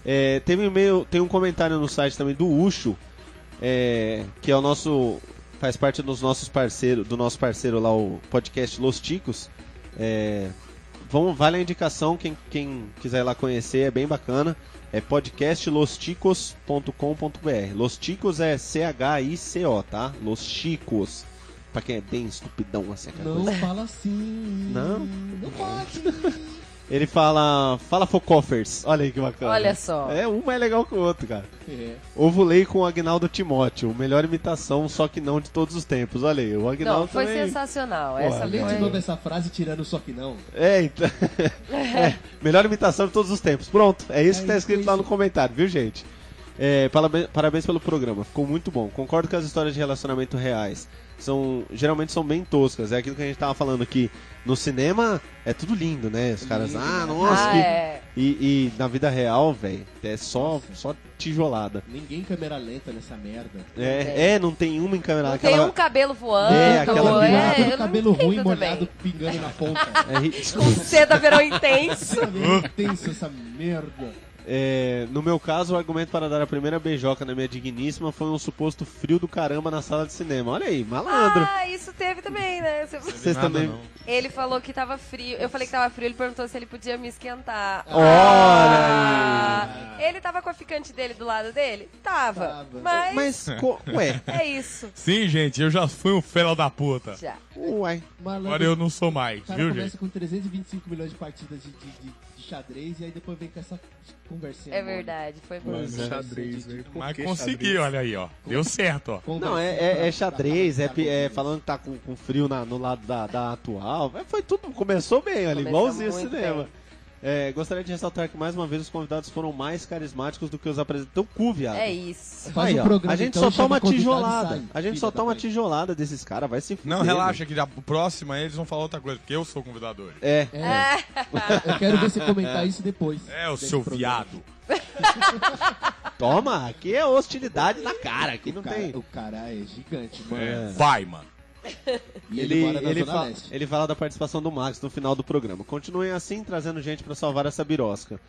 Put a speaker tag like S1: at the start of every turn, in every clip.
S1: É, tem, um e-mail- tem um comentário no site também do Ucho, é, que é o nosso. faz parte dos nossos parceiros, do nosso parceiro lá, o podcast Los Ticos. É, vamos, vale a indicação, quem, quem quiser ir lá conhecer, é bem bacana. É podcastlosticos.com.br. Los Ticos é C-H-I-C-O, tá? Los Chicos. Pra quem é bem estupidão assim, aquela
S2: Não
S1: coisa.
S2: fala assim.
S1: Não?
S2: Não pode.
S1: Ele fala. Fala Focofers. Olha aí que bacana.
S3: Olha só.
S1: É, um é legal que o outro, cara.
S2: É.
S1: Ovulei com o Agnaldo Timóteo. Melhor imitação, só que não de todos os tempos. Olha aí, o Agnaldo
S3: Não, foi
S1: também...
S3: sensacional.
S1: Pô,
S3: Essa
S2: Lê de
S3: foi...
S2: novo essa frase tirando só que não.
S1: É, então. É, melhor imitação de todos os tempos. Pronto, é isso que
S2: É
S1: tá
S2: isso,
S1: escrito
S2: é
S1: lá
S2: isso.
S1: no comentário, viu, gente? É, parabéns, parabéns pelo programa, ficou muito bom. Concordo que as histórias de relacionamento reais são geralmente são bem toscas. É aquilo que a gente tava falando aqui. No cinema é tudo lindo, né? Os caras,
S2: Lindo,
S1: ah,
S2: né?
S1: nossa,
S3: Ah,
S1: que-
S3: é.
S1: E, e na vida real, velho, é só,
S2: Nossa.
S1: só tijolada.
S2: Ninguém câmera lenta nessa merda.
S1: É, é, não tem uma em câmera
S3: Não
S1: aquela-
S3: tem um cabelo voando.
S1: É, aquela
S3: ou-
S1: mirada
S3: é,
S2: Aquele
S3: eu não
S2: cabelo ruim
S3: entendo
S2: molhado
S3: também.
S2: pingando na
S3: um
S2: ponta.
S1: é ri-
S3: Com seda verão intenso.
S2: Tá meio intenso essa merda.
S1: É, no meu caso, o argumento para dar a primeira beijoca na minha digníssima foi um suposto frio do caramba na sala de cinema. Olha aí, malandro.
S3: Ah, isso teve também, né? Você-
S1: Vocês
S4: nada
S1: também.
S4: não.
S3: Ele falou que tava frio. Eu falei que tava frio, ele perguntou se ele podia me esquentar.
S2: Ah,
S1: Olha
S3: Ah, Ele tava com a ficante dele do lado dele? Tava.
S2: Tava.
S3: Mas,
S1: Mas, co- ué,
S3: é isso.
S4: Sim, gente, eu já fui um fela da puta.
S3: Já. É
S1: ué.
S2: Malandro.
S4: Agora eu não sou mais,
S2: O cara
S4: viu,
S2: começa
S4: gente?
S2: com 325 milhões de partidas de, de- de- de xadrez e aí depois vem com essa conversinha. é
S3: É
S2: mole.
S3: verdade, foi bom.
S5: Mano, xadrez, velho. Por
S4: é Mas
S5: que
S4: consegui,
S5: xadrez?
S4: olha aí, ó. Deu certo, ó.
S2: Conversinha
S1: Não, é, é- é
S2: pra-
S1: xadrez, é,
S2: pra- pra-
S1: pi- é falando que tá com, com frio na- no lado da, da atual. É, Foi tudo, começou bem ali,
S3: Começou
S1: igualzinho o
S3: muito
S1: cinema.
S3: bem.
S1: É, gostaria de ressaltar que mais uma vez os convidados foram mais carismáticos do que os apresentadores. Então, cu, viado.
S3: É isso.
S2: Faz
S1: Aí,
S2: um
S1: ó,
S2: programa,
S1: a gente
S2: então,
S1: só
S2: chama
S1: toma
S2: o convidado e
S1: tijolada.
S2: sai.
S1: A gente
S2: Filha
S1: só
S2: da
S1: toma
S2: mãe.
S1: tijolada desses caras, vai se fuder.
S4: Não, relaxa, que da próxima eles vão falar outra coisa, porque eu sou o convidador.
S1: meu. É.
S2: É. Eu quero ver você comentar isso depois.
S4: É, o
S2: desse
S4: seu
S2: programa.
S4: viado.
S1: Toma, aqui é hostilidade na cara, aqui não
S2: O cara,
S1: tem.
S2: o cara é gigante, mano.
S4: É, Vai, mano.
S2: E ele, mora na Zona
S1: fala,
S2: Leste.
S1: É. ele fala da participação do Max no final do programa. Continuem assim, trazendo gente pra salvar essa birosca.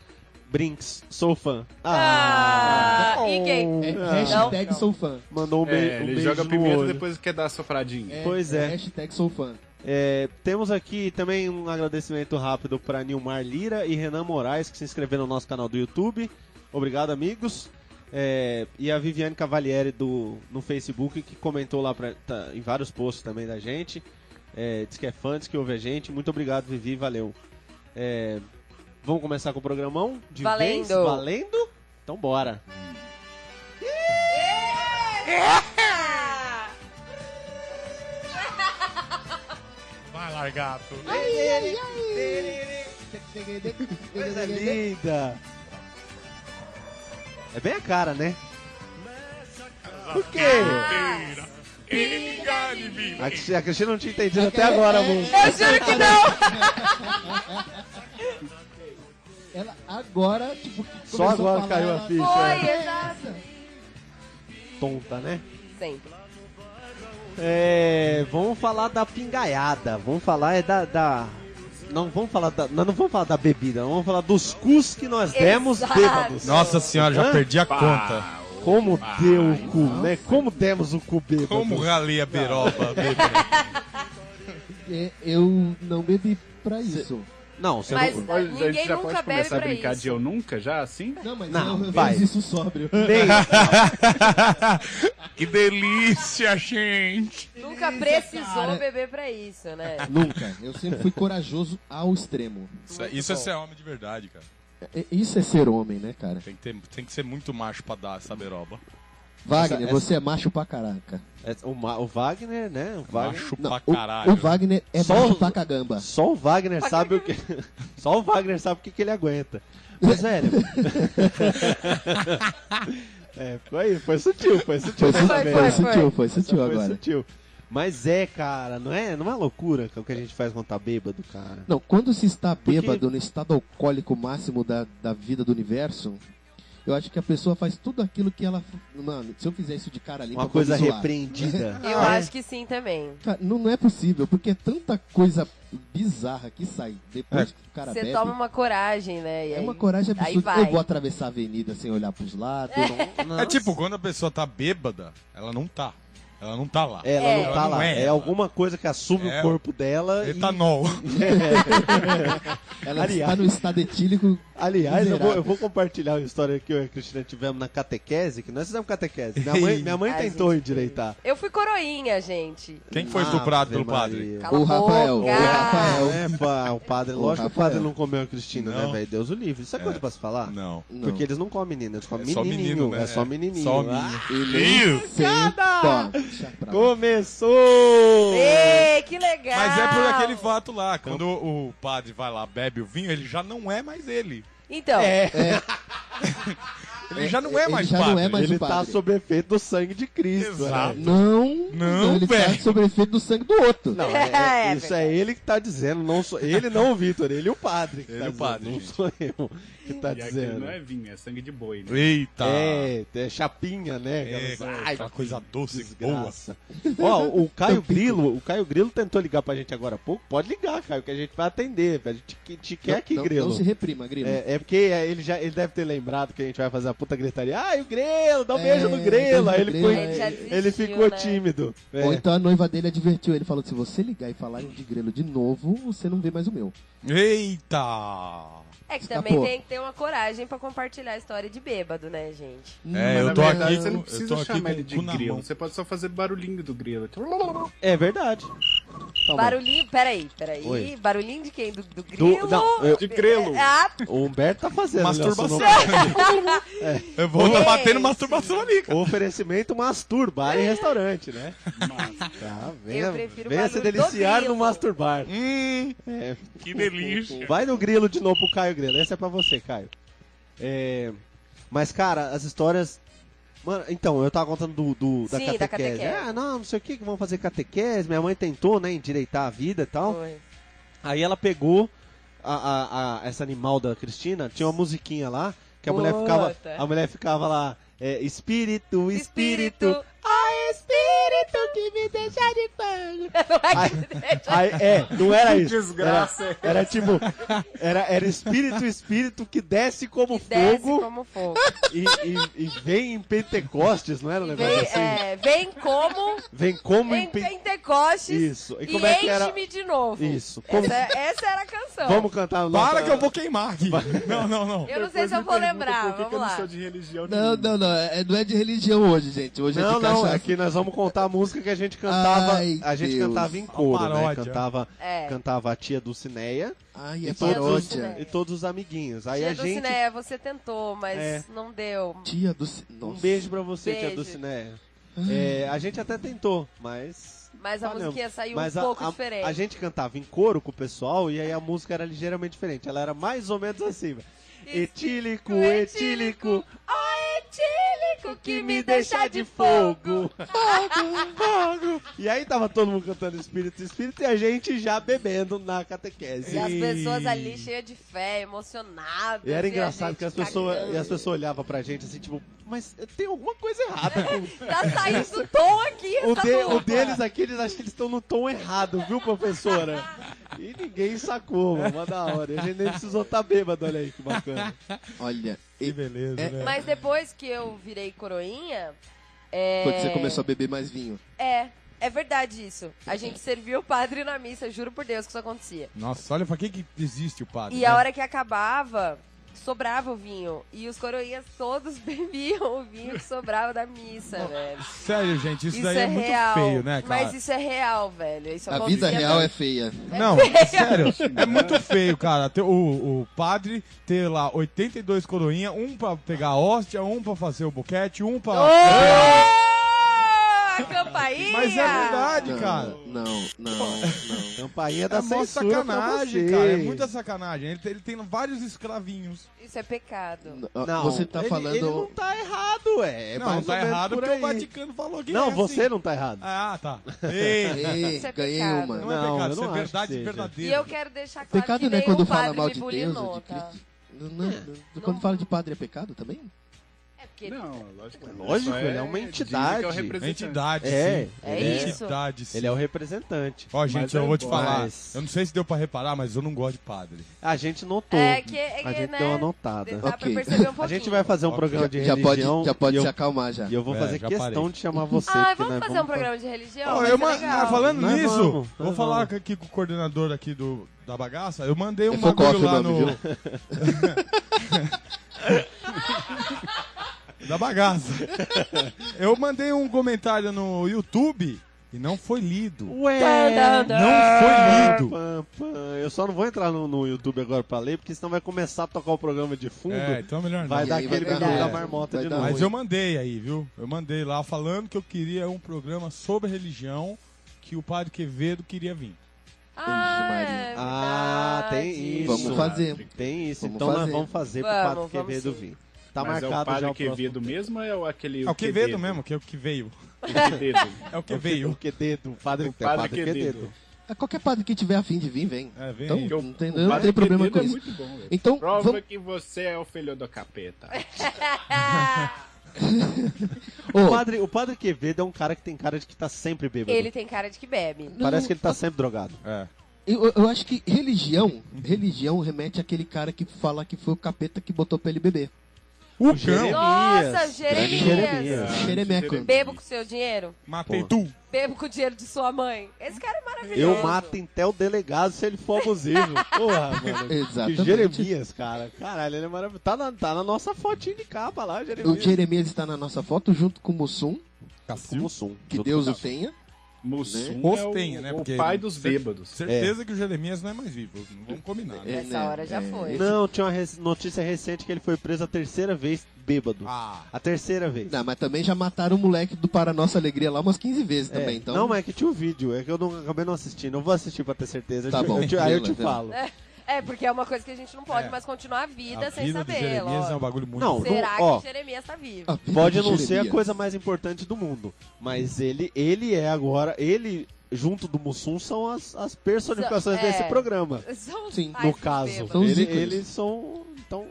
S1: Brinks, sou fã.
S3: Ah, e quem?
S2: É,
S1: Ah.
S2: hashtag sou fã.
S1: Mandou um, be
S5: É,
S1: um
S5: ele
S1: beijo
S5: joga
S1: no
S5: primeiro
S1: olho.
S5: depois quer dar a sopradinha.
S2: É,
S1: Pois é.
S2: Hashtag sou fã.
S1: É, temos aqui também um agradecimento rápido para Nilmar Lira e Renan Moraes, que se inscreveram no nosso canal do YouTube. Obrigado, amigos. É, e a Viviane Cavalieri do, no Facebook, que comentou lá pra- tá, em vários posts também da gente. É, diz que é fã, diz que ouve a gente. Muito obrigado, Vivi, valeu. É, vamos começar com o programão? De
S3: Valendo.
S1: vez? Valendo? Então bora.
S4: Vai largar tudo.
S1: Coisa linda! É bem a cara, né? Por quê?
S4: Engane-me.
S1: A Cristina a Cristina não tinha entendido até agora, é amor.
S3: Eu juro que não!
S2: Ela agora, tipo, que
S1: Só
S2: começou
S1: agora
S2: falar,
S1: caiu a
S2: ela-
S1: ficha.
S3: Foi, exato.
S1: Tonta, né?
S3: Sempre.
S1: É, vamos falar da pingaiada. Vamos falar é da, da Não vamos falar da, nós não vamos falar da bebida, nós vamos falar dos cus que nós demos
S3: Exato.
S1: bêbados.
S4: Nossa senhora, já
S1: Hã?
S4: perdi a
S5: Pá,
S4: conta.
S1: Como deu o cu, né? Como demos o cu bêbado.
S4: Como é? ralei a beroba, bebê.
S2: É, eu não bebi pra isso.
S1: Não, você
S3: Mas-
S1: não...
S5: Olha, a
S3: É, Ninguém
S5: gente já
S3: nunca
S5: pode
S3: bebe
S5: começar a
S3: pra
S5: brincar
S3: isso.
S5: de eu nunca já, assim?
S1: Tá
S2: Não, mas
S1: Não,
S2: eu, eu
S1: vai.
S2: fiz isso sóbrio.
S4: que delícia, gente.
S3: Nunca precisou beber pra isso, né?
S2: Nunca. Eu sempre fui corajoso ao extremo.
S4: Isso, é- isso é ser homem de verdade, cara.
S2: É, Isso é ser homem, né, cara?
S4: Tem que, ter, tem que ser muito macho pra dar essa beroba.
S2: Wagner,
S1: essa-
S2: você é macho pra caraca.
S1: É, O, Ma- o Wagner, né? O Wagner...
S4: Macho
S2: Não,
S4: pra
S2: o-
S4: caralho.
S2: O, Wagner é
S1: Só
S2: macho
S1: os-
S2: pra cagamba.
S1: Só o Wagner sabe o que. Só o Wagner sabe o que, que ele aguenta. Mas, velho. é, foi, foi sutil, foi sutil.
S2: Foi, su-
S3: Foi,
S2: foi,
S3: foi,
S2: sutil, foi
S1: Essa
S2: sutil
S1: foi
S2: agora.
S1: sutil. Mas é, cara, não é, não é loucura o que a gente faz quando tá bêbado, cara.
S2: Não, quando se está
S1: Porque-
S2: bêbado no estado alcoólico máximo da, da vida do universo, eu acho que a pessoa faz tudo aquilo que ela. Mano, se eu fizer isso de cara limpa,
S1: Uma coisa
S2: eu vou me zoar.
S1: repreendida.
S3: Eu
S1: É.
S3: acho que sim também.
S2: Cara, não, não é possível, porque é tanta coisa bizarra que sai
S1: É.
S2: depois que o cara
S3: Você
S2: bebe.
S3: toma uma coragem, né? E
S2: É
S3: aí-
S2: uma coragem
S3: aí
S2: absurda.
S3: vai.
S2: Eu vou atravessar a avenida sem olhar pros lados.
S1: Nossa.
S4: É tipo, quando a pessoa tá bêbada, ela não tá. Ela não tá lá.
S1: É, ela
S3: É.
S1: não tá
S4: Ela não
S1: lá.
S4: é tá
S1: É,
S4: ela.
S1: alguma coisa que assume
S4: É,
S1: o corpo dela. e-
S4: Etanol.
S2: Ela
S1: Aliás.
S2: está no estado etílico.
S1: Aliás, eu vou,
S2: Miserável.
S1: eu vou compartilhar uma história que eu e a Cristina tivemos na catequese, que nós fizemos catequese. Minha mãe, minha mãe
S3: Ai,
S1: tentou
S3: gente.
S1: endireitar.
S3: Eu fui coroinha, gente.
S4: Quem que foi estuprado
S1: Ah, Ave
S4: pelo
S1: Maria.
S4: padre?
S3: Cala
S2: O
S3: a
S2: Rafael,
S3: boca.
S2: o Rafael.
S1: Não é, pá, o padre,
S2: Ô,
S1: lógico que o
S2: Rafael.
S1: padre não comeu a Cristina, né,
S4: Não.
S1: velho? Deus o livre. Isso é, coisa pra se falar?
S4: Não.
S2: Não.
S1: Porque eles não comem menina, eles comem
S4: É só
S1: menininho.
S4: menino, né?
S1: É só menininho.
S4: Só
S1: Ah, tá.
S4: menino.
S2: E nem senta. Deixa pra lá.
S1: começou!
S3: Ei, que legal!
S4: Mas é por aquele fato lá, quando o padre vai lá, bebe o vinho, ele já não é mais ele.
S3: Então,
S1: É.
S4: Ele já não é
S2: ele
S4: mais
S2: já
S4: padre.
S2: não é mais-
S1: Ele
S2: o
S1: tá
S2: padre.
S1: sob efeito do sangue de Cristo. né?
S4: Exato.
S1: velho.
S2: Não,
S4: Não,
S2: ele
S4: velho.
S2: tá sob efeito do sangue do outro.
S1: Não,
S3: É,
S1: é-
S3: é
S1: isso é ele que tá dizendo, não sou, ele não o Vitor, ele e o padre. que
S4: Ele
S1: tá
S4: e o
S1: dizendo,
S4: padre,
S1: Não
S4: gente.
S1: sou eu que tá
S5: E aquilo
S1: dizendo.
S5: não é vinho, é sangue de boi, né?
S4: Eita.
S1: É, é chapinha, né?
S4: Tá. É,
S1: Aquelas-
S4: aquela
S1: Ai,
S4: coisa doce,
S1: desgraça. Ó, o Caio Grilo, o Caio Grilo tentou ligar pra gente agora há pouco. Pode ligar, Caio, que a gente vai atender. velho. A gente te, te quer
S2: Não-
S1: aqui,
S2: não,
S1: Grilo.
S2: Não se reprima, Grilo.
S1: É, é porque é, ele já ele deve ter lembrado que a gente vai fazer a puta gritaria. Ai, o Grilo, dá um
S2: É,
S1: beijo no Grilo. Aí ele
S2: beijo
S1: ficou,
S2: no Grilo,
S3: Ele já
S1: ele
S3: desistiu,
S1: ficou
S3: né?
S1: tímido. É.
S2: Ou então a noiva dele advertiu. Ele falou: se você ligar e falar de Grilo de novo, você não vê mais o meu.
S4: Eita.
S3: é que
S2: Escapou.
S3: também tem que ter uma coragem pra compartilhar a história de bêbado, né, gente?
S1: Hum,
S4: É, eu
S5: na
S4: tô
S5: verdade,
S4: aqui
S5: você
S4: com-
S5: não
S4: eu
S5: precisa
S4: tô aqui
S5: chamar
S4: com
S5: ele
S4: o
S5: de
S4: cu na
S5: grilo.
S4: mão.
S5: Você pode só fazer barulhinho do grilo.
S1: É verdade. Então,
S3: Barulhinho, peraí, peraí.
S1: Oi.
S3: Barulhinho de quem? Do, do grilo?
S1: não, é eu-
S5: De grilo.
S3: Ah,
S1: O Humberto tá fazendo.
S4: Masturbação.
S1: Nelson,
S4: Eu vou tá
S3: Esse.
S4: batendo masturbação ali, cara.
S1: não- Oferecimento masturbar em restaurante, né?
S5: Mas,
S1: Tá, venha,
S3: prefiro o
S1: venha se
S3: barulho do
S1: deliciar no
S3: grilo.
S1: masturbar.
S4: Hum,
S1: É.
S4: que delícia.
S1: Vai no grilo de novo pro Caio Grilo. Essa é pra você, Caio. É, Mas, cara, as histórias. Mano, então, eu tava contando do, do- da,
S3: Sim,
S1: catequese.
S3: da catequese.
S1: Ah, não, não sei o que, que vão fazer catequese. Minha mãe tentou, né, endireitar a vida e tal.
S3: foi.
S1: Aí ela pegou a, a- a- essa animal da Cristina, tinha uma musiquinha lá, que a mulher
S3: Puta.
S1: ficava. A mulher ficava lá. é, espírito, espírito,
S3: Espírito.
S1: ó espírito que me deixa de pano.
S3: Ai,
S1: Aí, é, não era
S5: Que
S1: isso.
S5: desgraça
S1: era,
S5: é
S1: era tipo, era, era espírito, espírito que desce como
S3: Desce
S1: fogo
S3: como fogo.
S1: e, e- e vem em Pentecostes, não era um negócio
S3: Vem,
S1: assim?
S3: é, vem como
S1: Vem como em
S3: em
S1: Pentecostes.
S3: Pentecostes
S1: Isso. E
S3: e,
S1: como é que era?
S3: enche-me de novo.
S1: Isso. Como-
S3: Essa, essa era a canção.
S1: Vamos cantar lá.
S4: Para que eu vou queimar aqui. Não, não, não.
S3: Eu não sei se eu
S1: um
S3: vou lembrar,
S5: Por que que
S3: vamos
S5: eu não
S3: lá.
S5: sou de religião
S2: Não,
S5: nenhuma?
S2: não, não. É, não é de religião hoje, gente. Hoje é
S1: Não,
S2: de
S1: não,
S2: cachaça.
S1: aqui nós vamos contar a música que a gente cantava,
S2: Ai,
S1: a gente
S2: Deus.
S1: cantava em coro,
S4: Uma
S1: né?
S4: paródia.
S1: Cantava,
S3: É.
S1: cantava a tia Dulcineia
S2: Ai, é
S1: todos-
S2: paródia.
S3: É.
S1: e todos os amiguinhos. Aí
S3: Tia
S1: a
S3: do
S1: gente
S3: Cineia, você tentou, mas
S1: É.
S3: não deu.
S2: Tia do. ci-
S1: Um
S2: Nossa.
S1: beijo pra você, tia
S3: Beijo.
S1: Dulcineia. É, a gente até tentou, mas.
S3: Mas a
S1: falhamos.
S3: musiquinha saiu
S1: Mas
S3: um
S1: a-
S3: pouco
S1: a,
S3: diferente.
S1: A gente cantava em coro com o pessoal e aí a música era ligeiramente diferente. Ela era mais ou menos assim. velho. Etílico, etílico,
S3: Ó etílico que me
S1: deixar
S3: deixa de fogo.
S1: fogo. E aí tava todo mundo cantando espírito, espírito e a gente já bebendo na catequese.
S3: E as pessoas ali cheias de fé, emocionadas.
S1: E era
S3: a
S1: engraçado
S3: gente
S1: que as pessoas,
S3: cagando.
S1: e as pessoas olhavam pra gente assim, tipo, mas tem alguma coisa errada com
S3: Tá saindo do tom aqui, tá
S1: o,
S3: essa
S4: Tá
S1: de- o
S3: dupla.
S1: deles aqui, eles acham que eles estão no tom errado, viu, professora? E ninguém sacou, mano. Uma da hora. E A gente nem precisou estar bêbado, olha aí que bacana.
S2: Olha,
S1: Que
S2: e-
S1: beleza,
S2: É,
S1: né?
S3: Mas depois que eu virei coroinha. É...
S2: quando você começou a beber mais vinho.
S3: É, é verdade isso. A gente servia o padre na missa, juro por Deus que isso acontecia.
S4: Nossa, olha pra que que existe o padre.
S3: E
S4: né?
S3: a hora que acabava, sobrava o vinho. E os coroinhas todos bebiam o vinho que sobrava da missa, velho.
S4: Sério, gente, isso,
S3: Isso
S4: daí
S3: é,
S4: é, muito
S3: real.
S4: feio, né, cara?
S3: Mas isso é real, velho. Isso
S2: A vida
S3: acontecia
S2: real é
S3: mesmo.
S2: feia.
S4: Não, sério, é muito feio, cara. Ter o, o padre ter lá 82 coroinha, um pra pegar a hóstia, um pra fazer o boquete, um pra.
S3: Ô, a campainha!
S4: Mas é verdade,
S2: Não,
S4: cara.
S2: não, não, não.
S1: Campainha da
S4: É mó
S1: censura Tá pra
S4: sacanagem,
S1: vocês.
S4: cara. É muita sacanagem. Ele, tem- ele tem vários escravinhos.
S3: Isso é pecado.
S1: Não,
S2: Você tá
S1: ele-
S2: falando.
S1: Ele não tá errado, ué. É
S4: não,
S1: mais
S4: não
S1: ou
S4: tá
S1: menos
S4: errado
S1: por
S4: porque
S1: aí.
S4: o Vaticano falou que é
S1: Não,
S4: assim.
S1: você não tá errado.
S4: Ah, tá. Ei,
S2: Ei,
S3: Isso é
S2: ganhei
S3: pecado.
S2: uma.
S4: não, é
S1: Não, eu
S4: pecado, isso
S1: não
S4: é
S1: acho que
S4: verdade
S1: seja.
S3: E
S4: verdadeira.
S3: eu quero deixar claro que
S2: Pecado não
S3: nem
S2: é quando
S3: o padre
S2: fala mal
S3: me
S2: de Deus
S3: bulinou,
S2: ou de
S3: tá?
S2: Cristo. Não, não, não. Quando fala de padre é pecado também?
S3: É porque
S5: Não, lógico. não.
S1: Lógico,
S5: Só
S1: ele é uma
S5: dizem que é o
S1: entidade.
S5: representante.
S4: Entidade,
S1: É,
S4: sim.
S3: é isso.
S4: Entidade, sim.
S1: Ele é o representante.
S4: Ó,
S5: Mas
S4: gente, eu
S5: é
S4: vou te
S5: bom.
S4: falar.
S1: Mas-
S4: Eu não sei se deu pra reparar, mas eu não gosto de padre.
S1: A gente notou.
S3: É que- é
S1: a
S3: que,
S1: gente
S3: né,
S1: deu uma notada.
S3: Dá
S2: Ok.
S3: pra perceber um pouquinho.
S1: A gente vai fazer um programa de
S2: já pode,
S1: religião.
S2: já pode
S1: e eu,
S2: se acalmar já.
S1: e eu vou
S4: É,
S1: fazer
S4: já
S1: questão
S4: parei.
S1: de chamar você.
S3: Ah,
S1: porque né,
S3: vamos
S1: nós
S3: fazer um programa de religião?
S4: né? Ó,
S3: Vai
S4: eu
S3: ser
S4: ma-
S3: é
S4: ah,
S3: legal.
S4: falando
S1: Nós
S4: nisso,
S1: vamos,
S4: vou
S1: nós
S4: falar
S1: vamos.
S4: com- aqui com o coordenador aqui do, da bagaça. Eu mandei um
S2: É
S4: bagulho
S2: Focoff
S4: lá
S2: o nome,
S4: no. da bagaça. Eu mandei um comentário no YouTube e não foi lido.
S1: Ué!
S4: é, Não foi lido.
S1: Pam, pam. Eu só não vou entrar no, no YouTube agora pra ler, porque senão vai começar a tocar o programa de fundo.
S4: É, então é melhor
S1: Vai
S4: não.
S1: dar
S2: aí vai
S1: aquele
S2: dar-
S1: barulho da
S2: é,
S1: marmota
S2: vai
S1: de
S2: dar
S1: novo.
S4: Mas eu mandei aí, viu? Eu mandei lá falando que eu queria um programa sobre religião que o padre Quevedo queria vir.
S3: Ah,
S2: Maria.
S3: é
S1: Ah, tem
S3: verdade.
S1: isso.
S2: Vamos fazer.
S1: Tem isso,
S2: Vamos
S1: então nós
S2: fazer.
S1: vamos fazer
S3: Vamos,
S1: pro Padre
S3: vamos
S1: Quevedo
S3: sim.
S1: vir. Tá
S5: Mas é o
S1: marcado
S5: padre
S1: já o próximo
S5: Quevedo
S1: tempo.
S5: mesmo ou é o aquele.
S4: É o Quevedo mesmo, que é o que veio.
S5: O Quevedo.
S4: É o
S1: É o
S4: que
S1: que- O
S4: veio.
S1: Quevedo, o Padre,
S5: O padre
S1: é, padre Quevedo.
S5: Quevedo.
S2: Ah, Qualquer padre que tiver afim de vir, vem.
S4: É, vem
S2: Então,
S4: aí.
S5: Porque o-
S2: não tem,
S5: o
S2: eu não
S5: padre
S2: tenho problema
S5: Quevedo
S2: com
S5: é
S2: isso.
S5: muito bom, velho.
S2: Então,
S5: Prova
S2: vamos,
S5: que você é o filho do capeta.
S1: O
S3: É,
S2: Ô,
S1: padre, o Padre Quevedo é um cara que tem cara de que tá sempre bêbado.
S3: Ele tem cara de que bebe.
S1: Parece que ele tá sempre drogado.
S4: É.
S2: eu, eu acho que religião, religião remete àquele cara que fala que foi o capeta que botou pra ele beber.
S4: O
S1: Jeremias.
S4: cão.
S3: Nossa,
S1: Grande
S5: Tá?
S3: Jeremias.
S2: Xeremeco.
S3: Bebo com seu dinheiro?
S4: Matei
S2: Pô.
S4: tu.
S3: Bebo com o dinheiro de sua mãe? Esse cara é maravilhoso.
S1: Eu mato até o delegado se ele for abusivo. Porra, mano.
S2: Exatamente.
S1: Que Jeremias, cara. Caralho, ele é maravilhoso. Tá na, tá na nossa fotinha de capa lá,
S2: O
S1: Jeremias.
S2: Jeremias está na nossa foto junto com o Mussum,
S4: Cacil.
S2: um que Deus o tenha.
S1: Né?
S5: Mussum
S4: Os
S5: é o,
S4: tem, né?
S5: o
S4: Porque-
S5: pai dos bêbados.
S4: Certeza que o Jeremias não é mais vivo. Não vamos combinar. né?
S2: É,
S3: Essa
S2: né?
S3: hora já
S2: É.
S3: foi.
S1: Não, tinha uma rec- notícia recente que ele foi preso a terceira vez bêbado.
S4: Ah,
S1: A terceira vez.
S2: Não, mas também já mataram o moleque do Para Nossa Alegria lá umas 15 vezes
S1: É,
S2: também, então.
S1: Não, mas é que tinha o vídeo. É que eu não, acabei não assistindo. Eu vou assistir pra ter certeza. Eu
S2: Tá
S1: te-
S2: bom.
S1: eu te- aí eu te
S2: Beleza.
S1: falo.
S3: É, porque é uma coisa que a gente não pode
S4: É.
S3: mais continuar a vida
S4: a
S3: sem
S4: vida do
S3: saber,
S4: Jeremias é um
S3: lógico.
S4: bagulho muito.
S1: Não,
S3: Será
S1: ó.
S3: que Jeremias tá vivo?
S2: A vida
S1: Pode
S2: de
S1: não ser a
S2: Jeremias.
S1: coisa mais importante do mundo, mas ele, ele é agora, ele junto do Mussum são as, as personificações
S3: É.
S1: desse programa,
S3: São os
S2: Ah, Sim,
S3: pais
S1: no
S3: dos
S1: caso.
S3: bêbados.
S2: São os
S1: Ele-
S2: ícones.
S1: eles são, então...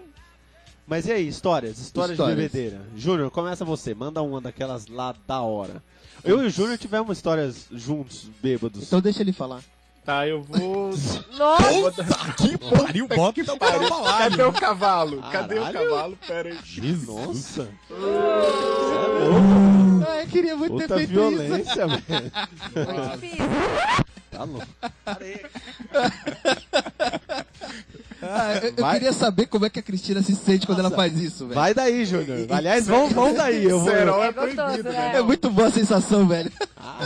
S1: Mas e aí, histórias? Histórias,
S2: Histórias.
S1: de bebedeira. Júnior, começa você, manda uma daquelas lá da hora. Eu e o Júnior tivemos histórias juntos, bêbados.
S2: Então deixa ele falar.
S5: Tá, eu vou.
S3: Nossa,
S4: Que pariu, bota o cara pra lá.
S5: Cadê o cavalo? Cadê o
S1: Caralho.
S5: cavalo? Pera aí.
S4: Jesus.
S1: Nossa! Cê é louco,
S2: Ah, eu queria muito ter
S1: Puta
S2: feito isso.
S1: violência, velho.
S3: foi difícil.
S1: Tá louco.
S2: Ah, eu, eu
S1: Vai.
S2: queria saber como é que a Cristina se sente quando ela faz isso, velho.
S1: Vai daí, Júnior. Aliás, vão, vão daí. Eu vou,
S5: Serol
S3: É
S5: é
S3: gostoso,
S5: proibido,
S3: né?
S5: né?
S2: É muito boa a sensação, velho.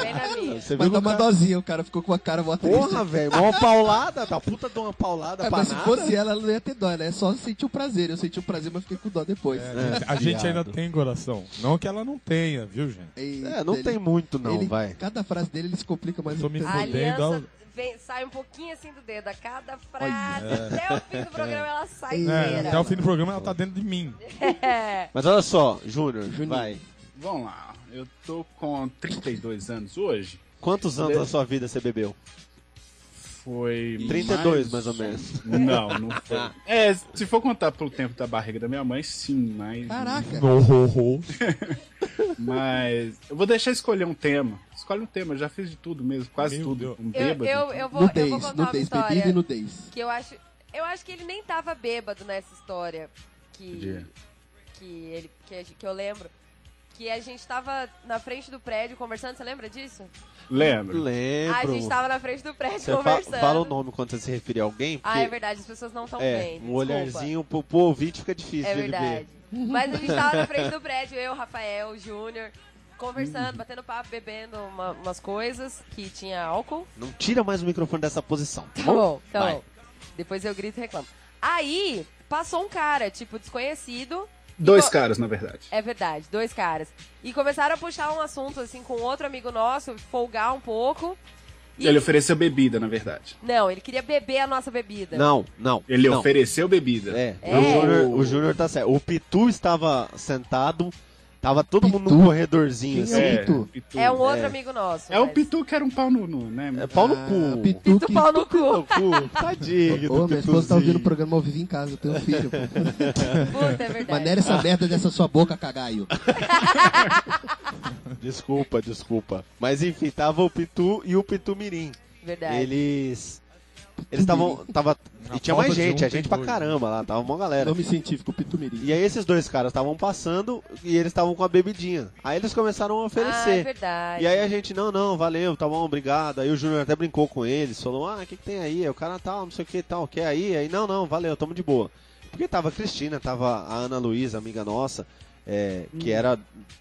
S3: Vem na minha.
S1: Ah, Você
S2: Mas
S1: viu
S2: dá
S1: que
S2: uma
S1: cara...
S2: dosinha, o cara ficou com a cara mó triste.
S1: Porra, velho, uma paulada, tá puta de uma paulada
S2: É,
S1: pra
S2: mas se
S1: nada.
S2: fosse ela, ela não ia ter dó, né? Só sentir o prazer. Eu senti o prazer, mas fiquei com dó depois.
S1: É.
S4: A gente ainda tem coração. Não que ela não tenha, viu, gente?
S2: Eita,
S1: É, não
S2: ele-
S1: tem muito não,
S2: ele-
S1: vai.
S2: Cada frase dele ele se complica mais
S4: Tô
S2: um
S4: me
S2: pouco.
S3: A
S4: fodendo,
S3: aliança
S4: ó.
S3: vem- sai um pouquinho assim do dedo. A cada frase, até o fim do programa, ela sai
S4: É,
S3: inteira.
S4: até o fim do programa ela tá dentro de mim.
S3: É.
S1: Mas olha só, Júnior, vai.
S5: Vamos lá. Eu tô com 32 anos hoje.
S1: Quantos anos da sua vida você bebeu?
S5: Foi.
S1: 32, mais ou menos.
S5: Não, não foi. É, se for contar pelo tempo da barriga da minha mãe, sim, mas.
S2: Caraca.
S4: Ho, ho, ho.
S5: Mas eu vou deixar escolher um tema. Escolhe um tema, eu já fiz de tudo mesmo, quase
S4: Meu
S5: tudo.
S4: Deus.
S5: Um
S3: Eu,
S5: bêbado.
S3: eu, eu, vou, eu vou
S2: Nudez,
S3: contar uma
S2: nudez,
S3: história.
S2: bebida e nudez.
S3: Que eu acho. Eu acho que ele nem tava bêbado nessa história. Que.
S5: Podia.
S3: Que, ele, que, a gente- que eu lembro. Que a gente tava na frente do prédio conversando, você lembra disso?
S5: Lembro.
S3: A
S1: Lembro.
S3: gente tava na frente do prédio
S1: Você fa-
S3: conversando.
S1: fala o nome quando você se referir a alguém, porque
S3: Ah, é verdade, as pessoas não estão
S1: é,
S3: bem.
S1: um
S3: desculpa.
S1: olharzinho pro, pro ouvinte fica difícil
S3: É
S1: de ele ver.
S3: verdade. Mas a gente tava na frente do prédio, eu, Rafael, Júnior, conversando,
S1: Hum.
S3: batendo papo, bebendo uma- umas coisas que tinha álcool.
S1: Não tira mais o microfone dessa posição.
S3: Tá bom, então.
S1: Vai.
S3: Depois eu grito e reclamo. Aí, passou um cara, tipo, desconhecido.
S5: Dois
S3: Ficou-
S5: caras, na verdade.
S3: É verdade, dois caras. E começaram a puxar um assunto, assim, com outro amigo nosso, folgar um pouco. E- um-
S5: Ele ofereceu bebida, na verdade.
S3: Não, ele queria beber a nossa bebida.
S1: Não, não.
S5: Ele
S1: não.
S5: ofereceu bebida.
S1: É,
S3: É.
S1: o Júnior- o Júnior tá certo. O Pitu estava sentado, tava todo mundo num
S2: Pitu?
S1: corredorzinho
S2: Quem
S1: assim.
S2: É o Pitu.
S5: Pitu.
S3: É um outro amigo nosso.
S5: É o
S3: mas-
S5: Pitu que era um pau no, nu, né?
S1: É pau no
S2: Ah,
S1: cu.
S2: Pitu
S3: Pito
S2: que-
S3: pau no cu.
S1: Pau no cu. Tadinho. do
S2: Ô, minha esposa tá ouvindo
S1: Pituzinho.
S2: o programa ao vivo em casa, eu tenho um filho. pô.
S3: Puta, é verdade.
S2: Maneira
S1: Ah.
S2: essa merda dessa sua boca, cagaio.
S1: Desculpa, desculpa. Mas enfim, tava o Pitu e o Pitu Mirim.
S3: é Verdade.
S1: Eles. Eles estavam. Tava,
S4: Na
S1: e tinha mais
S4: falta de
S1: gente,
S4: um,
S1: a gente
S4: tem
S1: pra
S4: dois.
S1: caramba lá, tava uma galera.
S2: Nome científico, Pitumirim.
S1: E aí esses dois caras estavam passando e eles estavam com a bebidinha. Aí eles começaram a
S3: Ah, é
S1: oferecer.
S3: verdade.
S1: e aí a gente, não, não, valeu, tá bom, obrigado. Aí o Júnior até brincou com eles, falou, ah, o que, que tem aí? Aí O cara tal, não sei o que tal, quer aí? Aí, não, não, valeu, tamo de boa. Porque tava a Cristina, tava a Ana Luísa, amiga nossa, é, que era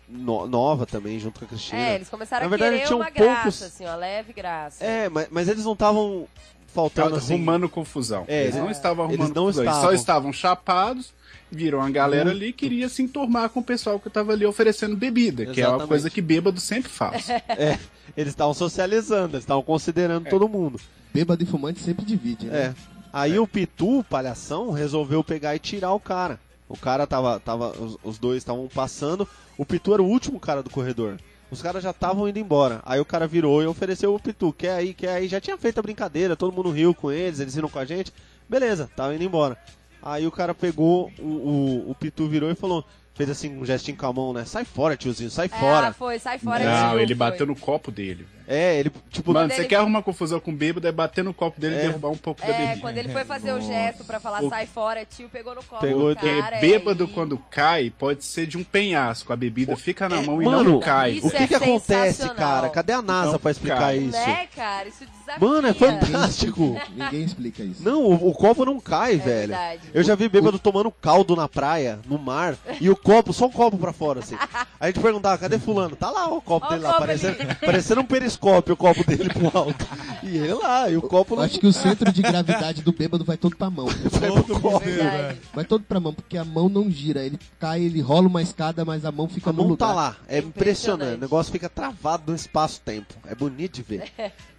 S1: no- nova também, junto com a Cristina.
S3: Hum. É, eles começaram
S1: Na verdade,
S3: a querer
S5: um
S1: tinham
S3: uma
S1: poucos-
S3: graça, assim, uma leve graça.
S1: É, mas, mas eles não estavam
S5: Tava
S1: faltando assim.
S5: arrumando confusão.
S1: É,
S5: eles não
S1: eles-
S5: estavam
S1: eles
S5: arrumando
S1: não
S5: confusão. Eles só
S1: estavam.
S5: estavam chapados, viram a galera
S1: Muito.
S5: ali e queria se enturmar com o pessoal que tava ali oferecendo bebida, que é uma
S1: Exatamente.
S5: coisa que bêbado sempre faz.
S3: É,
S1: Eles estavam socializando, eles estavam considerando todo mundo.
S2: Bêbado e fumante sempre divide, né?
S1: É. Aí o Pitu, palhação, resolveu pegar e tirar o cara. O cara tava. tava os, os dois estavam passando. O Pitu era o último cara do corredor. Os caras já estavam indo embora. Aí o cara virou e ofereceu o Pitu. Quer aí, quer aí. Já tinha feito a brincadeira, todo mundo riu com eles, eles riram com a gente. Beleza, tava indo embora. Aí o cara pegou, o, o, o Pitu virou e falou. Fez assim um gestinho com a mão, né? Sai fora, tiozinho, sai
S3: Ah,
S1: fora.
S3: foi, sai fora
S5: Não,
S3: tio,
S5: ele
S3: foi.
S5: bateu no copo dele.
S1: É, ele, tipo,
S5: Mano,
S3: ele-
S5: você quer arrumar confusão com o bêbado, é bater no copo dele
S1: É.
S5: e derrubar um pouco da
S3: É,
S5: bebida.
S3: quando ele foi fazer o gesto pra falar sai fora, tio, pegou no copo
S1: Pegou,
S3: do cara. é
S5: Porque É bêbado,
S3: e-
S5: quando cai, pode ser de um penhasco. A bebida fica na mão e
S1: é, Mano,
S5: não cai.
S3: isso
S1: O que,
S3: é
S1: que acontece,
S3: sensacional.
S1: cara? Cadê a NASA
S5: Não,
S1: pra explicar
S5: cara.
S1: isso?
S3: Né, cara? Isso desafia.
S1: Mano, é
S2: Ninguém
S1: fantástico.
S2: explica- Ninguém explica isso.
S1: É. Não, o, o copo não cai, velho.
S3: É verdade.
S1: Eu já vi bêbado tomando caldo na praia, no mar, e o copo, só o copo pra fora, assim. A gente perguntava, cadê fulano? Tá lá o copo
S3: Ó o
S1: dele lá,
S3: copo
S1: parecendo,
S3: ali.
S1: parecendo um periscópio o copo dele pro alto. E ele lá, e o copo
S2: Eu
S1: não
S2: acho que o centro de gravidade do bêbado vai todo pra mão.
S1: vai pro copo.
S3: É Verdade.
S2: Vai todo pra mão, porque a mão não gira. Ele cai, ele rola uma escada, mas a mão fica
S1: A
S2: no
S1: mão
S2: lugar.
S1: tá lá, é impressionante.
S3: Impressionante.
S1: O negócio fica travado no espaço-tempo. É bonito de ver.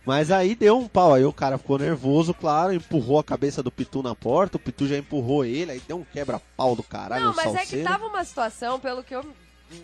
S1: Mas aí deu um pau, aí o cara ficou nervoso, claro, empurrou a cabeça do Pitu na porta, o Pitu já empurrou ele, aí deu um quebra-pau do caralho.
S3: Não,
S1: um
S3: mas é que
S1: salseiro.
S3: tava uma situação, pelo que eu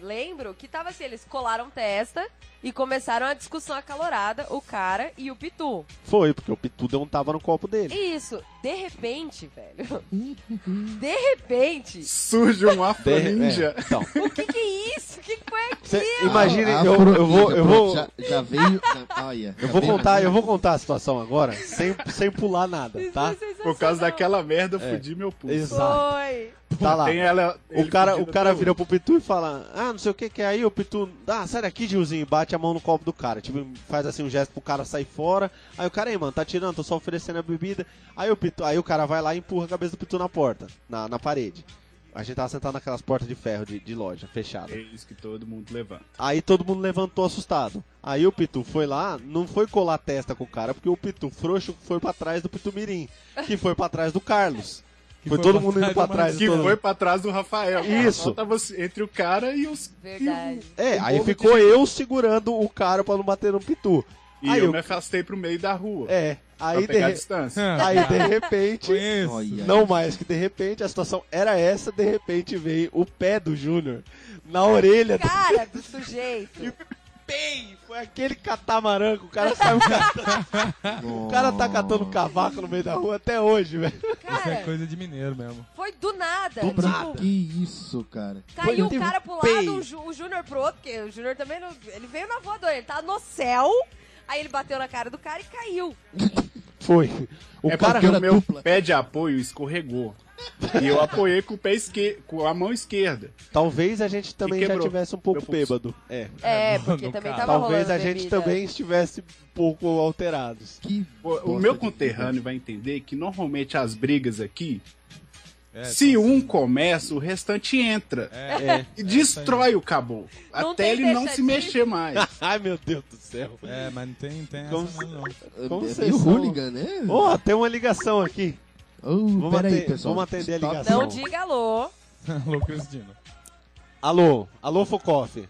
S3: lembro, que tava assim, eles colaram testa e começaram a discussão acalorada, o cara e o Pitu.
S1: Foi, porque o Pitu deu um tava no copo dele.
S3: Isso, de repente, velho. De repente.
S5: Surge um afro
S1: De-
S5: ninja.
S1: é, então,
S3: O que que é isso? O que que foi aqui?
S1: cê
S2: Ah,
S1: imagina,
S2: ah,
S1: eu,
S2: pronto,
S1: eu vou, eu
S2: pronto,
S1: vou,
S2: Já, já veio. na- Olha,
S1: eu
S2: já
S1: vou
S2: veio assim,
S1: contar,
S2: na-
S1: eu vou contar a situação agora, sem, sem pular nada,
S3: Isso
S1: tá?
S3: é sensacional.
S5: Por causa daquela merda, eu
S1: É.
S5: fudi meu pulso.
S1: Exato.
S3: Foi.
S1: Tá lá.
S5: Tem ela-
S1: O
S5: ele
S1: cara, o
S5: fudido
S1: cara
S5: até
S1: vira pro Pitu e fala, ah, não sei o que que é aí, o Pitu, ah, sai daqui, Gilzinho, e bate a mão no copo do cara, tipo, faz assim um gesto pro cara sair fora, aí o cara, aí, mano, tá tirando, tô só oferecendo a bebida, aí o Pitu, aí o cara vai lá e empurra a cabeça do Pitu na porta, na, na parede. A gente tava sentado naquelas portas de ferro de, de loja, fechada.
S5: hoje. É isso que todo mundo levanta.
S1: Aí todo mundo levantou assustado. Aí o Pitu foi lá, não foi colar a testa com o cara, porque o Pitu frouxo foi pra trás do Pitu Mirim, que foi pra trás do Carlos.
S4: Que
S1: foi,
S4: foi
S1: todo
S4: pra
S1: mundo indo
S4: trás
S1: pra
S4: do
S1: trás.
S5: Que
S1: todo
S5: foi
S1: mundo.
S5: pra trás do Rafael.
S1: Isso.
S5: Só Tava entre o cara e os.
S3: Verdade.
S1: É,
S5: o
S1: aí
S5: bolo
S1: ficou eu segurando o cara pra não bater no Pitu.
S5: E
S1: Aí
S5: eu
S1: eu-
S5: me afastei pro meio da rua.
S1: É,
S5: pra
S1: aí de,
S5: pegar a
S1: re-
S5: distância.
S1: aí de repente...
S4: Conheço.
S2: Olha.
S1: Não mais que de repente a situação era essa, de repente veio o pé do Júnior na orelha do
S3: Cara do sujeito.
S1: Pei! Foi aquele catamarã que o cara saiu catando. o cara tá catando cavaco no meio da rua até hoje, velho.
S4: Isso é
S3: Cara,
S4: coisa de mineiro mesmo.
S3: foi do nada.
S1: Do
S3: tipo,
S1: nada.
S2: Que isso, cara.
S3: Caiu
S1: Foi- um
S3: o cara pro
S1: Pei.
S3: lado, o, Ju- o Júnior pro outro, porque o Júnior também não. Ele veio na voadora, ele tá no céu, aí ele bateu na cara do cara e caiu.
S1: Foi. O
S5: é
S1: cara
S5: porque o
S2: era
S5: meu
S2: dupla.
S5: pé de apoio escorregou. e eu apoiei com o pé esquerdo, com a mão esquerda.
S1: Talvez a gente também já
S5: quebrou.
S1: tivesse um pouco
S5: Meu pulso.
S1: bêbado. É.
S3: É,
S4: mano,
S3: porque também
S4: cara.
S3: tava rolando
S1: Talvez a gente
S3: bebida.
S1: também estivesse um pouco alterados.
S2: Que
S5: O, o
S2: bosta
S5: meu
S2: de
S5: conterrâneo vai entender que normalmente as brigas aqui,
S4: É,
S5: se
S4: tá-
S5: um começa, o restante entra.
S4: É,
S5: E destrói o caboclo.
S3: Não
S5: até
S3: tem
S5: ele não
S3: deixa
S5: se
S3: de-
S5: mexer mais.
S1: Ai, meu Deus do céu.
S4: é, mas não tem, tem essa
S1: Como
S4: não, não.
S2: vida.
S1: Como
S2: É
S1: vocês
S2: meio
S1: são-
S2: hooligan, né?
S1: Ó, tem uma ligação aqui.
S2: Oh,
S1: vamos
S2: peraí,
S1: atender-
S2: pessoal.
S1: vamos atender a
S2: Stop.
S1: ligação.
S3: Não diga alô.
S4: Alô, Cristino.
S1: Alô, alô, Focoff.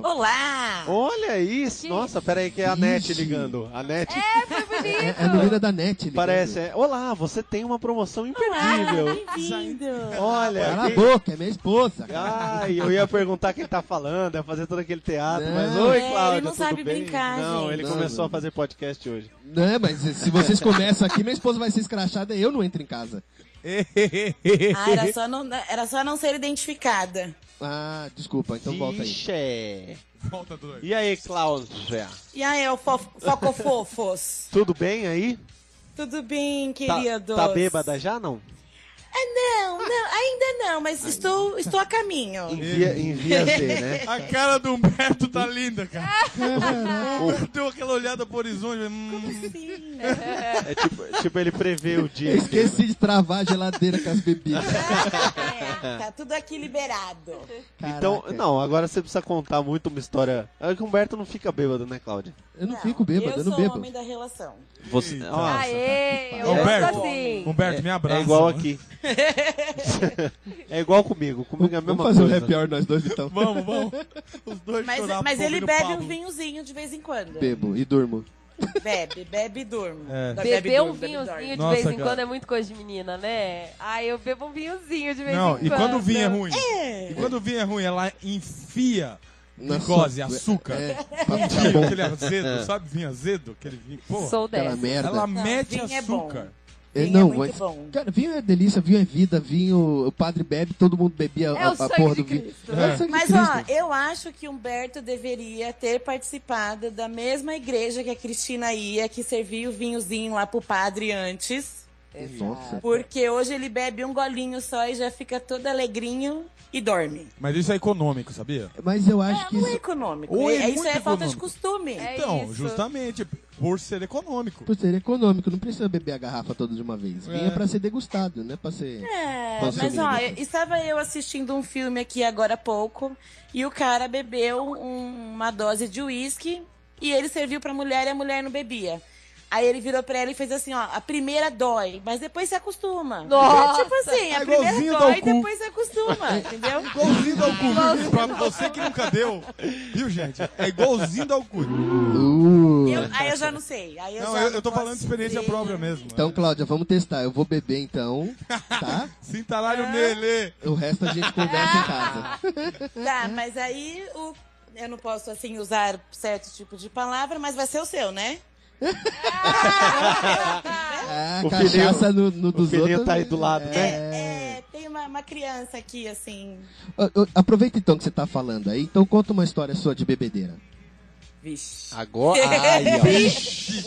S3: Olá!
S1: Olha isso.
S3: Que
S1: Nossa, peraí que é a Net
S2: Ixi.
S1: ligando. A Net
S3: Foi
S2: É,
S3: bonito!
S2: é a menina da net, ligando.
S1: parece... é, Olá, você tem uma promoção imperdível. Olha,
S2: Cala a
S1: aqui-
S2: boca, é minha esposa. cara.
S1: Ai, eu ia perguntar quem tá falando, ia fazer todo aquele teatro,
S2: Não.
S1: mas oi,
S6: É, ele
S1: Cláudio.
S6: não
S1: tudo
S6: sabe
S1: bem?
S6: brincar,
S1: Não,
S6: gente.
S1: ele
S2: Não,
S1: começou
S2: não.
S1: a fazer podcast hoje.
S2: Não, Né, mas se vocês começam aqui, minha esposa vai ser escrachada e eu não entro em casa.
S6: Ah, era só não, era só não ser identificada.
S2: Ah, desculpa, então volta aí.
S1: Ixi.
S4: Volta dois.
S1: E aí, Cláudia?
S6: E aí, eu fo focofofos.
S1: Tudo bem aí?
S6: Tudo bem,
S1: Tá,
S6: queridos?
S1: tá bêbada já, não?
S6: É, não, não, ainda não, mas estou, estou a caminho.
S1: Envia, envia Z, né?
S4: A cara do Humberto tá linda, cara. Deu aquela olhada pro horizonte. Hum,
S6: Sim.
S1: É tipo, tipo, ele prevê o dia.
S2: Eu esqueci de travar a geladeira com as bebidas.
S6: É, tá tudo aqui liberado.
S1: Então,
S2: Caraca.
S1: não, agora você precisa contar muito uma história. É que o Humberto não fica bêbado, né, Cláudia?
S2: Eu não fico bêbado, eu,
S6: eu
S2: não
S6: sou o
S2: bebo.
S6: homem da relação.
S1: Você,
S4: Eita.
S1: nossa,
S3: Aê, eu
S4: Ô, Humberto.
S3: gosto assim.
S4: Humberto, me abraça.
S1: é igual
S4: mano.
S1: aqui. é igual comigo, comigo é a
S2: Vamos
S1: mesma
S2: fazer o um
S1: coisa.
S2: happy hour nós dois então.
S4: Vamos, vamos. Os dois
S6: Mas,
S4: chorar
S6: mas
S4: pro
S6: ele
S4: ouvindo
S6: bebe
S4: Pablo.
S6: um vinhozinho de vez em quando.
S2: Bebo e durmo.
S6: Bebe, bebe e durmo.
S4: É.
S3: Beber um
S6: durmo, bebe e dorme.
S3: vinhozinho de
S4: Nossa,
S3: vez em
S4: cara.
S3: quando é muito coisa de menina, né? Ai, eu bebo um vinhozinho de vez em
S4: Não,
S3: quando.
S4: e quando o vinho é ruim? E quando o vinho é ruim, ela enfia glicose, açúcar.
S2: É,
S4: Vinho, aquele é
S1: É.
S4: azedo, sabe vinho azedo? Aquele vinho, pô.
S3: Sou
S2: aquela
S3: dessa.
S2: merda.
S4: Ela mete
S6: vinho é
S4: açúcar.
S2: É,
S6: Vinho é
S2: não,
S6: muito
S2: mas,
S6: bom.
S2: Cara, vinho é delícia, vinho é vida, vinho. O padre bebe, todo mundo bebia
S3: É
S2: a,
S3: o
S2: a
S3: sangue
S2: porra
S3: de
S2: do vinho. É
S3: Cristo.
S2: o sangue de
S6: Mas
S2: Cristo.
S6: ó, eu acho que Humberto deveria ter participado da mesma igreja que a Cristina ia, que servia o vinhozinho lá pro padre antes.
S2: É, Nossa.
S6: Porque hoje ele bebe um golinho só e já fica todo alegrinho e dorme.
S4: Mas isso é econômico, sabia?
S2: Mas eu acho
S6: É,
S2: que
S6: não é
S2: isso,
S6: econômico.
S4: Ou é
S6: é, isso
S4: muito
S6: é falta de
S4: econômico.
S6: costume.
S3: É
S4: então,
S3: isso.
S4: justamente, por ser econômico.
S2: é por ser econômico, não precisa beber a garrafa toda de uma vez. Vinho é pra ser degustado, né? Pra ser.
S6: É,
S2: Consumido.
S6: mas ó, eu- estava eu assistindo um filme aqui agora há pouco e o cara bebeu um- uma dose de uísque e ele serviu pra mulher e a mulher não bebia. Aí ele virou pra ela e fez assim, ó, a primeira dói, mas depois se acostuma.
S3: Nossa!
S6: É tipo assim, a
S4: É igualzinho
S6: primeira
S4: do
S6: dói e
S4: cu.
S6: depois se acostuma, entendeu?
S4: Igualzinho ao cu, pra você que nunca deu. Viu, gente? É igualzinho ao cu.
S2: Uh.
S6: Eu- aí eu já não sei. Aí eu
S4: Não,
S6: já
S4: eu, eu tô
S6: posso
S4: falando de experiência
S6: dizer.
S4: própria mesmo.
S2: Então, Cláudia, vamos testar. Eu vou beber então, tá?
S4: Cintaralho
S6: É.
S4: nele.
S2: O resto a gente conversa em casa.
S6: Tá, mas aí o... eu não posso, assim, usar certo tipo de palavra, mas vai ser o seu, né?
S2: Ah,
S1: O
S2: cachaça no, no
S1: O
S2: dos
S1: filhinho
S2: outros.
S1: tá aí do lado, né?
S6: É, tem uma, uma criança aqui, assim.
S2: Ah, ah, Aproveita então que você tá falando aí. Então conta uma história sua de bebedeira.
S6: Vixe.
S1: Agora. Ai,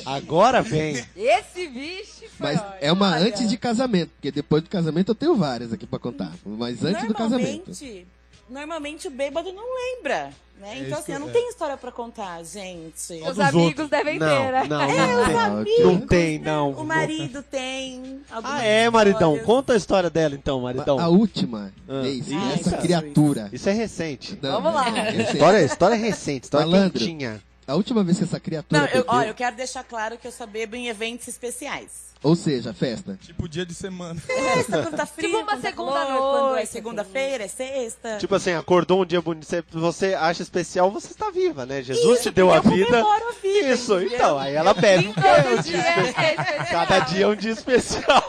S1: ó. Agora vem.
S3: Esse bicho foi
S2: Mas
S3: ótimo.
S2: é uma
S6: olha.
S2: antes de casamento, porque depois do casamento eu tenho várias aqui pra contar. Mas antes do casamento.
S6: Normalmente, normalmente o bêbado não lembra, né? então, assim, eu não tenho história pra contar, gente.
S4: Só
S3: Os
S4: dos
S3: amigos
S4: outros.
S3: devem ter, né?
S1: Não, não, não,
S2: Ah,
S1: tem.
S2: ok.
S1: não tem, não.
S6: O marido tem. algumas
S1: Ah, é, maridão.
S6: histórias.
S1: Conta a história dela, então,
S2: A
S1: maridão.
S2: última
S1: Ah.
S2: vez,
S6: Ih,
S2: essa
S6: Jesus.
S2: criatura.
S1: Isso é recente.
S2: Não,
S3: Vamos lá.
S2: não, eu sei.
S1: História, história recente, história
S2: Malandro.
S1: quentinha.
S2: A última vez que essa criatura.
S6: Não, eu,
S2: bebeu-
S6: olha, eu quero deixar claro que eu só bebo em eventos especiais.
S2: Ou seja, festa.
S4: Tipo dia de semana.
S6: Sexta, quando tá frio,
S3: Tipo uma
S6: quando tá
S3: segunda
S6: calor, quando é
S3: noite,
S6: segunda-feira, é sexta.
S1: Tipo assim, acordou um dia bonito, você- você acha especial, você está viva, né? Jesus te deu a
S3: é
S6: eu
S1: vida.
S6: comemoro a vida,
S1: Isso,
S6: entendeu?
S1: então, aí ela bebe. um
S3: Todo dia é especial.
S1: Cada dia é um dia especial.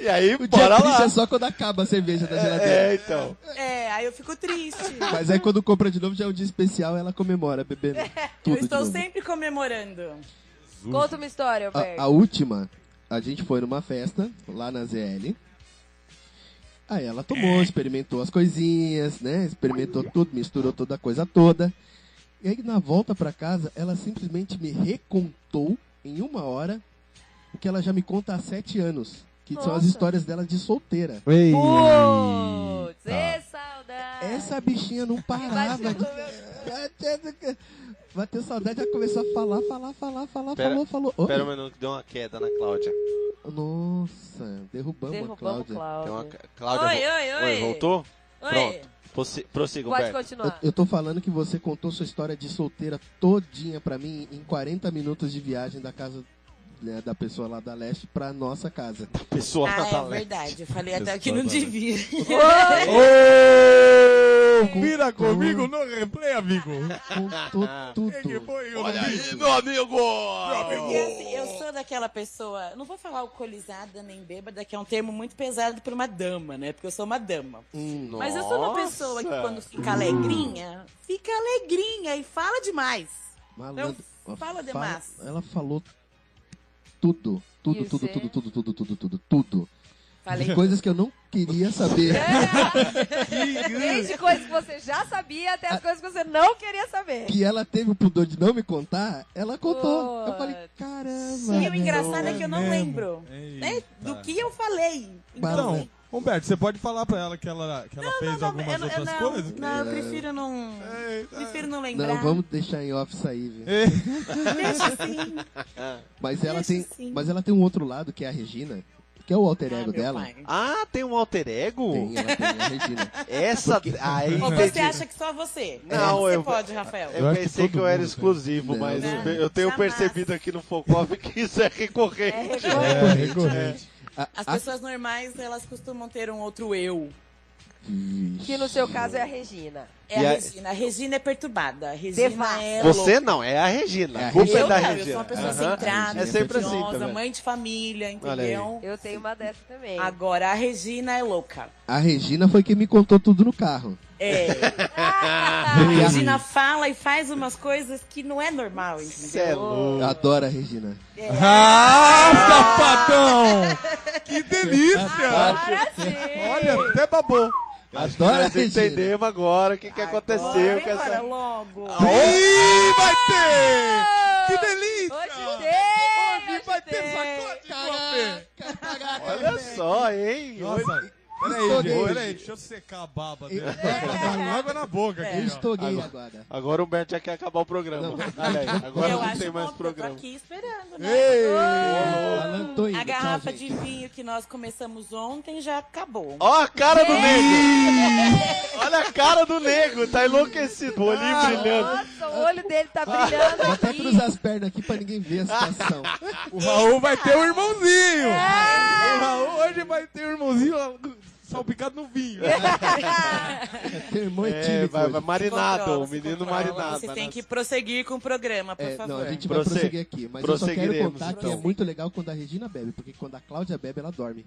S1: E aí,
S2: O dia
S1: bora
S2: triste
S1: lá.
S2: é né, só quando acaba a cerveja da geladeira.
S1: É, então.
S6: É, aí eu fico triste.
S2: Mas aí quando compra de novo já é um dia especial ela comemora bebendo
S6: É, Eu
S2: tudo de
S6: estou
S2: novo.
S6: sempre comemorando.
S3: Conta uma história, Alberto.
S2: A, a última, a gente foi numa festa lá na ZL. Aí ela
S1: É.
S2: tomou, experimentou as coisinhas, né? Experimentou tudo, misturou toda a coisa toda. E aí na volta pra casa, ela simplesmente me recontou em uma hora o que ela já me conta há sete anos. Que são as
S3: Nossa.
S2: histórias dela de solteira.
S4: Ei.
S3: Putz, ê, saudade.
S2: Essa é bichinha não parava.
S3: Vai
S2: de- Bateu saudade, ela começou a falar, falar, falar, falar,
S1: Pera-
S2: falou, falou. Oi.
S1: Espera um minuto que deu uma queda na Cláudia.
S2: Nossa, derrubamos,
S3: Derrubamos
S2: a Cláudia.
S1: Deu uma...
S3: Cláudio.
S1: ca- Cláudia
S6: Oi,
S1: vo-
S6: oi, oi.
S1: voltou?
S6: Oi.
S1: Pronto. Possi- Prossiga,
S3: Pode
S1: Humberto.
S2: Eu,
S3: continuar.
S2: eu tô falando que você contou sua história de solteira todinha pra mim em 40 minutos de viagem da casa né, da pessoa lá da leste pra nossa casa.
S1: Pessoa
S6: Ah, é
S1: natalente.
S6: verdade. Eu falei até
S1: Pessoal
S6: que não
S1: da leste.
S6: devia.
S4: Ô, Vira comigo no replay, amigo.
S2: Contou tudo.
S4: Olha aí, meu amigo.
S6: Porque assim, eu sou daquela pessoa, não vou falar alcoolizada nem bêbada, que é um termo muito pesado pra uma dama, né? Porque eu sou uma dama.
S1: Hum,
S6: Mas eu sou uma
S1: nossa.
S6: pessoa que quando fica alegrinha, fica alegrinha e fala demais.
S2: Malandro.
S6: Não, fala
S2: Fala-
S6: demais.
S2: Ela falou tudo. Tudo,
S3: E
S2: tudo,
S3: você?
S2: tudo, tudo, tudo, tudo, tudo, tudo.
S6: Falei.
S2: Coisas que eu não queria saber.
S6: É.
S3: Desde coisas que você já sabia até
S1: Ah.
S3: as coisas que você não queria saber.
S2: Que ela teve o pudor de não me contar, ela contou. Eu
S3: Putz.
S2: falei, caramba. né?"
S6: E o
S2: meu.
S6: engraçado é que eu não
S4: mesmo.
S6: lembro. Né? Do que eu falei. Então,
S4: Não, Humberto, você pode falar pra ela que ela, que ela fez
S6: não,
S4: algumas
S6: eu, eu,
S4: outras
S6: não,
S4: coisas?
S6: não, eu prefiro não. Prefiro não lembrar.
S2: Não, vamos deixar em off sair, viu?
S4: Ei,
S6: Deixa assim.
S2: Mas ela,
S6: Deixa
S2: tem,
S6: assim.
S2: mas ela tem um outro lado, que é a Regina, que é o alter
S6: Ah,
S2: ego
S6: meu
S2: dela.
S6: pai.
S1: Ah, tem um alter ego?
S2: Tem, ela tem a Regina.
S1: Essa. Aí
S6: Ou
S1: entendi.
S6: você acha que só você?
S1: Não,
S6: você
S1: eu-
S6: pode, Rafael.
S4: Eu
S1: Eu
S4: acho que
S1: pensei que,
S4: todo
S1: eu era
S4: mundo tem.
S1: exclusivo,
S2: Não,
S1: mas eu
S6: não.
S1: pe- eu tenho
S6: Jamais.
S1: percebido aqui no Focoff que isso é recorrente.
S4: é, recorrente.
S6: As pessoas normais, elas costumam ter um outro eu.
S3: Que no seu caso é a Regina.
S6: É
S1: E
S6: a,
S1: a-
S6: Regina. A Regina é perturbada. A Regina
S3: Devasta.
S6: é
S1: Você
S6: louca.
S1: não, é a Regina.
S2: É a
S1: a culpa
S6: eu,
S1: é da
S6: não,
S1: Regina.
S6: eu sou uma pessoa
S1: Aham.
S6: centrada,
S1: É sempre assim
S6: estudiosa,
S1: também.
S6: mãe de família,
S1: Olha aí.
S6: entendeu?
S3: Eu tenho uma dessa também.
S6: Agora, a Regina é louca.
S2: A Regina foi quem me contou tudo no carro.
S6: É.
S1: Ah,
S6: a Regina fala e faz umas coisas que não é normal,
S1: Você
S6: entendeu?
S1: é louco.
S2: Eu adoro a Regina.
S4: Ah, sapatão! Que delícia!
S3: Agora sim!
S4: Olha, até babou.
S1: Acho que
S2: Adoro
S1: nós
S2: a Regina.
S1: entendemos agora o que, que aconteceu com
S6: Agora,
S1: essa.
S6: logo.
S4: Ih, vai ter! Que
S3: Hoje
S4: delícia!
S3: tem!
S4: Hoje vai
S3: Hoje
S4: ter
S3: tem!
S4: sacode, Fê!
S1: Olha só, hein?
S4: Nossa, peraí,
S2: Estourei.
S4: gente, peraí, deixa eu secar a baba
S3: É.
S4: dele. Tá com água na boca
S2: Eu
S4: aqui, ó.
S2: estou gay agora.
S1: Agora o Humberto já quer acabar o programa. Olha aí, agora
S6: eu
S1: não
S6: acho
S1: tem mais
S6: bom que eu tô
S1: programa.
S6: aqui esperando, né?
S4: Ei!
S2: Alan, tô indo,
S6: A
S2: tchau,
S6: garrafa
S2: gente.
S6: de vinho que nós começamos ontem já acabou.
S1: Ó a cara do nego! Olha a cara do nego, tá enlouquecido, o olhinho brilhando.
S3: Nossa, o olho dele tá brilhando
S2: Vou até cruzar
S3: aqui.
S2: as pernas aqui pra ninguém ver a situação.
S4: O Raul vai ter um irmãozinho!
S3: É.
S4: O Raul hoje vai ter um irmãozinho salpicado no vinho.
S3: É.
S2: Tem um irmão
S1: É,
S2: etílico
S1: vai, vai
S2: hoje.
S1: marinado,
S6: Controla,
S1: o
S6: se
S1: menino
S6: controla.
S1: marinado.
S6: Você tem
S1: né?
S6: que prosseguir com o programa, por
S2: É,
S6: favor.
S2: não, a gente vai
S1: Prosse-
S2: prosseguir aqui, mas eu só quero
S1: prosseguiremos,
S2: contar que é
S1: então.
S2: muito legal quando a Regina bebe, porque quando a Cláudia bebe, ela dorme.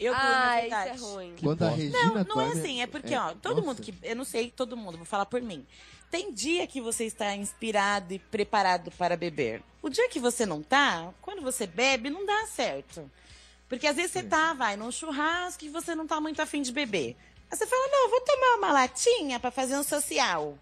S6: Eu durmo, na
S3: Ai, isso
S6: verdade.
S3: é ruim.
S2: quando a
S6: Não,
S2: Regina
S6: não é
S2: dorme.
S6: assim, é porque, ó, todo
S2: nossa.
S6: mundo que. Eu não sei todo mundo, vou falar por mim. Tem dia que você está inspirado e preparado para beber. O dia que você não tá, quando você bebe, não dá certo. Porque às
S2: É.
S6: vezes você tá, vai, num churrasco e você não tá muito afim de beber. Aí você fala, não, eu vou tomar uma latinha para fazer um social.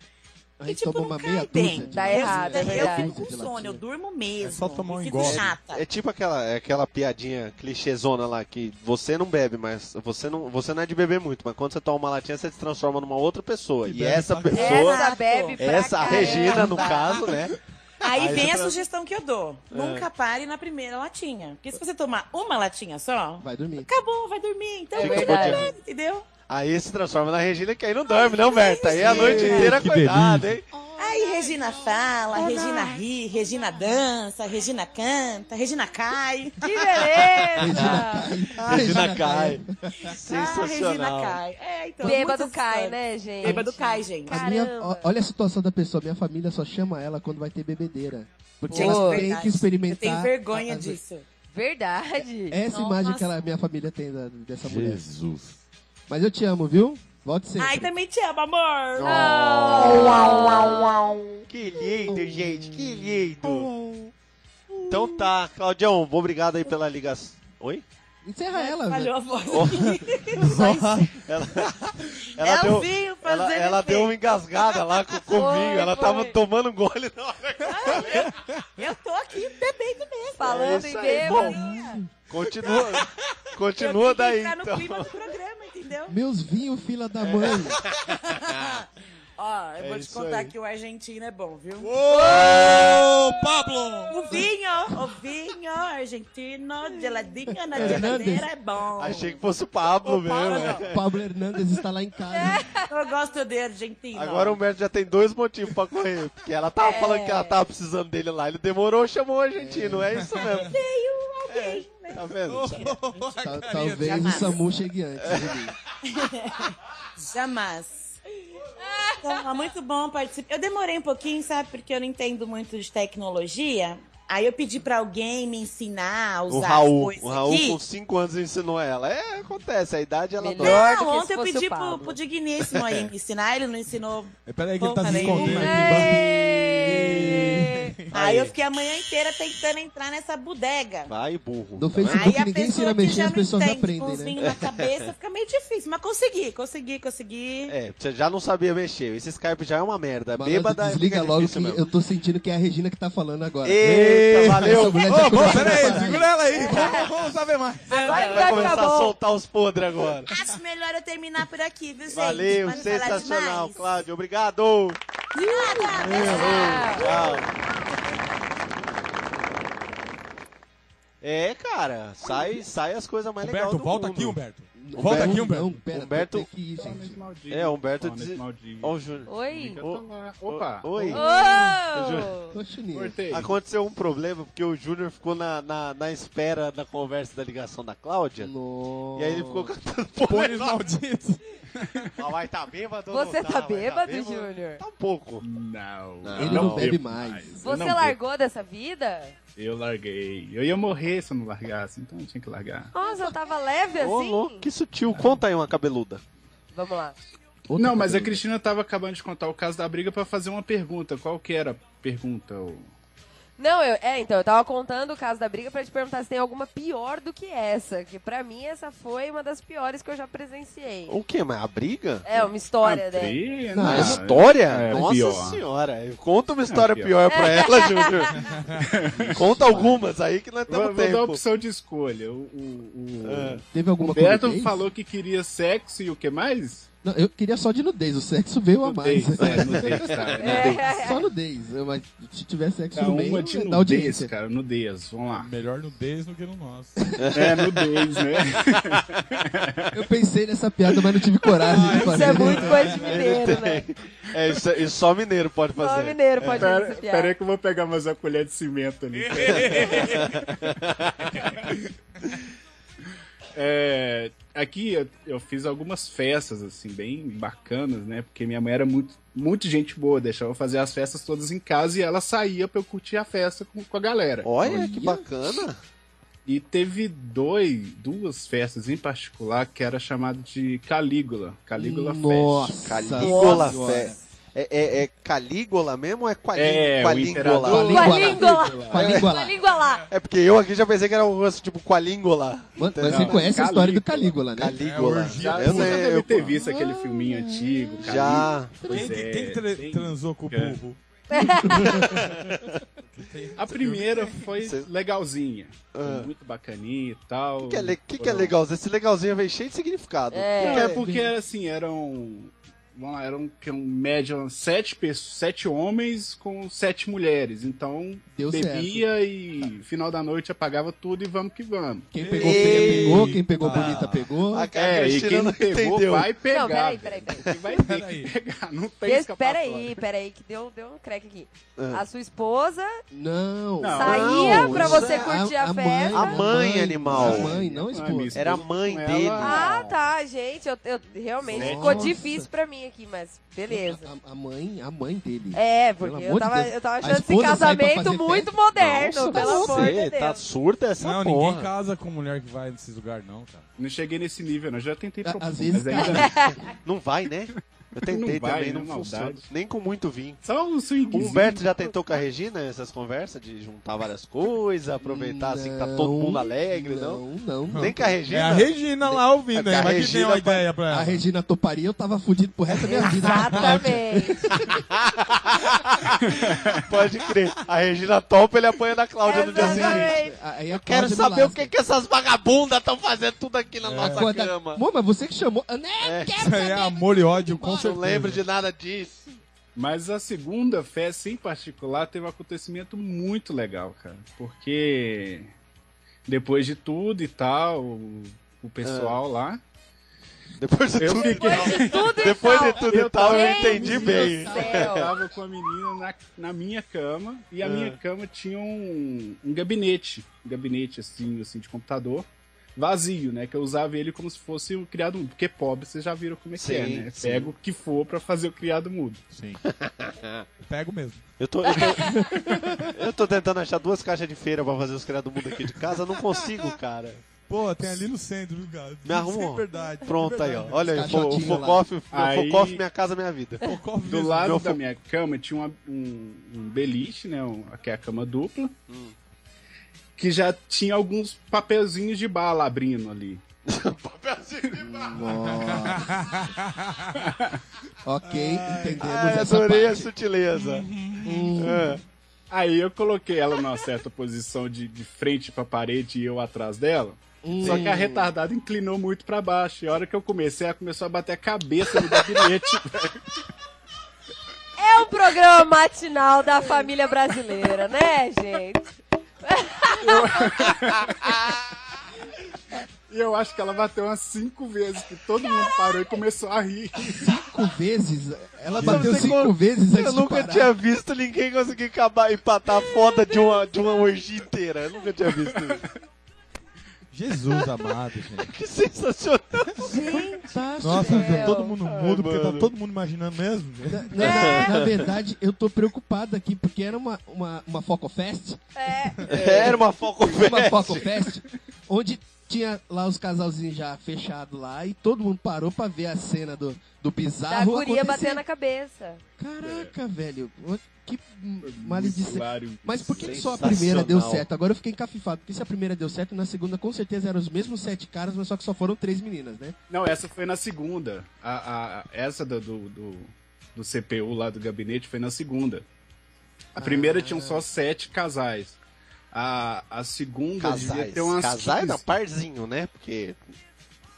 S2: A
S6: E
S2: gente
S6: tipo,
S2: toma
S6: não
S2: uma
S6: cai
S2: meia
S6: bem.
S2: dúzia de
S3: Dá
S2: latinha,
S3: errado, é
S2: meia
S6: eu
S3: verdade.
S6: fico
S2: dúzia
S6: com
S2: de
S6: sono,
S2: latinha.
S6: eu durmo mesmo.
S4: É só tomar um
S6: e fico
S4: engole.
S6: chata.
S1: É tipo aquela, aquela piadinha clichêzona lá que você não bebe, mas você não, você não é de beber muito, mas quando você toma uma latinha, você se transforma numa outra pessoa.
S4: Que
S1: E
S4: bebe
S1: essa
S4: pra caralho.
S1: pessoa,
S3: Essa bebe pra
S1: essa a
S3: caramba.
S1: Regina, no caso, né?
S6: Aí, É.
S1: Aí
S6: vem
S1: você
S6: a
S1: tra-
S6: sugestão que eu dou. Nunca pare na primeira latinha. Porque se você tomar uma latinha só,
S2: Vai dormir.
S6: acabou, vai dormir. Então,
S3: É
S6: tudo
S3: verdade.
S6: bem, entendeu?
S1: Aí se transforma na Regina, que aí não dorme, não, Berta? Aí a noite
S4: Ei,
S1: inteira,
S4: que
S1: cuidado, hein?
S6: Aí Regina fala, Regina ri, Regina dança, Regina canta, Regina cai.
S3: Que beleza!
S1: A Regina cai.
S6: Ah, Regina
S1: Sensacional.
S6: cai. É, então.
S3: Bêbado
S6: muitas
S3: cai,
S6: histórias.
S3: né, gente?
S6: Bêbado cai, gente.
S2: A minha-
S3: Caramba.
S2: ó- olha a situação da pessoa. Minha família só chama ela quando vai ter bebedeira. Porque
S3: Gente,
S2: ela
S3: é
S2: tem
S6: verdade.
S2: que experimentar.
S6: Eu tenho vergonha
S2: a- a-
S6: disso.
S1: É.
S3: Verdade.
S2: Essa
S6: Nossa.
S2: imagem que ela, minha família tem da- dessa mulher.
S4: Jesus.
S2: Mas eu te amo, viu? Volte sempre.
S6: Ai, tá- também te amo, amor.
S3: Ah.
S1: Que lindo, gente, que lindo. Então tá, Claudião, obrigado aí pela ligação. Oi?
S2: Encerra ela, velho.
S6: Falhou a voz.
S1: Ela
S6: É
S1: deu,
S6: Elzinho
S1: ela,
S6: fazendo
S1: ela
S6: o quê?
S1: deu uma engasgada lá com, com o
S3: Foi,
S1: vinho, ela
S3: foi.
S1: tava tomando um gole na hora.
S6: Eu tô aqui bebendo mesmo.
S3: Falando em
S1: isso aí, bom.
S3: bêbado.
S1: Continua,
S6: Eu
S1: continua
S6: tenho que
S1: daí
S6: entrar no
S1: então.
S6: clima do programa, entendeu?
S2: Meus vinhos, fila da mãe.
S6: Ó, eu
S1: É
S6: vou te
S1: isso
S6: contar
S1: aí.
S6: que o argentino é bom, viu?
S4: Ô, Pablo!
S6: O vinho, o vinho argentino, geladinho na
S2: Hernandes.
S6: geladeira é bom.
S1: Achei que fosse o Pablo mesmo. né?
S2: Pablo Hernandes está lá em casa.
S6: Eu gosto de argentino.
S1: Agora o Humberto já tem dois motivos pra correr. Porque ela tava falando que ela tava precisando dele lá. Ele demorou, chamou o argentino. É isso mesmo.
S6: Veio alguém, né?
S1: Tá vendo?
S2: Tal- talvez
S6: Jamais.
S2: o Samu chegue antes. né?
S6: Jamais. Então, é muito bom participar. Eu demorei um pouquinho, sabe? Porque eu não entendo muito de tecnologia. Aí eu pedi pra alguém me ensinar a
S1: O
S6: usar as
S1: Raul,
S6: coisas
S1: o Raul
S6: aqui.
S1: com 5 anos ensinou ela. É, acontece, a idade ela dói.
S3: Melhor. do que
S6: Não,
S3: se
S6: ontem eu
S3: fosse
S6: pedi
S3: o
S6: pro,
S3: Pablo.
S6: pro digníssimo aí me ensinar, ele não ensinou.
S4: Peraí que ele tá
S6: Porra
S4: se escondendo
S6: nenhuma.
S4: aqui.
S6: Aí eu fiquei a manhã inteira tentando entrar nessa bodega.
S1: Vai, burro.
S2: No
S6: Aí
S2: Facebook
S6: a
S2: ninguém ensina
S6: pessoa
S2: a
S6: que
S2: mexer,
S6: já
S2: as
S6: não
S2: pessoas
S6: entende com os
S2: aprendem, né?
S6: vinhos na cabeça fica meio difícil, mas consegui, consegui, consegui.
S1: É, você já não sabia mexer. Esse Skype já é uma merda.
S2: Malandro,
S1: Bêbada é
S2: desliga logo que
S1: difícil mesmo.
S2: eu tô sentindo que é a Regina que tá falando agora.
S1: Eita, valeu.
S2: Essa mulher já
S1: Ô,
S2: começou a
S4: Peraí,
S2: preparar.
S4: segura ela aí. Vamos, vamos saber mais.
S3: Agora
S1: Vai
S3: já
S1: começar a
S3: acabou.
S1: soltar os podres agora.
S6: Acho melhor eu terminar por aqui, viu, gente?
S1: Valeu,
S6: Pra não falar
S1: sensacional,
S6: demais.
S1: Cláudio. Obrigado.
S6: De nada,
S3: Ah,
S1: Tchau. É, cara, sai, sai as coisas mais legais.
S4: Humberto,
S1: É do
S4: volta
S1: mundo.
S4: aqui, Humberto.
S2: Não,
S4: Volta aqui,
S2: não,
S4: Humberto.
S2: Não, pera,
S1: Humberto-
S2: tem que ir, gente.
S1: É, Humberto diz- Ó, o
S5: Humberto.
S1: Júnior.
S3: Oi.
S5: Opa.
S1: Oi.
S3: Ô!
S2: Tô chunindo.
S5: Cortei.
S1: Aconteceu um problema porque o Júnior ficou na, na, na espera da conversa da ligação da Cláudia.
S2: Nossa.
S1: E aí ele ficou cantando pôneis
S4: Pôneis malditos.
S1: Ah, vai tá bêbado ou não
S3: Você tá
S1: vai
S3: bêbado,
S1: bêbado?
S3: Júnior?
S1: Tá um pouco.
S5: Não.
S2: Ele
S1: Não,
S2: não,
S1: eu-
S2: bebe mais.
S5: Eu não
S3: Você
S5: bebo.
S3: largou dessa vida?
S5: Eu larguei. Eu ia morrer se eu não largasse, então eu tinha que largar.
S3: Nossa, eu tava leve
S1: Ô,
S3: assim.
S1: louco, que sutil. Conta aí uma cabeluda.
S3: Vamos lá.
S2: Outra
S5: não, mas a
S2: cabeluda.
S5: Cristina tava acabando de contar o caso da briga pra fazer uma pergunta. Qual que era a pergunta? ô?
S3: Não, eu, é, então, eu tava contando o caso da briga pra te perguntar se tem alguma pior do que essa. Que pra mim essa foi uma das piores que eu já presenciei.
S1: O quê? Mas a briga?
S3: É, uma história,
S5: A
S3: né?
S5: briga?
S2: Não,
S5: Não,
S1: a história?
S5: Ah, é
S1: Nossa
S5: pior.
S1: senhora. Conta uma história
S5: É
S1: pior.
S5: pior.
S1: pra ela, Júnior. Conta algumas aí que nós
S5: Vou,
S1: temos
S5: vou dar a
S1: tá tempo.
S5: opção de escolha. O, o, o-
S1: Ah.
S2: Teve alguma coisa.
S5: Humberto falou que queria sexo e o que mais?
S2: Não, eu queria só de nudez, o sexo veio a mais.
S5: Nudez, é, nudez, sabe?
S3: É.
S2: Só nudez, eu- mas se tiver sexo
S5: Tá,
S2: no meio,
S5: uma de
S2: dá
S5: nudez,
S2: né? audiência.
S5: cara, nudez, vamos lá.
S4: Melhor no deles do que no nosso.
S5: É, nudez, né?
S2: Eu pensei nessa piada, mas não tive coragem de
S3: Isso
S2: fazer.
S3: é muito coisa de mineiro, né?
S1: É, isso, isso só mineiro pode
S3: Só
S1: fazer.
S3: mineiro pode fazer
S5: Pera,
S3: essa piada.
S5: pera aí Tá, que eu vou pegar mais uma colher de cimento ali. É, aqui eu, eu fiz algumas festas, assim, bem bacanas, né? Porque minha mãe era muito, muito gente boa, deixava eu fazer as festas todas em casa e ela saía pra eu curtir a festa com, com a galera.
S1: Olha, que
S2: Olha.
S1: bacana.
S5: E teve dois, duas festas em particular que era chamado de Calígula. Calígula Fest.
S2: Nossa,
S1: Calígula
S2: Senhora.
S1: Fé. É, é, é Calígula mesmo ou é Quali-
S5: É, o
S1: Qualíngula?
S5: imperador.
S3: Com a língua lá.
S2: Com a língua
S3: Com a
S2: lá.
S3: língua lá.
S1: É porque eu aqui já pensei que era um rosto tipo Qualíngula.
S2: Mano, mas você
S5: Não,
S2: conhece a história do
S5: Calígula.
S2: Calígula, né?
S1: Calígula.
S4: É, orgia.
S1: eu
S5: Você já
S1: sei,
S5: deve
S1: eu-
S5: ter visto aquele filminho antigo, Calígula.
S1: já.
S4: Quem,
S5: Pois
S4: que-
S5: é,
S4: quem tra-
S5: tem-
S4: transou com o
S5: É.
S4: burro?
S5: A primeira foi
S1: Cê-
S5: legalzinha. Foi
S1: Ah.
S5: muito bacaninha e tal.
S1: O que, é le- que, que é
S5: Foram-
S1: legalzinho? Esse legalzinho vem cheio de significado.
S3: É.
S5: Não, é porque era assim, eram. Vamos lá, eram que um médio sete, pe- sete homens com sete mulheres. Então
S2: Deu certo.
S5: bebia e final da noite apagava tudo e vamos que vamos.
S2: Quem pegou feia pegou, quem pegou
S4: Eita.
S2: bonita pegou.
S1: A cara
S5: É,
S1: da
S5: e
S1: Cristina
S5: quem
S1: não
S5: não pegou
S1: entendeu.
S5: vai pegar.
S3: Não, peraí,
S5: velho.
S3: peraí, peraí.
S5: Quem Vai ter
S4: Peraí.
S5: que pegar, não tem
S3: Peraí,
S5: escapatória.
S3: peraí, peraí, que deu, deu um crack aqui.
S1: Ah.
S3: A sua esposa
S2: Não.
S5: Não.
S3: saía
S2: Não,
S3: pra
S2: isso
S3: você
S2: é
S3: curtir a, festa.
S1: A mãe, animal.
S2: A mãe, não a
S5: Ah,
S2: esposa.
S5: minha
S1: Era a
S5: esposa
S1: mãe
S5: com
S1: dele.
S5: ela-
S3: Ah, tá, gente, eu, eu- realmente
S2: Nossa.
S3: ficou difícil pra mim aqui, mas beleza.
S2: A, a mãe, a mãe dele.
S3: É,
S2: Pelo
S3: porque
S2: amor
S3: eu
S2: de
S3: tava,
S2: Deus.
S3: eu tava
S2: A
S3: achando esse
S2: esposa sai pra
S3: casamento
S2: fazer
S3: muito
S2: festa?
S3: moderno,
S1: Nossa,
S3: pelo amor de
S1: você
S3: Deus.
S1: tá surda essa
S4: Não,
S1: porra.
S4: ninguém casa com mulher que vai nesses lugares, não, cara.
S5: Não cheguei nesse nível, não. Já tentei
S2: A-
S5: propor,
S2: às vezes,
S5: mas ainda
S2: cara,
S5: não.
S1: Não vai, né? Eu tentei
S5: Não vai,
S1: também,
S5: né?
S1: não
S5: Maldade.
S1: funciona. Nem com muito vinho.
S5: Só um swing.
S1: O Humberto já tentou com a Regina essas conversas de juntar várias coisas, aproveitar assim que tá todo mundo alegre, não?
S2: Não, não.
S1: Nem com a
S4: É a
S1: Regina.
S4: Regina lá ouvindo,
S1: É que
S4: hein?
S1: a
S4: Mas que tem
S1: Regina
S4: uma
S1: pa-
S4: ideia pra
S2: A
S4: ela.
S2: Regina toparia, eu tava fudido pro resto da minha vida.
S3: Exatamente.
S1: Pode crer. A Regina topa, ele apanha da Cláudia no dia seguinte.
S3: Exatamente.
S2: Aí a
S1: Quero
S2: Cláudia me
S1: saber o
S2: lasca.
S1: que, que essas vagabundas estão fazendo tudo aqui
S4: É.
S1: na nossa
S2: Acorda-
S1: cama.
S2: Mô, mas você que chamou. Ah, né? Eu nem quero
S4: Isso aí
S2: saber
S4: é
S2: do
S4: amor e ódio, com
S2: Não
S1: Não
S4: certeza.
S1: lembro de nada disso.
S5: Mas a segunda festa em particular teve um acontecimento muito legal, cara. Porque depois de tudo e tal, o, o pessoal
S1: Ah.
S5: lá.
S1: Depois de
S5: Eu
S1: tudo,
S5: fiquei.
S3: Tudo
S1: depois
S3: igual.
S1: de tudo e tal, eu
S3: Gente
S1: entendi
S3: do
S1: bem.
S5: Eu
S3: céu.
S5: tava com a menina na, na minha cama e a
S1: É, Ah.
S5: minha cama tinha um, um gabinete, um gabinete assim, assim de computador vazio, né? Que eu usava ele como se fosse o criado mudo, porque pobre vocês já viram como é que é,
S1: Sim,
S5: né?
S1: sim.
S5: Pega o que for pra fazer o criado mudo.
S4: Sim. Pego mesmo.
S1: Eu tô, eu, tô, eu tô tentando achar duas caixas de feira pra fazer os criados do mundo aqui de casa, não consigo, cara.
S4: Pô, tem ali no centro, viu, cara?
S1: Me arrumou.
S4: Isso é verdade.
S1: Pronto aí, ó. Olha aí, fo- o
S2: Caixotinha lá.
S1: Focoff, o
S5: Aí-
S1: Focoff, minha casa, minha vida.
S5: Do lado
S1: meu
S5: da
S1: fo-
S5: minha cama tinha uma- um, um beliche, né? Um, que é a cama dupla.
S2: Hum.
S5: Que já tinha alguns papelzinhos de bala abrindo ali.
S2: Nossa. ok, entendemos
S1: Ai,
S2: essa
S1: É, adorei a
S2: parte.
S1: sutileza.
S5: Aí eu coloquei ela numa certa posição de, de frente pra parede e eu atrás dela. Só
S2: Hum.
S5: que a retardada inclinou muito pra baixo. E a hora que eu comecei, ela começou a bater a cabeça no gabinete.
S3: É o programa matinal da família brasileira, né, gente?
S5: e eu acho que ela bateu umas cinco vezes, que todo mundo parou e começou a rir.
S2: Cinco vezes? Ela
S1: Não,
S2: bateu
S1: você
S2: cinco
S1: con-
S2: vezes antes
S1: Eu nunca
S2: de parar.
S1: tinha visto ninguém conseguir acabar, empatar a foda de uma, de uma orgia inteira. Eu nunca tinha visto isso.
S4: Jesus amado, gente.
S1: Que sensacional.
S4: Nossa,
S3: Meu.
S4: todo mundo mudo, porque tá
S1: mano.
S4: todo mundo imaginando mesmo.
S2: Na, na-
S1: É.
S2: na verdade, eu tô preocupado aqui, porque era uma, uma, uma Foco Fest,
S1: É, Era uma foco
S2: uma Foco Fest, onde tinha lá os casalzinhos já fechados lá, e todo mundo parou pra ver a cena do, do
S3: Da
S2: bizarro
S3: guria
S2: acontecer.
S3: batendo a cabeça.
S2: Caraca, velho, que maledicência.
S5: Hilário.
S2: Mas por que, que só a primeira
S1: Sensacional.
S2: deu certo? Agora eu fiquei encafifado, porque se a primeira deu certo, na segunda com certeza eram os mesmos sete caras, mas só que só foram três meninas, né?
S5: Não, essa foi na segunda. A, a- essa do, do, do- do CPU lá do gabinete foi na segunda. A primeira tinham
S1: Ah.
S5: só sete casais. A, a segunda devia
S1: Casais.
S5: ter umas.
S1: Casais
S5: 15.
S1: não, parzinho, né? Porque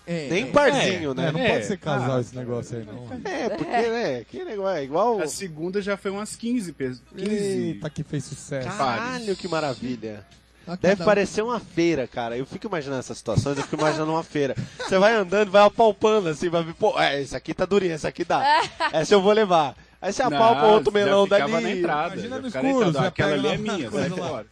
S2: É.
S1: nem parzinho,
S4: É,
S1: né?
S4: não
S5: É.
S4: pode ser casal
S5: Ah,
S4: esse negócio aí, não.
S1: É, porque, né? Que negócio, é igual...
S5: A segunda já foi umas 15 pessoas. 15.
S4: Eita, que fez sucesso.
S1: Caralho, que maravilha.
S2: A cada
S1: Deve
S2: um-
S1: parecer uma feira, cara. Eu fico imaginando essas situações, eu fico imaginando uma feira. Você vai andando, vai apalpando assim, vai ver, pô, é, esse aqui tá durinho, esse aqui dá. Essa eu vou levar. Aí você
S5: Não,
S1: apalpa outro
S5: já
S1: melão
S5: ficava
S1: dali.
S5: Na entrada,
S4: Imagina
S5: já
S4: no
S5: ficava na
S4: escuro,
S5: entrada.
S4: você
S5: Aquela
S4: pega
S5: ali é
S4: lá uma
S5: minha,
S4: coisa
S5: sai
S4: lá.
S5: fora.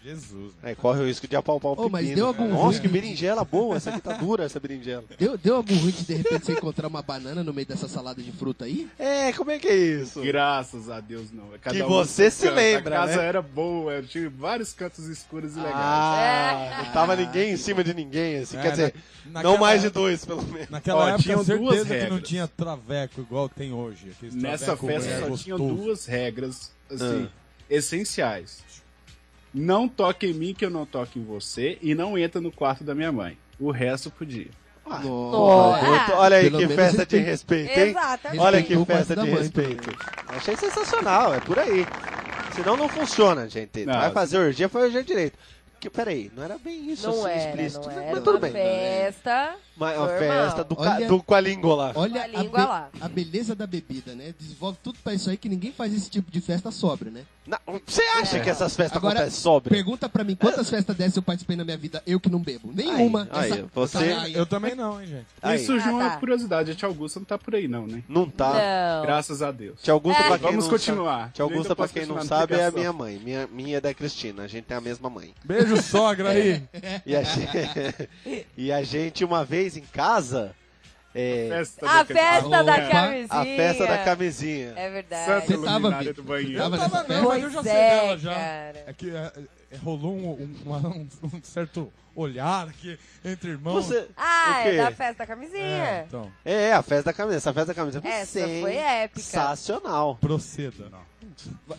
S4: Jesus, né?
S1: Aí É, corre o risco de apalpar o
S2: Ô,
S1: pepino.
S2: mas deu algum
S1: Nossa,
S2: ruim?
S1: que berinjela boa, essa aqui tá dura, essa berinjela.
S2: Deu, deu algum ruim de de repente você encontrar uma banana no meio dessa salada de fruta aí?
S1: É, como é que é isso?
S5: Graças a Deus, não. É Cada
S1: Que
S5: um
S1: você
S5: no seu
S1: se
S5: canto.
S1: lembra,
S5: A casa
S1: né?
S5: era boa, eu tive vários cantos escuros e legais.
S1: Ah, não tava ninguém em cima de ninguém, assim.
S4: É,
S1: Quer dizer,
S4: na-
S1: não
S4: naquela-
S1: mais de dois, pelo menos.
S4: Naquela
S5: Ó,
S4: época,
S5: tinham
S4: tinha
S5: duas
S4: certeza que não
S5: regras.
S4: tinha traveco igual tem hoje. Aqueles
S5: Nessa
S4: traveco
S5: festa
S4: bem
S5: só
S4: É gostoso.
S5: tinha duas regras assim,
S1: Ah.
S5: essenciais. Não toque em mim que eu não toque em você e não entra no quarto da minha mãe. O resto podia.
S2: Nossa.
S1: Eu tô- olha aí
S2: Pelo
S1: que
S2: menos
S1: festa de
S2: respeito.
S1: respeito, hein?
S3: Exatamente.
S1: Olha que
S2: Respeitou o
S1: festa de
S2: quarto da mãe,
S1: respeito. Achei sensacional, é por aí. Senão não funciona, gente.
S5: Não,
S1: Vai
S5: sim.
S1: fazer orgia, foi orgia direito. Que, peraí, não era bem isso
S3: Não
S1: assim,
S3: era,
S1: explícito.
S3: não
S1: né?
S3: era.
S1: Mas tudo
S3: uma
S1: bem.
S3: festa.
S1: Mas é uma
S3: normal.
S1: festa do, ca,
S2: Olha-
S1: do com a língua lá.
S2: Olha
S3: a
S2: a,
S3: língua
S2: be-
S3: lá.
S2: a beleza da bebida, né? Desenvolve tudo pra isso aí que ninguém faz esse tipo de festa sobra, né?
S1: Não, Você acha
S3: É.
S1: que essas festas
S2: Agora,
S1: acontecem sobre?
S2: Pergunta pra mim quantas festas dessas eu participei na minha vida, eu que não bebo. Nenhuma.
S1: Aí, aí, você-
S2: Ai,
S4: Eu também não, hein, gente.
S1: Aí,
S5: e surgiu
S3: Ah,
S5: uma
S3: tá.
S5: é curiosidade, a Tia Augusta não tá por aí não, né?
S1: não tá.
S3: Não. É.
S5: Graças a Deus.
S1: Tia Augusta, pra quem
S5: Vamos
S1: não
S5: continuar.
S1: Sabe, tia Augusta,
S5: Ainda
S1: pra
S5: posso
S1: quem não
S5: continuar na
S1: sabe, é a
S5: ligação.
S1: minha mãe. Minha, minha é da Cristina. A gente tem a mesma mãe.
S4: Beijo,
S5: É.
S4: sogra aí.
S1: E a gente, e a gente uma vez em casa, é,
S5: Festa
S3: A
S5: do-
S3: festa da
S5: Opa.
S3: camisinha.
S1: a festa da camisinha.
S3: É verdade.
S5: Santa
S2: Você tava,
S5: luminária
S2: Vitor?
S5: do banheiro.
S2: Tava nessa
S4: Tava não,
S2: festa?
S4: mas eu já sei
S3: Pois é,
S4: dela já.
S3: cara.
S4: É que é, é, rolou um, um- uma- um- um certo olhar aqui entre irmãos.
S1: Você,
S3: Ah,
S1: O quê?
S3: é da festa da camisinha.
S4: É, então,
S1: é, a festa da camisinha. Essa festa da camisinha foi
S3: Essa foi épica.
S1: sensacional.
S4: proceda.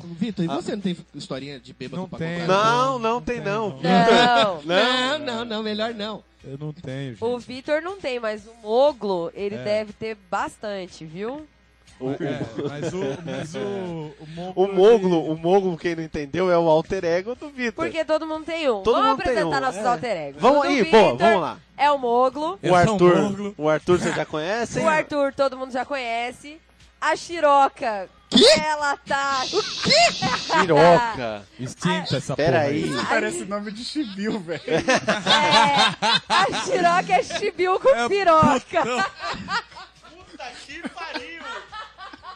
S2: Vitor, e você não tem historinha de bêbado
S4: Não
S2: pra
S4: tem.
S2: contar?
S1: Não, não tem não.
S3: Não.
S2: Não, não, não, melhor não.
S4: Eu não tenho, gente.
S3: O Vitor não tem, mas o Moglo, ele
S4: É.
S3: deve ter bastante, viu?
S4: É, mas o, mas o, o Moglo...
S1: O Moglo, o Moglo, quem não entendeu, é o alter ego do Vitor.
S3: Porque todo mundo tem um.
S1: Todo
S3: vamos
S1: mundo tem
S3: apresentar
S1: um,
S3: nossos
S1: é.
S3: alter egos. O
S1: Vamos
S3: do
S1: aí,
S3: Vitor
S1: pô, vamos lá.
S3: É o Moglo.
S4: Eu
S1: O
S4: sou
S1: Arthur,
S4: um Moglo.
S1: o Arthur vocês já conhecem?
S3: O Arthur, todo mundo já conhece. A Xiroca, ela tá...
S1: Piroca.
S4: Extinta essa porra
S1: Peraí.
S5: Parece nome de chibio, velho.
S3: É, a Xiroca é chibiu com piroca.
S1: Puta que pariu!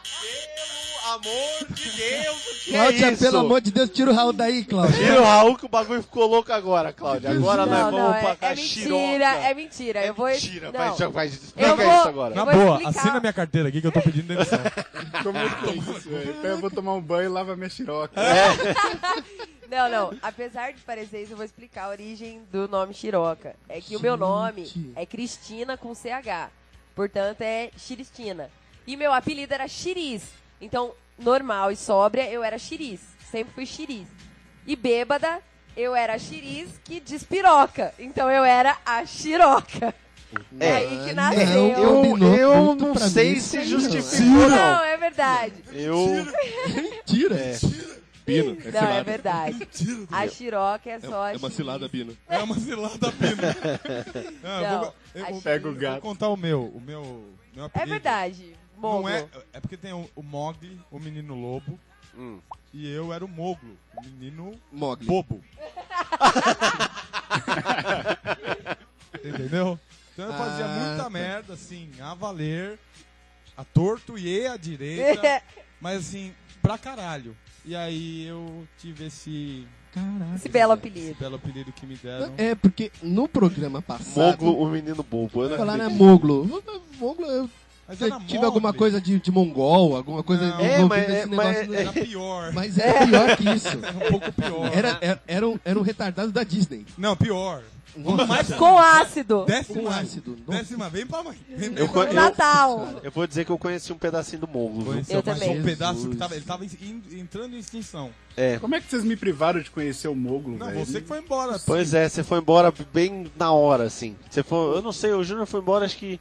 S1: Pelo amor de Deus, o que
S2: Cláudia, pelo amor de Deus, tira o Raul daí, Cláudia.
S1: Tira o Raul que o bagulho ficou louco agora, Cláudia. Agora
S3: não,
S1: nós vamos
S3: não,
S1: pra
S3: é,
S1: cá,
S3: é mentira,
S1: xiroca.
S3: é mentira. eu vou...
S1: mentira,
S3: não.
S1: vai, já- vai, explica
S3: Eu vou-
S1: isso agora.
S4: Na
S3: vou
S4: boa,
S3: explicar.
S4: assina minha carteira aqui que eu tô pedindo demissão.
S5: Como eu tô isso, velho? Então eu vou tomar um banho e lavar minha xiroca.
S1: É.
S3: Não, não. Apesar de parecer isso, eu vou explicar a origem do nome Xiroca. É que o meu nome é Cristina com CH. Portanto, é Xiristina. E meu apelido era Xiris. Então, normal e sóbria, eu era Xiris. Sempre fui Xiris. E bêbada, eu era a Xiris que despiroca. Então, eu era a Xiroca. É, aí que nasceu.
S2: eu- eu-
S1: Eu,
S2: Combinou
S1: eu
S2: muito
S1: não
S2: pra
S1: sei
S2: mim,
S1: se
S2: sim,
S1: justificou, não.
S3: Não, é verdade.
S1: Eu...
S2: Tira.
S5: Bino, é
S3: Não, é verdade. A Xiroca é só a Xiris.
S2: Bino.
S4: É uma cilada pena. Não, eu vou- eu,
S3: Não,
S4: vou-
S3: acho
S5: Pega o
S4: eu vou
S5: gato.
S4: contar o meu. O meu, meu
S3: É
S4: apelido.
S3: verdade. Bom,
S4: Não é, é porque tem o, o Mogli, o menino lobo. E eu era o Moglo, o menino
S2: Hum. Mogli.
S4: bobo. Entendeu? Então eu fazia
S2: Ah,
S4: muita
S2: tá.
S4: merda, assim, a valer, a torto e a direita, mas assim, pra caralho. E aí eu tive esse,
S3: Esse belo
S4: esse
S3: apelido.
S4: belo apelido que me deram.
S2: É, porque no programa passado...
S1: Moglo, o menino bobo. Eu não
S2: Falaram é
S1: acredito.
S2: Moglo. Moglo, eu
S4: Mas
S2: se
S4: era
S2: tive
S4: Mogli,
S2: alguma coisa de, de mongol, alguma coisa
S1: É,
S4: Não.
S1: mas-
S2: envolvida nesse
S1: é,
S2: negócio.
S1: mas-
S2: do-
S4: Era pior,
S2: assim. Mas era pior que isso.
S4: era um pouco pior.
S2: Era, era, era, um, era um retardado da Disney.
S4: Não, pior.
S2: Nossa,
S4: Mas assim?
S3: Com ácido.
S2: com
S4: décima,
S2: Um ácido. Nossa.
S4: décima, vem pra mãe. Vem, vem
S1: Eu,
S4: pra
S1: co-
S3: No
S1: eu-
S3: Natal.
S1: eu vou dizer que eu conheci um pedacinho do Moglo. viu?
S4: Conheceu,
S3: Eu
S4: mas
S3: também.
S4: um pedaço que
S2: Jesus.
S4: tava, ele tava in- entrando em extinção.
S1: É,
S5: Como é que vocês me privaram de conhecer o Moglo,
S4: Não,
S5: velho?
S4: você que foi embora.
S1: Pois é, você foi embora bem na hora, assim. Você foi, eu não sei, o Júnior foi embora acho que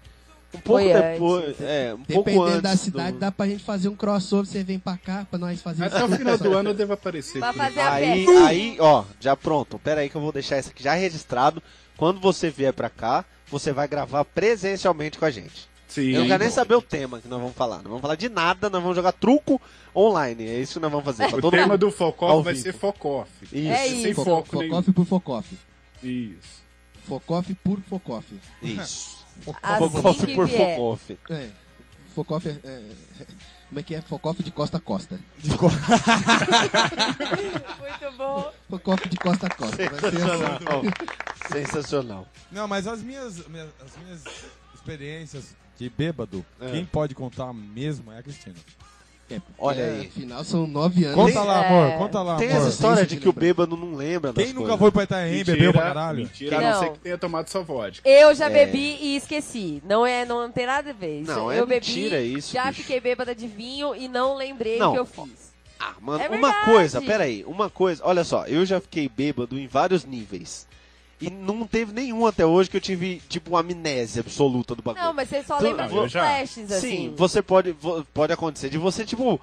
S1: um pouco
S3: Foi antes.
S1: depois, é, um pouco
S2: Dependendo
S1: antes.
S2: da cidade,
S1: do...
S2: dá pra gente fazer um crossover. Você vem pra cá pra nós fazer um
S5: Até o final do ano eu devo aparecer.
S3: Pra
S5: aqui.
S3: fazer a
S1: Aí,
S3: festa.
S1: aí, ó, já pronto. Pera aí que eu vou deixar isso aqui já registrado. Quando você vier pra cá, você vai gravar presencialmente com a gente.
S5: Sim.
S1: eu não quero nem saber o tema que nós vamos falar. Não vamos falar de nada, nós vamos jogar truco online. É isso que nós vamos fazer. Pra
S5: O
S1: todo
S5: tema
S1: mundo.
S5: do
S1: Ao
S5: Focoff vai
S1: vivo.
S5: ser Focoff.
S1: Isso,
S3: É
S5: Sem
S3: isso.
S5: foco nenhum.
S2: Focoff por Focoff.
S5: Isso.
S2: Focoff por Focoff.
S1: isso.
S3: Assim
S1: Focoff
S3: que
S1: por
S3: vier.
S1: Focoff.
S2: É. Focoff é, é- Como é que é? Focoff de costa a costa.
S3: Muito bom.
S2: Focoff de costa a costa. Vai ser assim.
S1: Sensacional. Sensacional.
S4: Não, mas as minhas, minhas- as minhas experiências de bêbado,
S1: É.
S4: quem pode contar mesmo é a Cristina.
S2: É,
S1: Olha
S2: é,
S1: aí.
S2: Afinal, são nove anos.
S4: Conta
S1: Tem-
S4: lá,
S2: é.
S4: amor, conta lá,
S1: Tem
S4: amor.
S1: essa história
S2: Tem
S1: de
S2: isso
S1: que o
S2: que lembra.
S1: bêbado não lembra das
S4: Quem nunca
S1: coisas.
S4: foi pra Itaém, bebeu pra caralho?
S5: Mentira, a não,
S3: Não.
S5: ser que tenha tomado só vodka.
S3: Eu
S1: É.
S3: já bebi e esqueci. Não, é, não tem nada a ver. Isso-
S1: Não, é
S3: eu bebi,
S1: mentira isso,
S3: Já
S1: bicho.
S3: fiquei bêbada de vinho e não lembrei
S1: Não.
S3: o que eu fiz.
S1: Ah, mano,
S3: É
S1: uma
S3: verdade.
S1: coisa, peraí, uma coisa, olha só, eu já fiquei bêbado em vários níveis. E não teve nenhum até hoje que eu tive, tipo, uma amnésia absoluta do bagulho.
S3: Não, mas você só
S1: Tu- Ah,
S3: lembra
S5: Não, eu
S3: dos
S5: já-
S3: flashes, assim.
S1: Sim, você pode, vo- pode acontecer de você, tipo,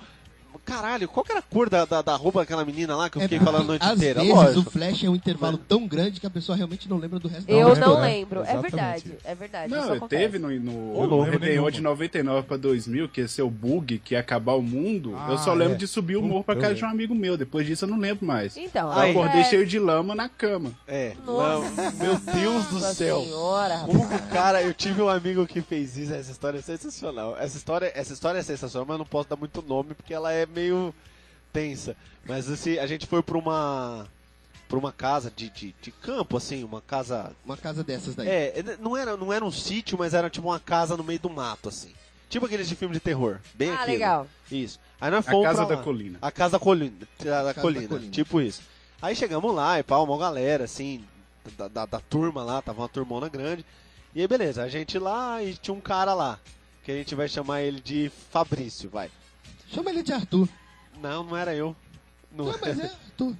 S1: caralho, qual que era a cor da, da, da roupa daquela menina lá que eu
S2: É
S1: fiquei
S2: porque,
S1: falando a noite
S2: às
S1: inteira?
S2: vezes
S1: Lógico.
S2: o flash é um intervalo tão grande que a pessoa realmente não lembra do resto da
S3: Eu
S2: hora.
S3: não
S4: né?
S3: lembro. É
S4: Exatamente.
S3: verdade. É verdade. isso
S5: Não, eu
S3: acontece.
S5: teve no, no
S4: Ô, louco,
S5: Réveillon
S4: nenhuma.
S5: de 99 pra 2000, que ia ser o bug, que ia acabar o mundo.
S4: Ah,
S5: eu só lembro
S4: é.
S5: de subir o
S4: Puta,
S5: morro pra casa
S4: eu
S5: de um amigo meu. Depois disso eu não lembro mais.
S3: Então,
S1: Aí.
S5: Eu acordei
S3: é-
S5: cheio de lama na cama.
S1: É,
S3: Nossa.
S1: não, meu Deus do
S3: Nossa
S1: céu.
S3: Senhora, rapaz.
S1: Como que o cara, eu tive um amigo que fez isso, essa história é sensacional. Essa história, essa história é sensacional, mas eu não posso dar muito nome porque ela é meio tensa. Mas assim, a gente foi pra uma pra uma casa de, de, de campo, assim, uma casa.
S2: Uma casa dessas daí.
S1: É, não era, não era um sítio, mas era tipo uma casa no meio do mato, assim. Tipo aqueles de filme de terror. Bem
S3: Ah,
S1: aquilo.
S3: legal.
S1: Isso. Aí nós
S5: A
S1: fomos.
S5: Casa
S1: pra
S5: da
S1: lá. Ah,
S5: Colina.
S1: A casa colina, da
S2: Casa
S1: colina,
S2: da Colina.
S1: tipo isso. Aí chegamos lá e pau, uma galera, assim, da, da, da turma lá, tava uma turmona grande. E aí beleza, a gente lá e tinha um cara lá, que a gente vai chamar ele de Fabrício, vai.
S2: Chama ele de Arthur.
S1: Não, não era eu. Não,
S2: Não, mas é Arthur.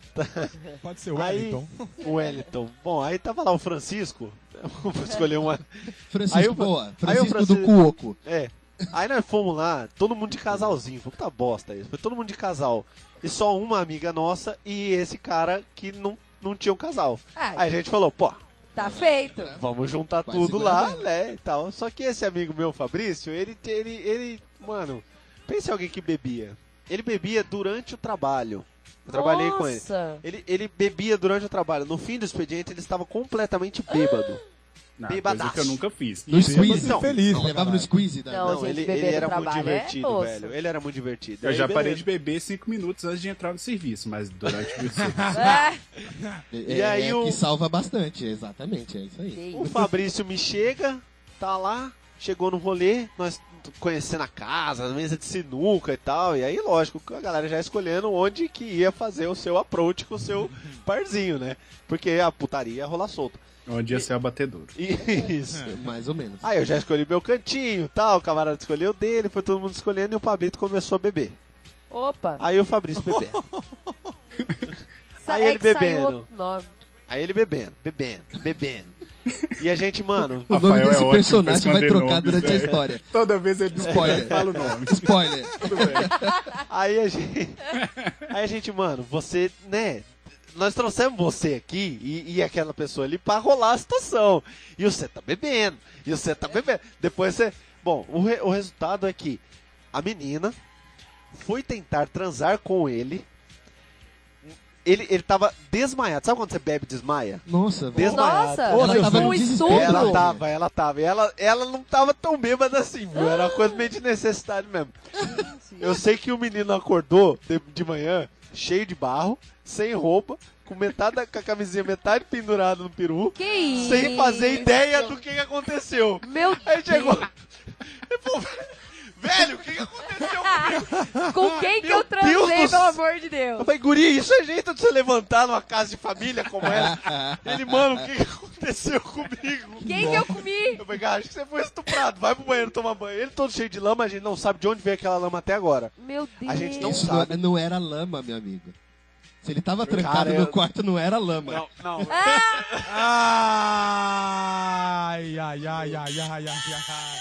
S4: Pode ser o
S1: Aí,
S4: Wellington.
S1: o Wellington. Bom, aí tava lá o Francisco. Vou escolher um uma. Aí
S2: Francisco,
S1: eu-
S2: boa.
S1: aí eu
S2: Francisco do
S1: Francisco-
S2: Cuoco.
S1: É. Aí nós fomos lá, todo mundo de casalzinho. Foi puta bosta isso. Foi todo mundo de casal. E só uma amiga nossa e esse cara que não, não tinha um casal.
S3: Ah,
S1: Aí a gente falou, pô,
S3: tá feito.
S1: vamos juntar
S2: Vai
S1: tudo
S2: segurar
S5: é.
S1: lá,
S2: bem.
S1: né, e tal. Só que esse amigo meu, Fabrício, ele, ele, ele, mano, pensa em alguém que bebia. Ele bebia durante o trabalho. Eu trabalhei com ele.
S3: Nossa.
S1: ele. Ele bebia durante o trabalho. No fim do expediente, ele estava completamente bêbado.
S5: Não,
S1: Bebadaço.
S5: coisa que eu nunca fiz.
S2: No
S4: Mas
S2: squeeze.
S1: Então,
S4: infeliz, pra
S2: Levava no
S4: caralho.
S2: squeeze. Da...
S3: Não,
S1: Não,
S3: gente,
S1: ele,
S3: beber
S1: ele
S3: no
S1: era muito
S3: trabalho é
S1: divertido,
S3: osso.
S1: velho. Ele era muito divertido.
S5: Eu
S1: Aí,
S5: já
S1: beleza.
S5: parei de beber cinco minutos antes de entrar no serviço, mas durante o serviço.
S3: Ah,
S2: É,
S1: E aí
S2: é
S1: o-
S2: que salva bastante, exatamente, é isso aí.
S3: gente.
S1: O Fabrício me chega, tá lá, chegou no rolê, nós t- conhecendo a casa, a mesa de sinuca e tal. E aí, lógico, a galera já escolhendo onde que ia fazer o seu approach com o seu parzinho, né? Porque a putaria ia rolar solta.
S5: Onde ia ser o batedor.
S1: E isso.
S2: Mais ou menos.
S1: Aí eu já escolhi meu cantinho tal, o camarada escolheu o dele, foi todo mundo escolhendo e o Pablito começou a beber.
S3: Opa.
S1: Aí o Fabrício bebendo.
S3: Sa-
S1: aí
S3: é
S1: ele
S3: que saiu
S1: bebendo.
S3: outro nome.
S1: Aí ele bebendo, bebendo, bebendo. E a gente, mano,
S2: O
S5: Rafael
S2: nome
S5: é
S2: desse
S5: ótimo pra
S2: personagem vai
S5: esconder
S2: trocar
S5: nomes,
S2: durante a
S1: é.
S5: velho.
S2: história.
S5: Toda vez ele
S2: Spoiler.
S5: fala o nome.
S2: Spoiler.
S5: Tudo bem.
S1: Aí a gente. Aí a gente, mano, você, né? Nós trouxemos você aqui e, e aquela pessoa ali pra rolar a situação. E você tá bebendo. E você tá bebendo. Depois você. Bom, o, re- o resultado é que a menina foi tentar transar com ele. Ele, ele tava desmaiado. Sabe quando você bebe e desmaia?
S2: Nossa, velho.
S1: Desmaiado.
S3: Nossa,
S1: Ô,
S3: ela
S1: seu
S3: tava
S1: filho.
S3: um estupro.
S1: Ela tava, ela tava. E Ela, ela não tava tão bêbada assim, viu? Era uma coisa meio de necessidade mesmo. Eu sei que o menino acordou de, de manhã, cheio de barro, sem roupa, com metade da, com a camisinha metade pendurada no peru,
S3: Que isso?
S1: sem fazer ideia do que, que aconteceu.
S3: Meu
S1: Aí
S3: Deus.
S1: chegou. Ele falou, Velho, o que, que aconteceu comigo?
S3: Com quem que
S1: Meu
S3: eu transei,
S1: Deus do
S3: pelo
S1: céu.
S3: amor de
S1: Eu
S3: Deus?
S1: falei, guri, isso é jeito de você levantar numa casa de família como essa? Ele, mano, o que, que aconteceu comigo?
S3: Quem que é eu comi?
S1: Eu falei, cara, acho que você foi estuprado. Vai pro banheiro tomar banho. Ele todo cheio de lama, a gente não sabe de onde veio aquela lama até agora.
S3: Meu Deus.
S1: A gente não
S2: Isso
S1: sabe.
S2: não, não era lama, meu amigo. Se ele tava trancado
S1: Cara,
S2: no
S1: eu-
S2: quarto, não era lama.
S1: não.
S4: Ai, ai, ai, ai, ai, ai, ai.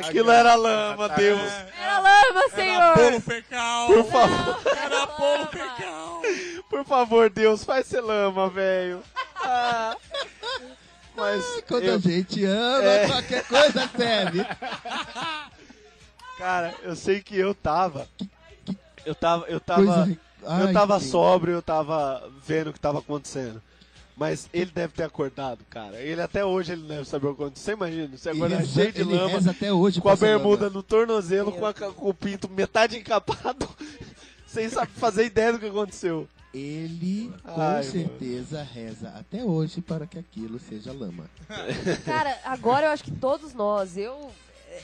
S1: Aquilo era lama, Deus.
S3: Era lama, senhor.
S4: fecal.
S1: Por favor,
S3: Era bom, pecado.
S1: por favor, Deus, faz ser lama, velho. Ah. Mas,
S2: Quando
S1: eu-
S2: a gente ama,
S1: É.
S2: qualquer coisa serve.
S1: cara, eu sei que eu tava. Eu tava, eu tava.
S2: Coisa... Ai,
S1: eu tava
S2: gente.
S1: sóbrio, eu tava vendo o que tava acontecendo. Mas ele deve ter acordado, cara. Ele até hoje ele não deve saber o que aconteceu. Você imagina, você
S2: Ele
S1: acordar
S2: reza-
S1: cheio de
S2: ele
S1: lama.
S2: reza até hoje
S1: com a
S2: pra essa
S1: bermuda
S2: lama.
S1: no tornozelo, com, a ca- com o pinto metade encapado, sem saber fazer ideia do que aconteceu.
S2: Ele com
S1: Ai,
S2: certeza reza até hoje para que aquilo seja lama.
S3: Cara, agora eu acho que todos nós, eu...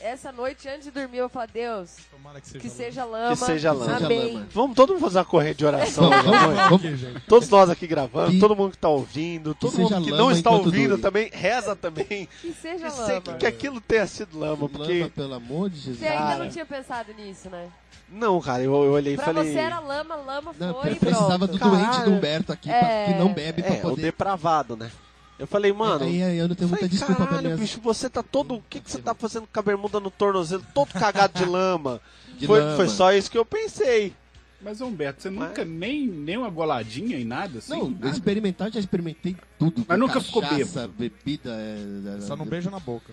S3: Essa noite, antes de dormir, eu falo, Deus,
S4: Tomara que seja.
S3: que
S4: lama.
S3: seja lama.
S1: Que seja lama.
S3: Amém.
S2: lama.
S1: Vamos todo mundo fazer uma corrente de oração,
S2: Vamos,
S1: pelo amor.
S2: vamos, vamos.
S4: Aqui, gente.
S1: Todos nós aqui gravando,
S2: Que-
S1: todo mundo que tá ouvindo, todo
S2: seja
S1: mundo que
S2: lama
S1: não está
S2: enquanto
S1: ouvindo
S2: dure.
S1: também, reza também.
S3: Que seja
S1: E sei
S3: lama.
S1: que, que aquilo tenha sido lama, porque.
S2: Lama, pelo amor de Jesus.
S3: Você ainda não
S1: Cara.
S3: tinha pensado nisso, né?
S1: Não, cara, eu, eu olhei e
S3: Pra
S1: falei.
S3: você era lama, lama
S2: Não,
S3: foi e
S2: precisava
S3: pronto.
S2: do
S1: Caralho.
S2: doente do Humberto aqui, pra-
S3: É.
S2: que não bebe pra
S1: É, o
S2: poder.
S1: depravado, né? Eu falei, mano.
S2: aí, aí eu não tenho muita
S1: Falei,
S2: desculpa pra
S1: caralho,
S2: minhas...
S1: bicho, você tá todo. O que, que você tá fazendo com a bermuda no tornozelo, todo cagado de lama?
S2: De
S1: foi,
S2: lama.
S1: foi só isso que eu pensei.
S5: Mas, Humberto, você nunca nem, nem uma goladinha em nada, assim?
S2: Não,
S5: Nada?
S2: experimentar eu já experimentei tudo.
S5: Mas nunca ficou
S2: Cachaça, bebida. é, é,
S4: Só não
S2: é,
S4: beija na boca.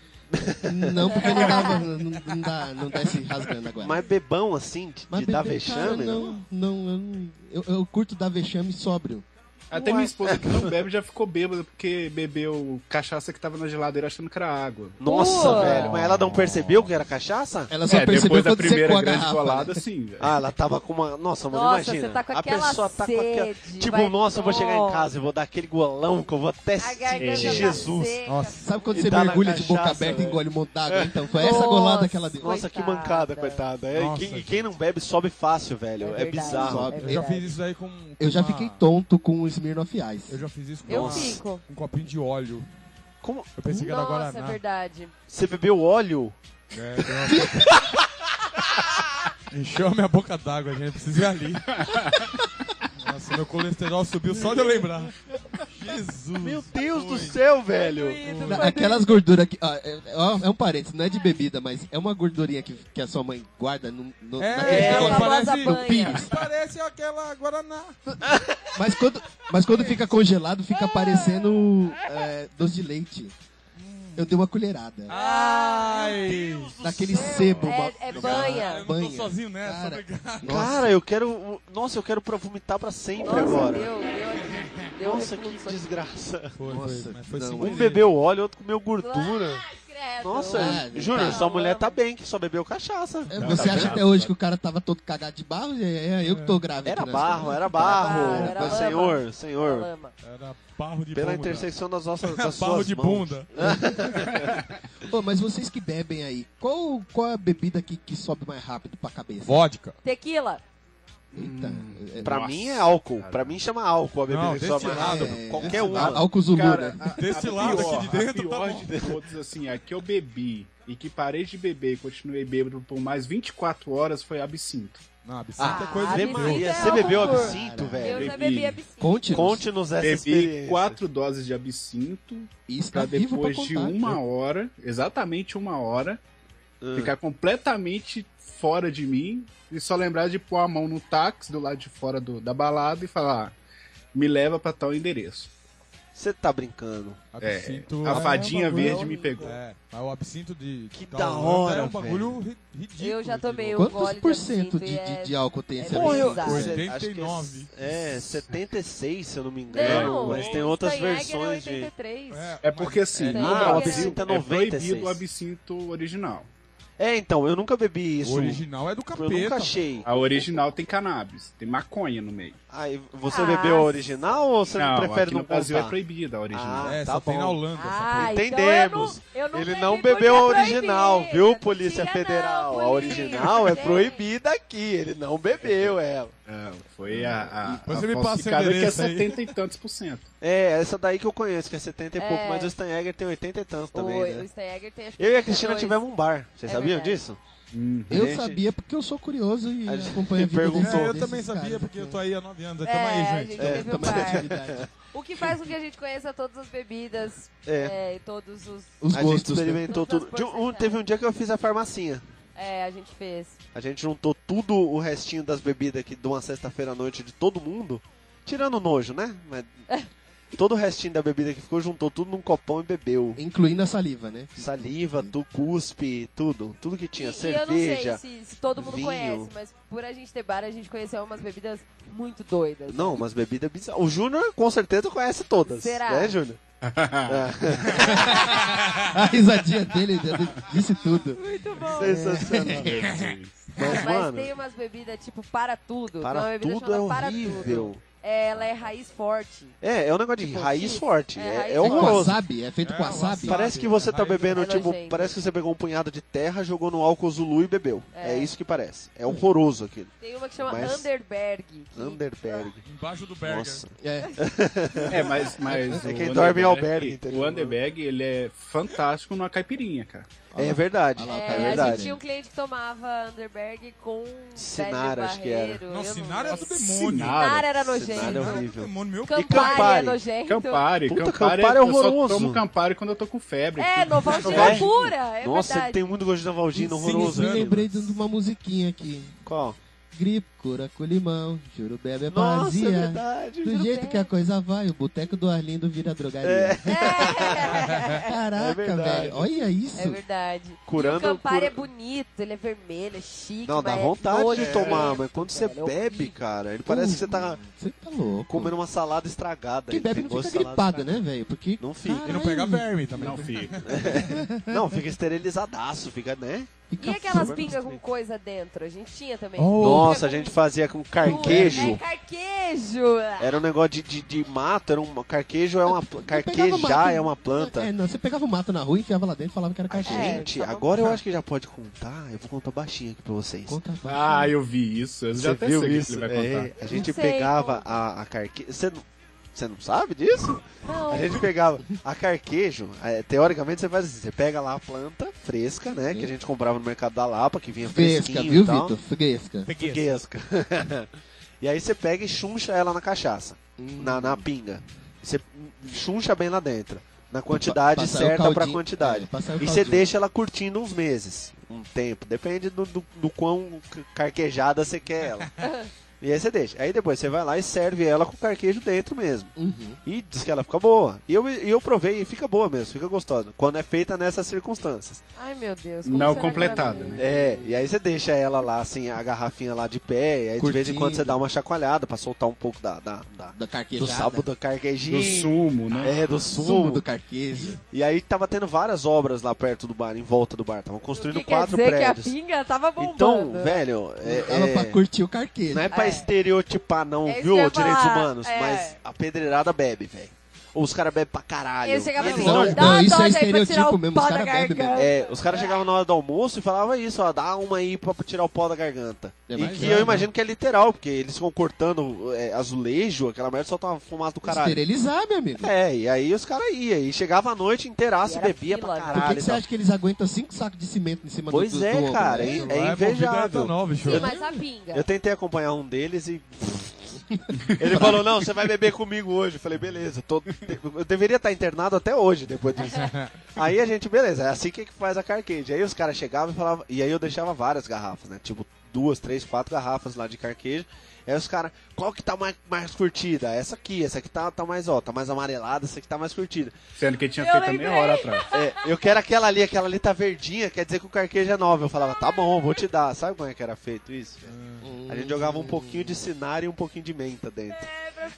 S2: Não, porque não dava. Não, não dá, não dá esse rasgando agora.
S1: Mas bebão assim, de, de dar
S2: beber, cara,
S1: vexame. né?
S2: Não, não, eu, não- eu, eu curto dar vexame sóbrio.
S5: Até minha esposa que não bebe já ficou bêbada porque bebeu cachaça que tava na geladeira achando que era água.
S1: Nossa,
S3: Pô.
S1: velho, mas ela não percebeu que era cachaça?
S2: Ela só
S5: é,
S2: percebeu
S5: depois da
S2: quando
S5: primeira
S2: secou a
S5: grande
S2: garrafa.
S5: colada,
S2: né?
S5: sim, velho.
S1: Ah, ela tava com uma. Nossa, mano,
S3: Nossa,
S1: imagina.
S3: você tá com
S1: a
S3: aquela
S1: pessoa tá com aquela.
S3: sede,
S1: Tipo,
S3: vai-
S1: nossa, eu vou chegar em
S3: Nossa.
S1: casa e vou dar aquele golão que eu vou até
S3: A
S1: sentir
S3: garganta
S5: tá
S1: Jesus.
S3: seca.
S4: Nossa.
S2: Sabe quando
S1: E
S2: você
S1: dá na
S2: mergulha de boca
S1: cachaça,
S2: aberta e
S1: velho.
S2: engole um monte d'água? Então, foi essa
S3: Nossa.
S2: golada que ela deu.
S1: Nossa, que
S3: Coitada.
S1: mancada, coitada. É, e,
S4: Nossa,
S1: quem, e
S4: gente.
S1: quem não bebe sobe fácil, velho. É,
S3: verdade,
S1: bizarro.
S2: Sobe.
S4: Eu
S3: é
S4: já
S3: verdade.
S4: fiz isso aí com. com
S2: Eu já
S4: uma-
S2: fiquei tonto com o Smirnoff
S4: Eu
S2: Ice.
S4: já fiz isso com
S3: Eu
S4: uma-
S3: fico.
S4: um copinho de óleo.
S1: Como?
S4: Eu pensei que era
S3: Nossa, é
S4: Guaraná.
S3: verdade.
S1: Você bebeu óleo?
S4: É, deu uma- Encheu a minha boca d'água, gente. Preciso ir ali. Nossa, meu colesterol subiu só de eu lembrar. Jesus.
S1: Meu Deus do céu,
S3: Tá
S1: velho.
S2: Na- Aquelas gorduras que. ó, é, ó, é um parênteses, não é de bebida, mas é uma gordurinha que, que a sua mãe guarda no, no,
S4: É,
S2: naquele
S3: É,
S4: ela
S3: a
S2: negócio.
S3: famosa
S4: parece-
S3: banha.
S4: Parece aquela Guaraná.
S2: Mas quando, mas quando fica congelado, fica parecendo é, doce de leite. Eu dei uma colherada.
S4: Ai.
S2: daquele sebo.
S3: É- é
S2: uma-
S3: banha.
S4: Eu não tô
S2: banha.
S4: sozinho nessa, né,
S2: Cara,
S4: obrigado.
S1: Cara, eu quero. Nossa, eu quero pra vomitar pra sempre
S3: Nossa,
S1: agora.
S3: deu, deu aqui. Deu um
S1: Nossa, que
S3: refluxo aqui.
S1: desgraça.
S4: Foi,
S2: Nossa,
S4: foi, mas foi
S2: não,
S4: sem
S2: vamos
S1: Um
S4: querer.
S1: bebeu óleo, outro comeu gordura.
S3: Ah, credo.
S1: Nossa,
S2: Ah,
S1: Júnior,
S2: tá.
S1: sua mulher tá bem, que só bebeu cachaça. Tá
S2: É, Você acha até hoje que o cara tava todo cagado de barro? É, é eu que tô grávido.
S1: Era
S2: né?
S1: barro, era
S3: barro,
S1: barro.
S3: era
S1: senhor, senhor.
S3: Lama.
S4: Era barro de
S1: Pela
S4: bunda.
S1: intersecção das nossas das
S4: Barro
S1: suas
S4: de
S1: mãos.
S4: bunda.
S2: Ô, mas vocês que bebem aí, qual, qual é a bebida que, que sobe mais rápido pra cabeça?
S4: Vodka.
S3: Tequila.
S2: Eita. é-
S1: Pra
S5: Nossa,
S1: mim é álcool.
S5: cara.
S1: Pra mim chama álcool a bebida
S4: Não,
S1: que sobe
S4: desse
S1: mais
S4: lado,
S1: rápido.
S2: é-
S1: Qualquer
S2: a-
S1: uma.
S2: Álcool Zulu,
S5: Cara,
S2: né?
S5: a-
S4: Desse
S5: a
S4: lado
S5: pior,
S4: aqui de dentro,
S5: A pior
S4: tá bom.
S5: de todas, assim, a que eu bebi e que parei de beber e continuei bêbado por mais 24 horas foi absinto.
S4: Não, absinto é coisa
S3: Ah,
S1: Ave
S4: de
S3: absinto
S4: Deus.
S1: Maria,
S3: é
S1: você bebeu
S3: álcool puro.
S1: absinto,
S3: Eu
S1: velho?
S3: já
S5: bebi.
S3: bebi absinto.
S2: Conte.
S1: Conte-nos essa
S5: Bebi
S1: experiência.
S5: quatro doses de absinto
S2: Isso
S5: pra
S2: tá vivo pra
S5: depois de
S2: contar.
S5: uma hora, exatamente uma hora,
S1: Ah.
S5: ficar completamente fora de mim e só lembrar de pôr a mão no táxi do lado de fora do- da balada e falar: "Ah, me leva pra tal endereço.
S1: Você tá brincando.
S4: Absinto
S5: a
S4: é
S5: fadinha
S4: uma coisa-
S5: verde me pegou.
S4: É, mas o absinto de.
S1: Que
S4: da
S1: da
S4: Holanda É um
S1: hora,
S4: bagulho ri- ridículo.
S3: Eu já tomei um
S2: Quantos
S3: gole de
S2: por cento
S3: absinto
S2: de,
S3: e é-
S2: de, de álcool tem esse
S3: é
S2: absinto?
S3: bizarro.
S1: Acho que é-
S4: 89.
S1: É, 76, se eu não me engano.
S3: Não,
S1: É, mas tem outras
S3: Steinhagen
S1: versões
S3: é
S1: de.
S3: 83.
S4: É,
S5: É porque assim,
S3: É,
S5: no
S3: não,
S1: Ah, o
S5: Brasil,
S1: absinto é
S5: é proibido
S1: 96.
S5: o absinto original.
S1: É, então, eu nunca bebi
S4: mas
S1: isso.
S4: O original é do capeta.
S1: Eu nunca achei.
S5: A original tem cannabis, tem maconha no meio.
S1: Aí, você
S3: Ah,
S1: bebeu a original ou você
S5: não,
S1: prefere
S5: aqui no
S1: não
S5: Brasil é
S1: contar?
S5: proibida a original.
S1: Ah,
S4: É,
S1: tá
S4: só tem
S1: bom.
S4: na Holanda. só
S3: Ah,
S1: Entendemos.
S3: então eu não- eu não
S1: Ele
S3: bebi
S1: não
S3: porque
S1: bebeu
S3: é
S1: a original,
S3: proibida.
S1: viu, Polícia
S3: Tira não, é
S1: Federal? a
S3: polícia,
S1: original é
S3: gente.
S1: proibida aqui, ele não bebeu ela.
S5: Ah, foi a, a, a
S4: Você me passa o
S5: falsificada que é
S4: endereço aí.
S5: 70 e tantos por cento.
S1: É, essa daí que eu conheço, que é 70 e
S3: É.
S1: pouco, mas o Steinegger tem 80 e tantos também,
S3: O,
S1: né?
S3: o Steinhagen tem acho que
S1: Eu e a Cristina
S3: 82.
S1: tivemos um bar, vocês
S3: É
S1: sabiam
S3: verdade.
S1: disso?
S2: Eu
S1: Gente,
S2: sabia porque eu sou curioso e
S1: a gente
S2: acompanho a vida
S4: tem.
S1: perguntou.
S2: desses-
S4: É, eu
S2: desses
S4: também sabia,
S2: caras,
S4: porque
S2: né?
S4: eu tô aí há nove anos.
S3: É,
S4: Tamo
S3: a
S4: aí,
S3: gente
S4: gente.
S1: É,
S3: teve um
S2: Tamo aí,
S3: par.
S2: atividade.
S3: O que faz com que a gente conheça todas as bebidas
S1: É.
S3: é, e todos os.
S2: Os
S1: a gente
S2: gostos. né?
S1: experimentou
S3: Todas as
S1: tudo. De um-
S3: porcentagens.
S1: teve um dia que eu fiz a farmacinha.
S3: É, a gente fez.
S1: A gente juntou tudo o restinho das bebidas aqui de uma sexta-feira à noite de todo mundo, tirando o nojo, né? Mas todo o restinho da bebida que ficou, juntou tudo num copão e bebeu.
S2: Incluindo a saliva, né?
S1: Saliva, tu cuspe, tudo. Tudo que tinha.
S3: Uhum. e, e eu não sei
S1: cerveja.
S3: se, se todo mundo
S1: vinho.
S3: conhece, mas por a gente ter bar, a gente conheceu umas bebidas muito doidas.
S1: Não, mas bebida bizarra. O Júnior com certeza conhece todas.
S3: Será?
S1: Né, Júnior?
S2: A risadinha dele já disse tudo. É
S3: Muito bom.
S1: Sensacional. Mas,
S3: É. Mas
S1: mano,
S3: tem umas bebidas tipo para tudo. tem uma
S1: para
S3: bebida
S1: tudo é
S3: chamada para tudo.
S1: horrível.
S3: É, ela é raiz forte.
S1: É, é um negócio de
S3: Tipo,
S1: raiz
S3: X.
S1: forte.
S3: É,
S1: É, é
S3: raiz
S2: É
S3: forte.
S2: com
S1: horroroso.
S2: wasabi? É feito
S4: É,
S2: com wasabi?
S4: wasabi.
S1: Parece que você tá
S4: Raiz-
S1: bebendo,
S3: É
S1: tipo,
S3: nojento.
S1: parece que você pegou um punhado de terra, jogou no álcool Zulu e bebeu. É,
S3: É.
S1: isso que parece. É horroroso aquilo.
S3: Tem uma que chama
S1: Mas-
S3: Underberg. que-
S1: Underberg.
S4: Embaixo do Berger.
S1: Nossa.
S2: É.
S5: É, mas, mas
S1: É
S5: o
S1: quem dorme em
S5: Underberg-
S1: albergue, entendeu?
S5: O Underbag, ele é fantástico numa caipirinha, cara.
S1: É verdade.
S2: Olha lá, tá
S3: É,
S1: É
S3: a gente
S1: verdade.
S3: tinha um cliente que tomava Underberg com
S1: Sinara, acho que era.
S4: Não, Sinara é do
S3: demônio.
S4: demônio.
S5: Sinara.
S3: Sinara era
S1: Sinara é
S3: nojento.
S1: horrível.
S4: Demônio, meu
S3: Campari,
S1: Campari?
S3: é nojento.
S5: Campari,
S1: Puta,
S5: Campari,
S1: Campari é
S5: Eu
S1: horroroso.
S5: só tomo Campari quando eu tô com febre.
S3: É, Novalgina
S1: Novalgina.
S3: pura, é
S1: Nossa,
S3: verdade.
S1: tem muito gosto de Navaldina
S4: Sim,
S2: Eu
S1: horroroso. né,
S2: me
S4: sim.
S1: aquilo.
S2: lembrei de uma musiquinha aqui.
S1: Qual?
S2: Gripe, cura com limão, juro bebe é
S7: Nossa, é
S2: poesia.
S3: um
S7: verdade.
S2: do jeito que a coisa vai, o boteco do Arlindo vira drogaria.
S1: É.
S2: Caraca,
S7: verdade.
S2: velho, olha isso.
S3: É verdade.
S7: Curando-
S3: e o Campari
S7: cura-
S3: é bonito, ele é vermelho, é chique.
S1: Não, dá
S3: mas é
S1: vontade de
S3: nojento,
S1: tomar, mas quando você
S3: velho, é
S1: bebe,
S3: horrível.
S1: cara, ele parece que você tá
S2: Você tá louco.
S1: comendo uma salada estragada.
S2: Quem
S1: ele
S2: bebe
S1: tem
S2: não
S1: gosto
S2: fica
S1: de salada
S2: gripado, né, velho? Porque.
S1: Não fica.
S4: E não pega verme também.
S5: Não fica.
S2: Ah.
S1: estragada. Não, fica esterilizadaço, fica, né?
S3: E aquelas pingas com coisa dentro? A gente tinha também.
S4: Oh.
S1: Nossa, a
S3: Pinga
S1: gente
S3: com
S1: fazia com
S3: tudo. É
S1: carquejo.
S3: carquejo!
S1: Era um negócio de, de, de mato, era um carquejo é uma pla-
S2: pegava mato.
S1: carquejar é uma planta.
S2: É, não, você pegava o mato na rua, enfiava lá dentro e falava que era cachorro.
S3: É.
S1: Gente,
S3: tá bom.
S1: agora eu acho que já pode contar. Eu vou contar baixinho aqui pra vocês.
S2: Conta
S5: Ah, eu vi isso. Eu já
S1: Você
S5: até
S1: viu
S5: sei o que
S1: isso?
S5: ele vai contar.
S1: É, a gente
S3: Não sei,
S1: pegava
S3: não.
S1: a, a carquejo. Você não, você não sabe disso?
S3: Não,
S1: A gente pegava a carquejo. é, teoricamente você faz assim: você pega lá a planta fresca, né? Que a gente comprava no mercado da Lapa, que vinha
S2: Fresca,
S1: fresquinho
S2: viu,
S1: e tal.
S2: Vitor? Fresca.
S1: Fresca. e aí você pega e chuncha ela na cachaça,
S2: Hum.
S1: na, na pinga. Você chuncha bem lá dentro. Na quantidade
S2: Pa- passar o
S1: certa pra
S2: caldinho,
S1: quantidade.
S2: é, passar o
S1: E você
S2: caldinho.
S1: deixa ela curtindo uns meses, um tempo, depende do, do, do quão c- carquejada você quer ela. e aí você deixa. Aí depois você vai lá e serve ela com o carquejo dentro mesmo.
S2: Uhum.
S1: E diz que ela fica boa. E eu, e eu provei e fica boa mesmo, fica gostosa. Quando é feita nessas circunstâncias.
S3: Ai, meu Deus. como
S5: Não
S3: será que vai
S5: completado,
S3: fazer?
S5: né?
S1: É, e aí você deixa ela lá, assim, a garrafinha lá de pé. E aí de vez em
S2: Curtindo.
S1: quando você dá uma chacoalhada pra soltar um pouco da, da, da-
S2: Da
S1: do
S2: carquejada.
S1: sabo do carquejinho.
S5: Do sumo, né?
S1: É, do
S2: Sumo
S1: sumo.
S2: do carquejo.
S1: E aí tava tendo várias obras lá perto do bar, em volta do bar. Estavam
S3: O
S1: construindo
S3: que quer
S1: quatro
S3: dizer
S1: prédios.
S3: que a pinga tava bombando.
S1: Então, velho, é,
S2: Ela
S1: é-
S2: pra curtir o carquejo.
S1: não é pra
S3: É.
S1: estereotipar, não,
S3: É isso
S1: viu,
S3: que eu ia
S1: direitos
S3: falar,
S1: humanos,
S3: é.
S1: mas a pedreirada bebe, velho. Ou os caras bebem pra caralho.
S3: Ele chegava
S1: Eles
S3: assim,
S1: não-
S2: Não,
S3: dá
S2: não,
S3: uma
S2: isso é
S3: dose aí pra
S2: estereotipo
S3: tirar o
S2: mesmo,
S3: pó
S2: os
S3: da
S2: cara bebe mesmo.
S3: garganta.
S1: é, os caras chegavam na hora do almoço e falavam isso, ó, dá uma aí pra tirar o pó da garganta.
S2: É,
S1: e
S2: mas
S1: que
S2: é,
S1: eu
S2: né?
S1: imagino que é literal, porque eles ficam cortando é, azulejo, aquela merda solta uma fumaça do caralho.
S2: Esterilizar, meu amigo.
S1: É, e aí os caras iam, e chegava a noite inteiraço
S3: E
S1: e,
S3: era
S1: bebia
S3: fila,
S1: pra
S3: né?
S1: caralho.
S2: Por que, que
S1: e
S2: você
S1: tal.
S2: acha que eles aguentam 5 sacos de cimento em cima
S1: Pois
S2: do, do,
S1: é,
S2: do ombro,
S1: cara,
S2: né?
S1: e- é
S2: Sei lá.
S4: Vai, movido a
S1: invejável.
S4: etanol, bicho.
S3: Sim, mas a pinga.
S1: Eu tentei acompanhar um deles e. Ele falou: Não, você vai beber comigo hoje. Eu falei: Beleza, tô- eu deveria estar internado até hoje depois disso. Aí a gente, beleza, é assim que faz a carqueja. Aí os caras chegavam e falavam. E aí eu deixava várias garrafas, né? Tipo, duas, três, quatro garrafas lá de carqueja. Aí os caras, qual que tá mais, mais curtida? Essa aqui, essa aqui tá, tá mais, ó, tá mais amarelada, essa aqui tá mais curtida.
S5: Sendo que tinha
S3: Eu
S5: feito há
S3: lembrei.
S5: meia hora atrás.
S1: É, eu quero aquela ali, aquela ali tá verdinha, quer dizer que o carqueja é nova. Eu falava, tá bom, vou te dar. Sabe como é que era feito isso? A gente jogava um pouquinho de sinário e um pouquinho de menta dentro.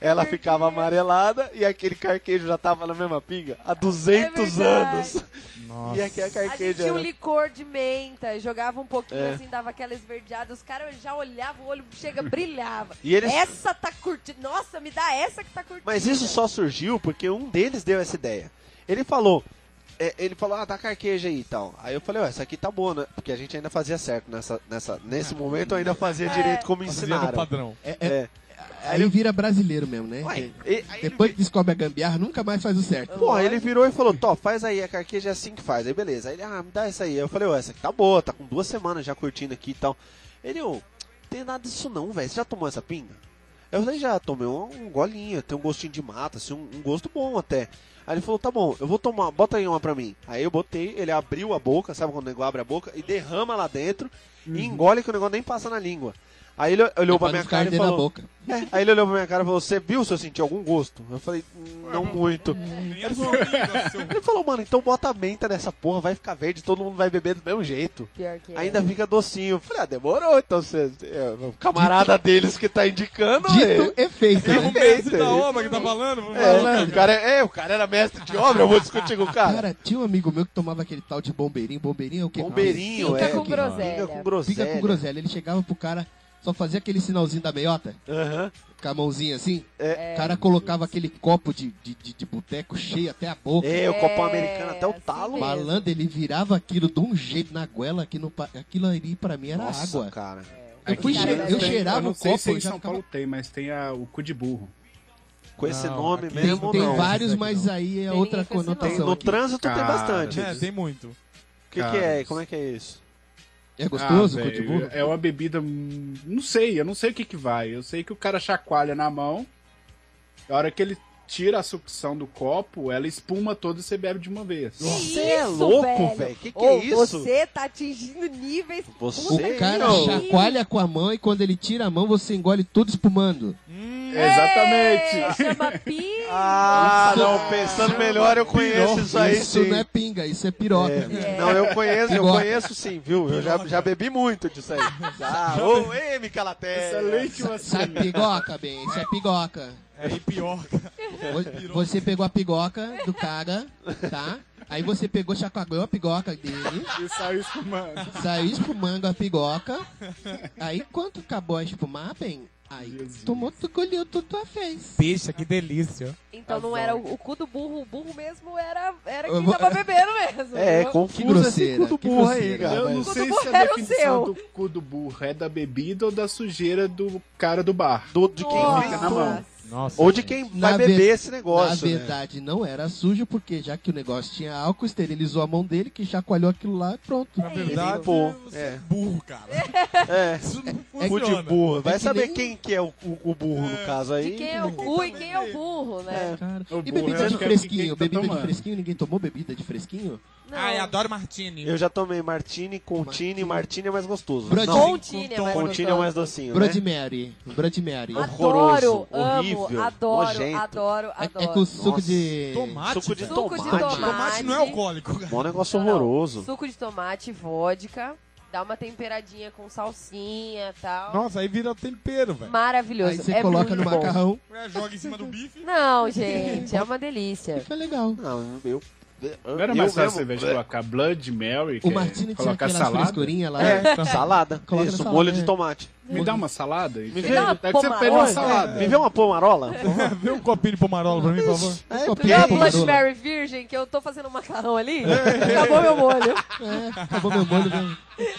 S1: Ela ficava amarelada e aquele carquejo já tava na mesma pinga há 200
S3: É verdade.
S1: anos. E
S4: Nossa.
S1: aquele
S3: A gente
S1: carquejo né?
S3: tinha um
S1: era...
S3: licor de menta, jogava um pouquinho
S1: É.
S3: assim, dava aquela esverdeada. Os caras já olhavam, o olho chega, brilhava.
S1: E eles-
S3: Essa tá curtindo. Nossa, me dá essa que tá curtindo.
S1: Mas isso só surgiu porque um deles deu essa ideia. Ele falou, é, ele falou, ah, dá carqueja aí e tal. Aí eu falei, ó, essa aqui tá boa, né? Porque a gente ainda fazia certo nessa, nessa, nesse momento, eu ainda fazia
S3: É.
S1: direito como
S4: Ah, é. Fazia no
S1: ensinaram.
S4: padrão.
S1: É.
S2: Aí vira brasileiro mesmo, né?
S1: Ué,
S2: Porque
S1: e- aí ele
S2: Depois que descobre a gambiarra, nunca mais faz o certo.
S1: Porra, ele virou e falou, Tó, faz aí, a carqueja é assim que faz. Aí beleza, aí ele, ah, me dá essa aí. Aí Eu falei, ó, essa aqui tá boa, tá com duas semanas já curtindo aqui e tal. Ele, ô, tem nada disso não, velho, você já tomou essa pinga? Eu falei, já, tomei um, um golinho, tem um gostinho de mata, assim, um, um gosto bom até. Aí ele falou, tá bom, eu vou tomar, bota aí uma pra mim. Aí eu botei, ele abriu a boca, sabe quando o negócio abre a boca, e derrama lá dentro, e engole que o negócio nem passa na língua. Aí ele olhou pra
S2: É Pra
S1: minha
S2: não
S1: cara e
S2: arder na
S1: falou,
S2: boca.
S1: é, aí ele olhou pra minha cara e falou, você viu se eu senti algum gosto? Eu falei, não muito.
S2: é né,
S1: Ele falou, mano, então bota a menta nessa porra, vai ficar verde, todo mundo vai beber do mesmo jeito.
S3: Pior que é.
S1: Ainda fica docinho. Eu falei, ah, demorou, então você. é, o camarada deles que tá indicando.
S2: Dito
S1: é.
S2: e feito,
S4: É o
S2: né?
S4: mestre da obra que tá falando. vamos lá.
S1: É, o cara, é, o cara era mestre de obra, eu vou discutir com o cara.
S2: Cara, tinha um amigo meu que tomava aquele tal de bombeirinho. Bombeirinho é o que?
S1: Bombeirinho,
S3: Fica
S1: é.
S3: com
S1: que-
S3: groselha.
S1: Fica com groselha.
S2: Fica com groselha. Ele chegava pro cara, só fazia aquele sinalzinho da meiota,
S1: Aham.
S2: com a mãozinha assim.
S1: É.
S2: o cara colocava aquele copo de, de, de, de boteco cheio até a boca.
S1: É, o
S3: É,
S1: copo americano até o
S3: assim
S1: talo.
S3: mesmo.
S2: Malandro, ele virava aquilo de um jeito na goela, que no, pa- aquilo ali pra mim era
S1: Nossa,
S2: água.
S1: cara.
S2: Eu, fui
S3: Cara,
S2: che-
S3: mas
S2: eu
S3: tem-
S2: É cheirava
S5: eu não
S2: o
S5: sei
S2: copo
S5: se
S2: e
S5: em
S2: já
S5: São
S2: ficava...
S5: Paulo tem, mas tem a- o cu de burro.
S1: Com esse
S4: Não,
S1: nome
S4: aqui
S2: Tem,
S1: mesmo,
S2: tem
S1: não.
S2: vários,
S4: Isso aqui
S2: mas aí é
S3: Tem
S2: outra
S3: ninguém com esse
S1: Tem-
S2: conotação.
S1: no
S2: aqui.
S1: trânsito tem
S5: Cara,
S1: bastante.
S4: É, tem muito.
S1: O que, que é? Como é que é isso?
S2: É gostoso
S5: Ah,
S2: o cu de
S5: velho,
S2: burro?
S5: É uma bebida. hum, Não sei, eu não sei o que, que vai. Eu sei que o cara chacoalha na mão. A hora que ele tira a sucção do copo, ela espuma toda e você bebe de uma vez.
S1: Você é louco, velho. Que que é
S3: Ô,
S1: isso?
S3: Você tá atingindo níveis. Puta
S1: Você é
S3: que
S2: O cara
S3: pariu.
S2: chacoalha com a mão e quando ele tira a mão, você engole tudo espumando.
S3: Ei,
S5: Exatamente.
S3: É, Chama Então, pi.
S1: Ah, não, pensando melhor, eu conheço isso aí
S2: isso
S1: sim.
S2: não é pinga, isso é piroca.
S3: É.
S1: Não, eu conheço, eu
S2: Piroca.
S1: conheço sim, viu? Eu já, já bebi muito disso aí. Ah, ô, ei, Micalaté.
S5: Excelente você.
S2: Sabe pigoca, bem? Isso é pigoca.
S4: É ipioca.
S2: Vo- Você pegou a pigoca do cara, tá? Aí você pegou, chacoalhou a pigoca dele,
S5: E saiu espumando.
S2: saiu espumando a pigoca. Aí quando acabou a espumar, bem, aí
S5: Jesus.
S2: tomou, tu colheu tudo tua vez.
S4: Bicha, que delícia.
S3: Então
S1: Tá
S3: não era o, o cu do burro, o burro mesmo era, era
S2: Eu
S3: quem
S2: vou-
S3: tava bebendo mesmo.
S1: É,
S3: entendeu?
S2: Que
S1: confuso esse cu
S2: grosseira,
S1: assim, né? do
S2: que
S1: burro aí,
S2: grosseira.
S1: cara.
S5: Eu não
S3: Cu do
S5: sei se
S3: burro
S5: a
S3: era o
S5: definição
S3: seu.
S5: do cu do burro é da bebida ou da sujeira do cara do bar.
S1: Do, de quem
S3: Nossa.
S1: fez
S5: na mão.
S4: Nossa.
S1: Ou de quem vai
S2: Na
S1: beber
S2: ve-
S1: esse
S2: Na
S1: negócio. né?
S2: verdade, não era sujo, porque já que o negócio tinha álcool, esterilizou a mão dele, que chacoalhou aquilo lá e pronto.
S4: Na verdade,
S1: Pô,
S4: você
S1: é.
S4: é burro, cara.
S1: É.
S4: Isso não
S1: Cu de
S4: funciona.
S1: burro. Vai
S2: É que
S1: saber
S2: nem-
S1: quem que é o, o- o burro no caso aí.
S3: De quem é o cu e quem é o burro, né?
S2: Cara,
S5: O
S2: e
S5: burro, eu
S2: bebida
S5: acho
S2: de
S5: que é
S2: fresquinho?
S5: quem tá
S2: Bebida de
S5: tomando.
S2: fresquinho? Ninguém tomou bebida de fresquinho?
S3: Não.
S4: Ai, adoro Martini.
S1: Eu já tomei martini, contini, martini é mais gostoso.
S2: Brad-
S1: Não,
S3: Continha, mas
S1: contini é o mais docinho, né?
S2: Broadmary. Broadmary.
S1: Ah,
S3: Adoro,
S1: horroroso,
S3: amo,
S1: horrível,
S3: adoro,
S1: nojento.
S3: adoro,
S2: É,
S3: adoro.
S2: é com suco
S1: Nossa.
S2: de...
S4: Tomate.
S1: Suco de
S4: velho.
S3: Suco de
S1: tomate.
S4: Tomate não é alcoólico, cara.
S1: Mó negócio
S3: Não, não.
S1: horroroso.
S3: Suco de tomate, vodka, dá uma temperadinha com salsinha e tal.
S4: Nossa, aí vira tempero, velho.
S3: Maravilhoso.
S2: Aí você
S3: é
S2: coloca
S3: muito
S2: no
S3: bom.
S2: macarrão.
S4: É, Joga em cima do bife.
S3: Não, gente, é uma delícia.
S2: Fica legal.
S1: Não, eu.
S5: Não era
S1: eu
S5: mais fácil
S1: mesmo- é,
S5: você de colocar Blood Mary, que
S2: O
S5: é
S2: Martini tinha
S5: colocar
S2: aquelas
S5: salada?
S2: frescurinhas lá.
S1: É, salada.
S2: Coloca na
S1: Isso,
S2: salada,
S1: molho
S2: é.
S1: de tomate.
S5: Me dá uma salada? Me
S3: vê uma
S5: Até que você pede uma
S3: pomarola.
S5: salada.
S1: Me vê uma pomarola?
S4: Vê um copinho de pomarola pra mim, por favor.
S2: Um
S1: É,
S2: copinho
S3: Deu
S2: de
S3: uma
S2: pomarola.
S3: Bloody Mary virgem que eu tô fazendo um macarrão ali, acabou meu molho.
S2: É, acabou meu molho. né?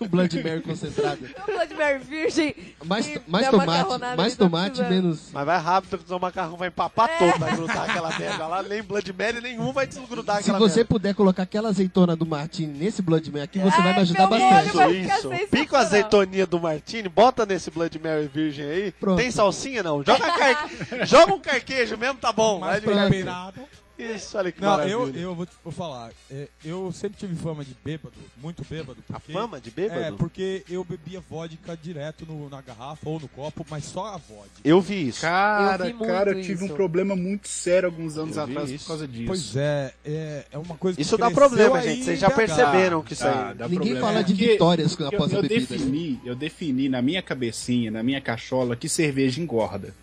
S2: O Blood Mary concentrado.
S3: Deu uma Bloody Mary virgem.
S2: Mais,
S3: e
S2: to- mais
S3: deu uma macarronada
S2: tomate, mais
S3: que tá
S2: tomate,
S3: precisando.
S2: menos...
S1: Mas vai rápido que o macarrão vai empapar todo, vai grudar aquela merda lá, nem Blood Mary nenhum vai desgrudar
S2: Se
S1: aquela
S2: você
S1: merda.
S2: puder colocar aquela azeitona do Martini nesse Blood Mary aqui, você vai me
S3: Ai,
S2: ajudar
S3: meu
S2: bastante.
S3: molho vai ficar
S1: Isso, isso.
S3: sensacional.
S1: Pica a azeitoninha do Martini, bota nesse Blood Mary virgem aí.
S2: Pronto.
S1: Tem salsinha não? Joga, car... Joga um carquejo mesmo, tá bom.
S4: Mais
S1: Vai ligar.
S4: temperado.
S1: Isso, olha que
S4: Não,
S1: maravilha.
S4: eu, eu vou, te, vou falar. é, eu sempre tive fama de bêbado, muito bêbado.
S1: A
S4: porque-
S1: fama de bêbado?
S4: É, porque eu bebia vodka direto no- na garrafa ou no copo, mas só a vodka.
S1: Eu vi isso.
S5: Cara,
S3: Eu vi muito
S5: cara, eu tive
S3: isso.
S5: um problema muito sério alguns anos
S1: Eu vi
S5: atrás
S1: isso.
S5: por causa disso.
S4: Pois é, é, é uma coisa que
S1: Isso dá
S4: cresceu
S1: problema,
S4: aí,
S1: gente. Vocês já
S4: né, cara?
S1: perceberam que isso aí...
S5: dá
S2: Ninguém
S5: problema. É
S2: fala de
S5: Porque
S2: vitórias
S5: eu-
S2: após a
S5: eu
S2: bebida.
S5: defini, eu defini na minha cabecinha, na minha cachola, que cerveja engorda.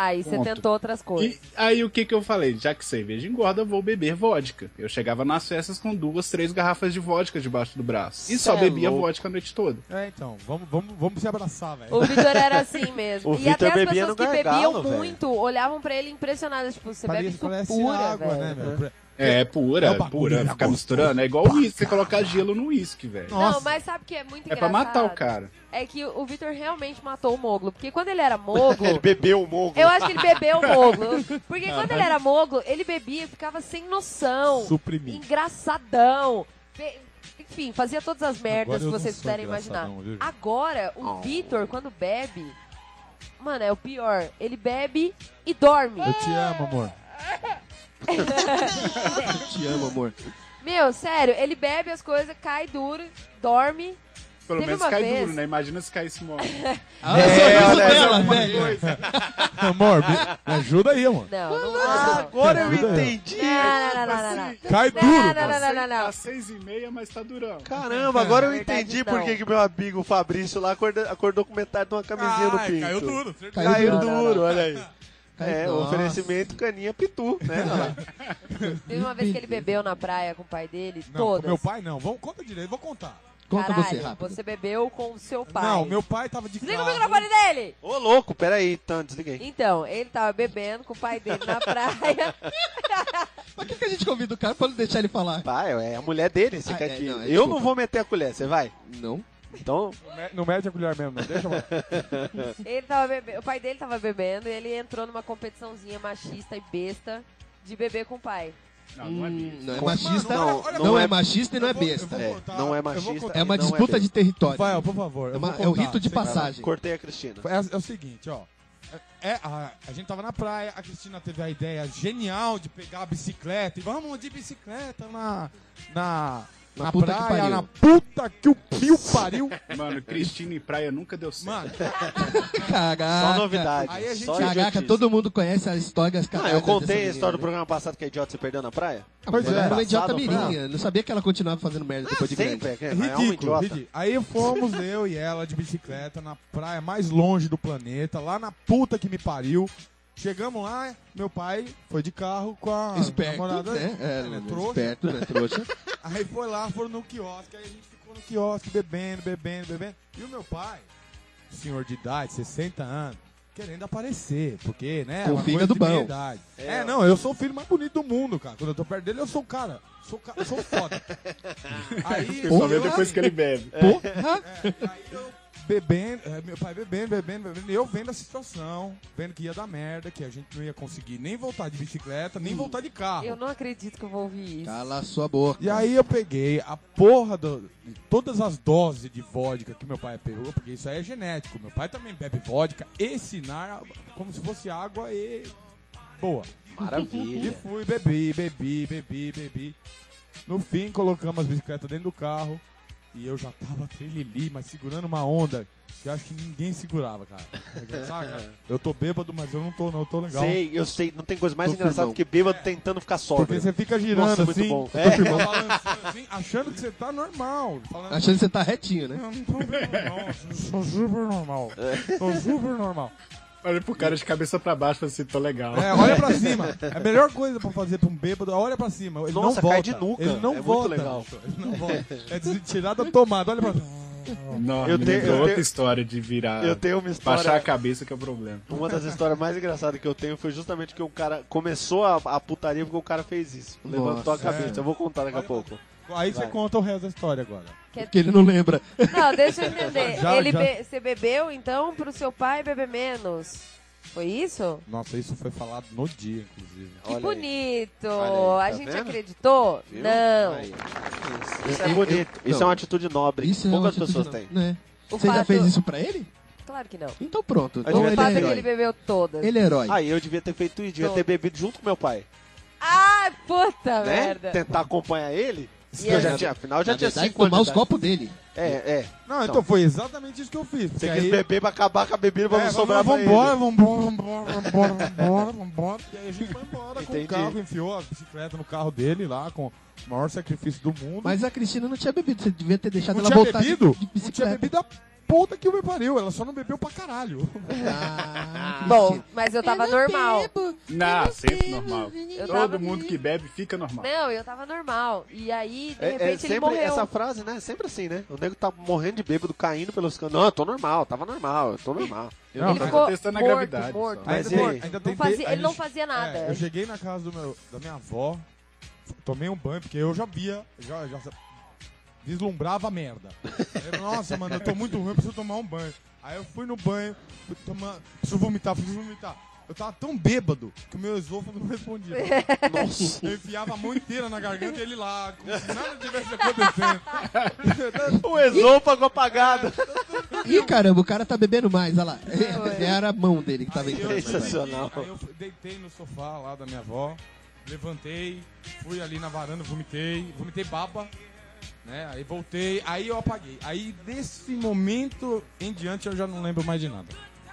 S3: Aí você
S5: Ponto.
S3: tentou outras coisas.
S5: E aí o que que eu falei? Já que cerveja engorda, eu vou beber vodka. Eu chegava nas festas com duas, três garrafas de vodka debaixo do braço. E só
S1: Cê é
S5: bebia
S1: louco.
S5: vodka a noite toda.
S4: É, então, vamos, vamos, vamos se abraçar, velho.
S3: O Vitor era assim mesmo.
S1: O
S3: e
S1: Vitor
S3: até as
S1: bebia
S3: pessoas que
S1: no gargalo,
S3: bebiam
S1: velho.
S3: muito olhavam pra ele impressionadas. Tipo, você bebe
S4: Parece,
S3: isso
S4: parece
S3: pura,
S4: água,
S3: velho.
S4: né, velho?
S5: É,
S4: É
S5: pura,
S4: o bagulho,
S5: pura.
S4: é
S5: Ficar
S4: gostoso
S5: misturando. É igual
S4: pra
S5: uísque, você colocar gelo no uísque, velho.
S4: Nossa.
S3: Não, mas sabe o que é muito
S5: É
S3: engraçado?
S5: pra matar o cara.
S3: É que o Vitor realmente matou o Moglo. Porque quando ele era Moglo...
S1: Ele bebeu o mogo.
S3: Eu acho que ele bebeu o moglo. Porque quando ele era moglo, ele bebia e ficava sem noção,
S4: Suprimir.
S3: engraçadão. Be- Enfim, fazia todas as merdas
S4: Agora eu
S3: que
S4: não
S3: vocês
S4: sou
S3: puderem imaginar.
S4: engraçadão, viu, gente?
S3: Agora, o Vitor, quando bebe, mano, é o pior. Ele bebe e dorme.
S4: Eu te amo, amor.
S2: Te amo, amor.
S3: Meu, sério, ele bebe as coisas, cai duro, dorme.
S5: Pelo
S3: Teve
S5: menos
S3: uma
S5: cai
S3: vez-
S5: duro, né? Imagina se caísse morto.
S2: Ah, é,
S4: Sorriso dela, pega. Amor, me me ajuda aí, amor.
S3: Não, não, não.
S1: Agora eu entendi.
S3: Não, não, não, não, não, não.
S4: Cai
S3: Não,
S4: duro.
S3: não, não,
S4: mano.
S3: não, não, não.
S5: Às Assim, seis e meia, mas tá durão.
S1: Caramba, agora eu
S3: Verdade,
S1: entendi
S3: não.
S1: por que, que meu amigo Fabrício lá acorda- acordou com metade de uma camisinha no
S4: Ai,
S1: pinto.
S4: caiu duro. certeza.
S2: Caiu
S1: Caiu
S2: duro.
S1: duro, olha aí.
S2: Caiu-
S1: É,
S2: Nossa.
S1: oferecimento caninha pitu, né? Olha lá.
S3: Teve uma vez que ele bebeu na praia com o pai dele,
S4: Não, com
S3: todas.
S4: meu pai não. Vamos, conta direito, vou contar.
S2: Conta
S3: Caralho,
S2: você rápido.
S3: você bebeu com o seu pai.
S4: Não, meu pai tava de
S3: Desliga o
S4: carro.
S3: microfone dele!
S1: Ô, louco, peraí, então, desliguei.
S3: Então, ele tava bebendo com o pai dele na praia.
S2: Por que, que a gente convida o cara pra não deixar ele falar?
S1: Vai, é a mulher dele, você
S2: Ah,
S1: quer
S2: é,
S1: que...
S2: não, é,
S1: eu
S2: desculpa.
S1: não vou meter a colher, você vai?
S2: Não.
S1: Então,
S4: Não me- Não mete é a colher mesmo, não. Deixa eu falar.
S3: ele tava bebendo, o pai dele tava bebendo e ele entrou numa competiçãozinha machista e besta de beber com o pai.
S5: Não, não é bicho.
S2: Não é
S1: Com-
S4: assim?
S2: machista.
S4: Mano, olha-
S2: Não,
S4: olha-
S2: é machista e não é
S4: Eu vou- eu
S2: besta.
S4: vou
S1: é,
S4: contar,
S1: não é
S4: eu vou
S1: machista.
S4: contar.
S2: É uma
S1: não é
S2: disputa
S1: besta.
S2: de território.
S4: Rafael, por favor.
S2: É,
S4: eu
S2: uma-
S4: vou
S2: é o
S4: contar.
S2: rito de
S4: Sem-
S2: passagem.
S1: Cortei a Cristina.
S4: É, é o seguinte, ó. É, a, a gente tava na praia, a Cristina teve a ideia genial de pegar a bicicleta e vamos de bicicleta na. na.
S2: Na
S4: na,
S2: puta que
S4: praia,
S2: pariu.
S4: na puta que o pio pariu.
S5: Mano, Cristina em praia nunca deu certo.
S4: Mano,
S2: Caraca.
S1: Só novidade.
S4: Aí a gente-
S1: só
S2: Caraca,
S1: idiotice.
S2: todo mundo conhece as histórias
S1: Não,
S2: cagadas.
S1: eu contei a
S2: dessa
S1: história do
S2: menina,
S1: programa passado que a idiota se perdeu na praia.
S2: né?
S4: Pois
S2: Mas
S4: é.
S2: Ela é uma idiota
S1: Passado, né?
S2: mirinha. Não sabia que ela continuava fazendo merda depois de grande.
S1: Sempre, é, que-
S4: É
S1: é uma
S4: ridículo,
S1: idiota.
S4: ridículo. Aí fomos eu e ela de bicicleta na praia mais longe do planeta, lá na puta que me pariu. Chegamos lá, meu pai foi de carro com a
S1: Ah,
S2: Esperto,
S4: namorada.
S2: né? É,
S1: um
S4: Ele é
S2: né?
S4: trouxa.
S2: Esperto, né? Trouxa.
S4: Aí foi lá, foram no quiosque, aí a gente ficou no quiosque bebendo, bebendo, bebendo. E o meu pai, senhor de idade, 60 anos, querendo aparecer, porque, né?
S2: Com
S4: uma
S2: fígado
S4: coisa de minha
S2: bom.
S4: idade. É, não, eu sou o filho mais bonito do mundo, cara. Quando eu tô perto dele, eu sou o cara. Sou, o ca- sou foda. aí,
S5: Só vê
S4: eu- É,
S5: depois que ele bebe.
S4: Aí eu bebendo, eh, meu pai bebendo, bebendo, bebendo, e eu vendo a situação, vendo que ia dar merda, que a gente não ia conseguir nem voltar de bicicleta, nem voltar de carro.
S3: Eu não acredito que eu vou ouvir isso.
S2: Cala a sua boca.
S4: E aí eu peguei a porra do, de todas as doses de vodka que meu pai pegou, porque isso aí é genético. Meu pai também bebe vodka e sinar como se fosse água e boa. E
S1: Maravilha.
S4: fui, bebi, bebi, bebi, bebi. No fim, colocamos as bicicletas dentro do carro. E eu já tava trilili, mas segurando uma onda que eu acho que ninguém segurava, cara. Sabe, cara? Eu tô bêbado, mas eu não tô, não, eu tô legal.
S1: Sei, eu sei. Não tem coisa mais
S2: Tô
S1: engraçada
S2: firmão.
S1: que bêbado tentando ficar
S4: Porque
S1: sóbrio.
S4: você fica girando
S1: Nossa, muito
S4: assim,
S1: bom.
S4: eu
S1: É.
S4: tô firmão, balançando assim, achando que você tá normal. Falando,
S2: Achando que você tá retinho, né?
S4: eu não tô bem normal, eu sou super normal.
S1: É.
S4: Sou super normal.
S5: Olha pro cara de cabeça pra baixo e fala assim, tô legal.
S4: É, olha pra cima. A melhor coisa pra fazer pra um bêbado é olha pra cima. Ele
S1: Nossa,
S4: não
S1: cai
S4: volta.
S1: de nuca.
S4: Ele não
S1: É muito
S4: volta.
S1: legal.
S4: bicho. Ele não volta. É de tirar da tomada. Olha pra cima.
S5: Não,
S1: Eu
S5: me
S1: tenho-
S5: lembrou
S1: eu
S5: outra
S1: tenho-
S5: história de virar.
S1: Eu tenho uma
S5: Baixar a
S1: história.
S5: cabeça que é o problema.
S1: Uma das histórias mais engraçadas que eu tenho foi justamente que o cara começou a, a putaria porque o cara fez isso. Levantou a
S2: Nossa,
S1: cabeça.
S2: é.
S1: Eu vou contar daqui a
S4: Olha,
S1: pouco.
S4: Aí você
S1: Vai.
S4: conta o resto da história agora.
S2: Porque ele não lembra.
S3: Não, deixa eu entender.
S4: Já,
S3: Ele
S4: já.
S3: be- Você bebeu, então, pro seu pai beber menos. Foi isso?
S4: Nossa, isso foi falado no dia, inclusive.
S3: Que
S1: Olha aí.
S3: bonito!
S1: Olha aí,
S3: a
S1: tá
S3: gente
S1: vendo?
S3: acreditou?
S1: Viu?
S3: Não.
S1: Aí.
S2: Isso
S1: Isso é bonito. Isso é uma atitude nobre.
S2: Isso é uma
S1: Poucas
S2: atitude-
S1: pessoas têm.
S2: Né?
S3: O
S2: Você já
S3: fato-
S2: fez isso pra ele?
S3: Claro que não.
S2: Então pronto.
S1: Mas
S2: Então
S1: devia
S3: O
S2: ele
S1: ter Ah,
S3: fato
S2: é
S3: é que ele
S2: herói.
S3: bebeu todas.
S2: Ele é herói.
S1: Aí eu devia ter feito isso. Devia
S3: Não.
S1: ter bebido junto com meu pai.
S3: Ah, puta
S1: Né?
S3: merda!
S1: Tentar acompanhar ele.
S3: E
S1: Porque eu já
S3: aí?
S1: tinha, afinal, eu já
S2: Na
S1: tinha
S2: verdade,
S1: cinco
S2: tomar
S1: anos.
S2: os
S1: de idade.
S2: copos dele.
S1: É, é.
S4: Não, então foi exatamente isso que eu fiz. porque
S1: Você
S4: aí-
S1: quis beber pra acabar com a bebida pra
S4: É,
S1: não sobrar pra
S4: vamos
S1: ele.
S4: embora, vambora, vambora, vambora, vambora, vambora. E aí a gente foi embora com
S1: Entendi.
S4: o carro, enfiou a bicicleta no carro dele lá, com o maior sacrifício do mundo.
S2: Mas a Cristina não tinha bebido. Você devia ter deixado
S4: não
S2: ela
S4: tinha
S2: voltar de-
S4: bebido?
S2: de
S4: Não tinha
S2: bicicleta.
S4: bebido a puta que o meu pariu. Ela só não bebeu pra caralho.
S2: Ah,
S3: Bom,
S2: Cristina.
S3: mas eu tava normal.
S2: Ah,
S5: Não, sempre normal.
S3: Eu tava-
S5: Todo mundo que bebe fica normal.
S3: Não, eu tava normal. E aí, de
S1: É, é
S3: repente, ele
S1: sempre
S3: morreu.
S1: essa frase, né? É Sempre assim, né? O nego tá morrendo de bêbado, caindo pelos cantos. Não, eu tô normal, tava normal, eu tô normal.
S5: Eu
S4: Não,
S5: não,
S3: Ele
S4: mas
S3: ficou
S5: testando a
S3: morto,
S5: gravidade.
S3: morto.
S1: Mas é,
S4: Ainda
S1: e aí?
S4: tem- ainda
S3: Não
S4: tem-
S3: fazia-
S4: a
S3: ele não
S4: gente-
S3: fazia nada.
S4: É, eu cheguei na casa do meu, da minha avó, tomei um banho, porque eu já via, já, já vislumbrava a merda. Eu, Nossa, mano, eu tô muito ruim, eu preciso tomar um banho. Aí eu fui no banho, fui tomar, preciso vomitar, preciso vomitar. Eu tava tão bêbado que o meu esôfago não respondia.
S1: Nossa.
S4: Eu enfiava a mão inteira na garganta e ele lá, como se nada tivesse acontecendo.
S1: o esôfago apagado.
S2: Ih, caramba, o cara tá bebendo mais, olha lá.
S3: ué.
S2: Era a mão dele que tava
S4: Aí eu
S2: entrando.
S1: Sensacional.
S4: peguei, aí eu fui- deitei no sofá lá da minha avó, levantei, fui ali na varanda, vomitei, vomitei baba, né? Aí voltei, aí eu apaguei. Aí desse momento em diante eu já não lembro mais de nada.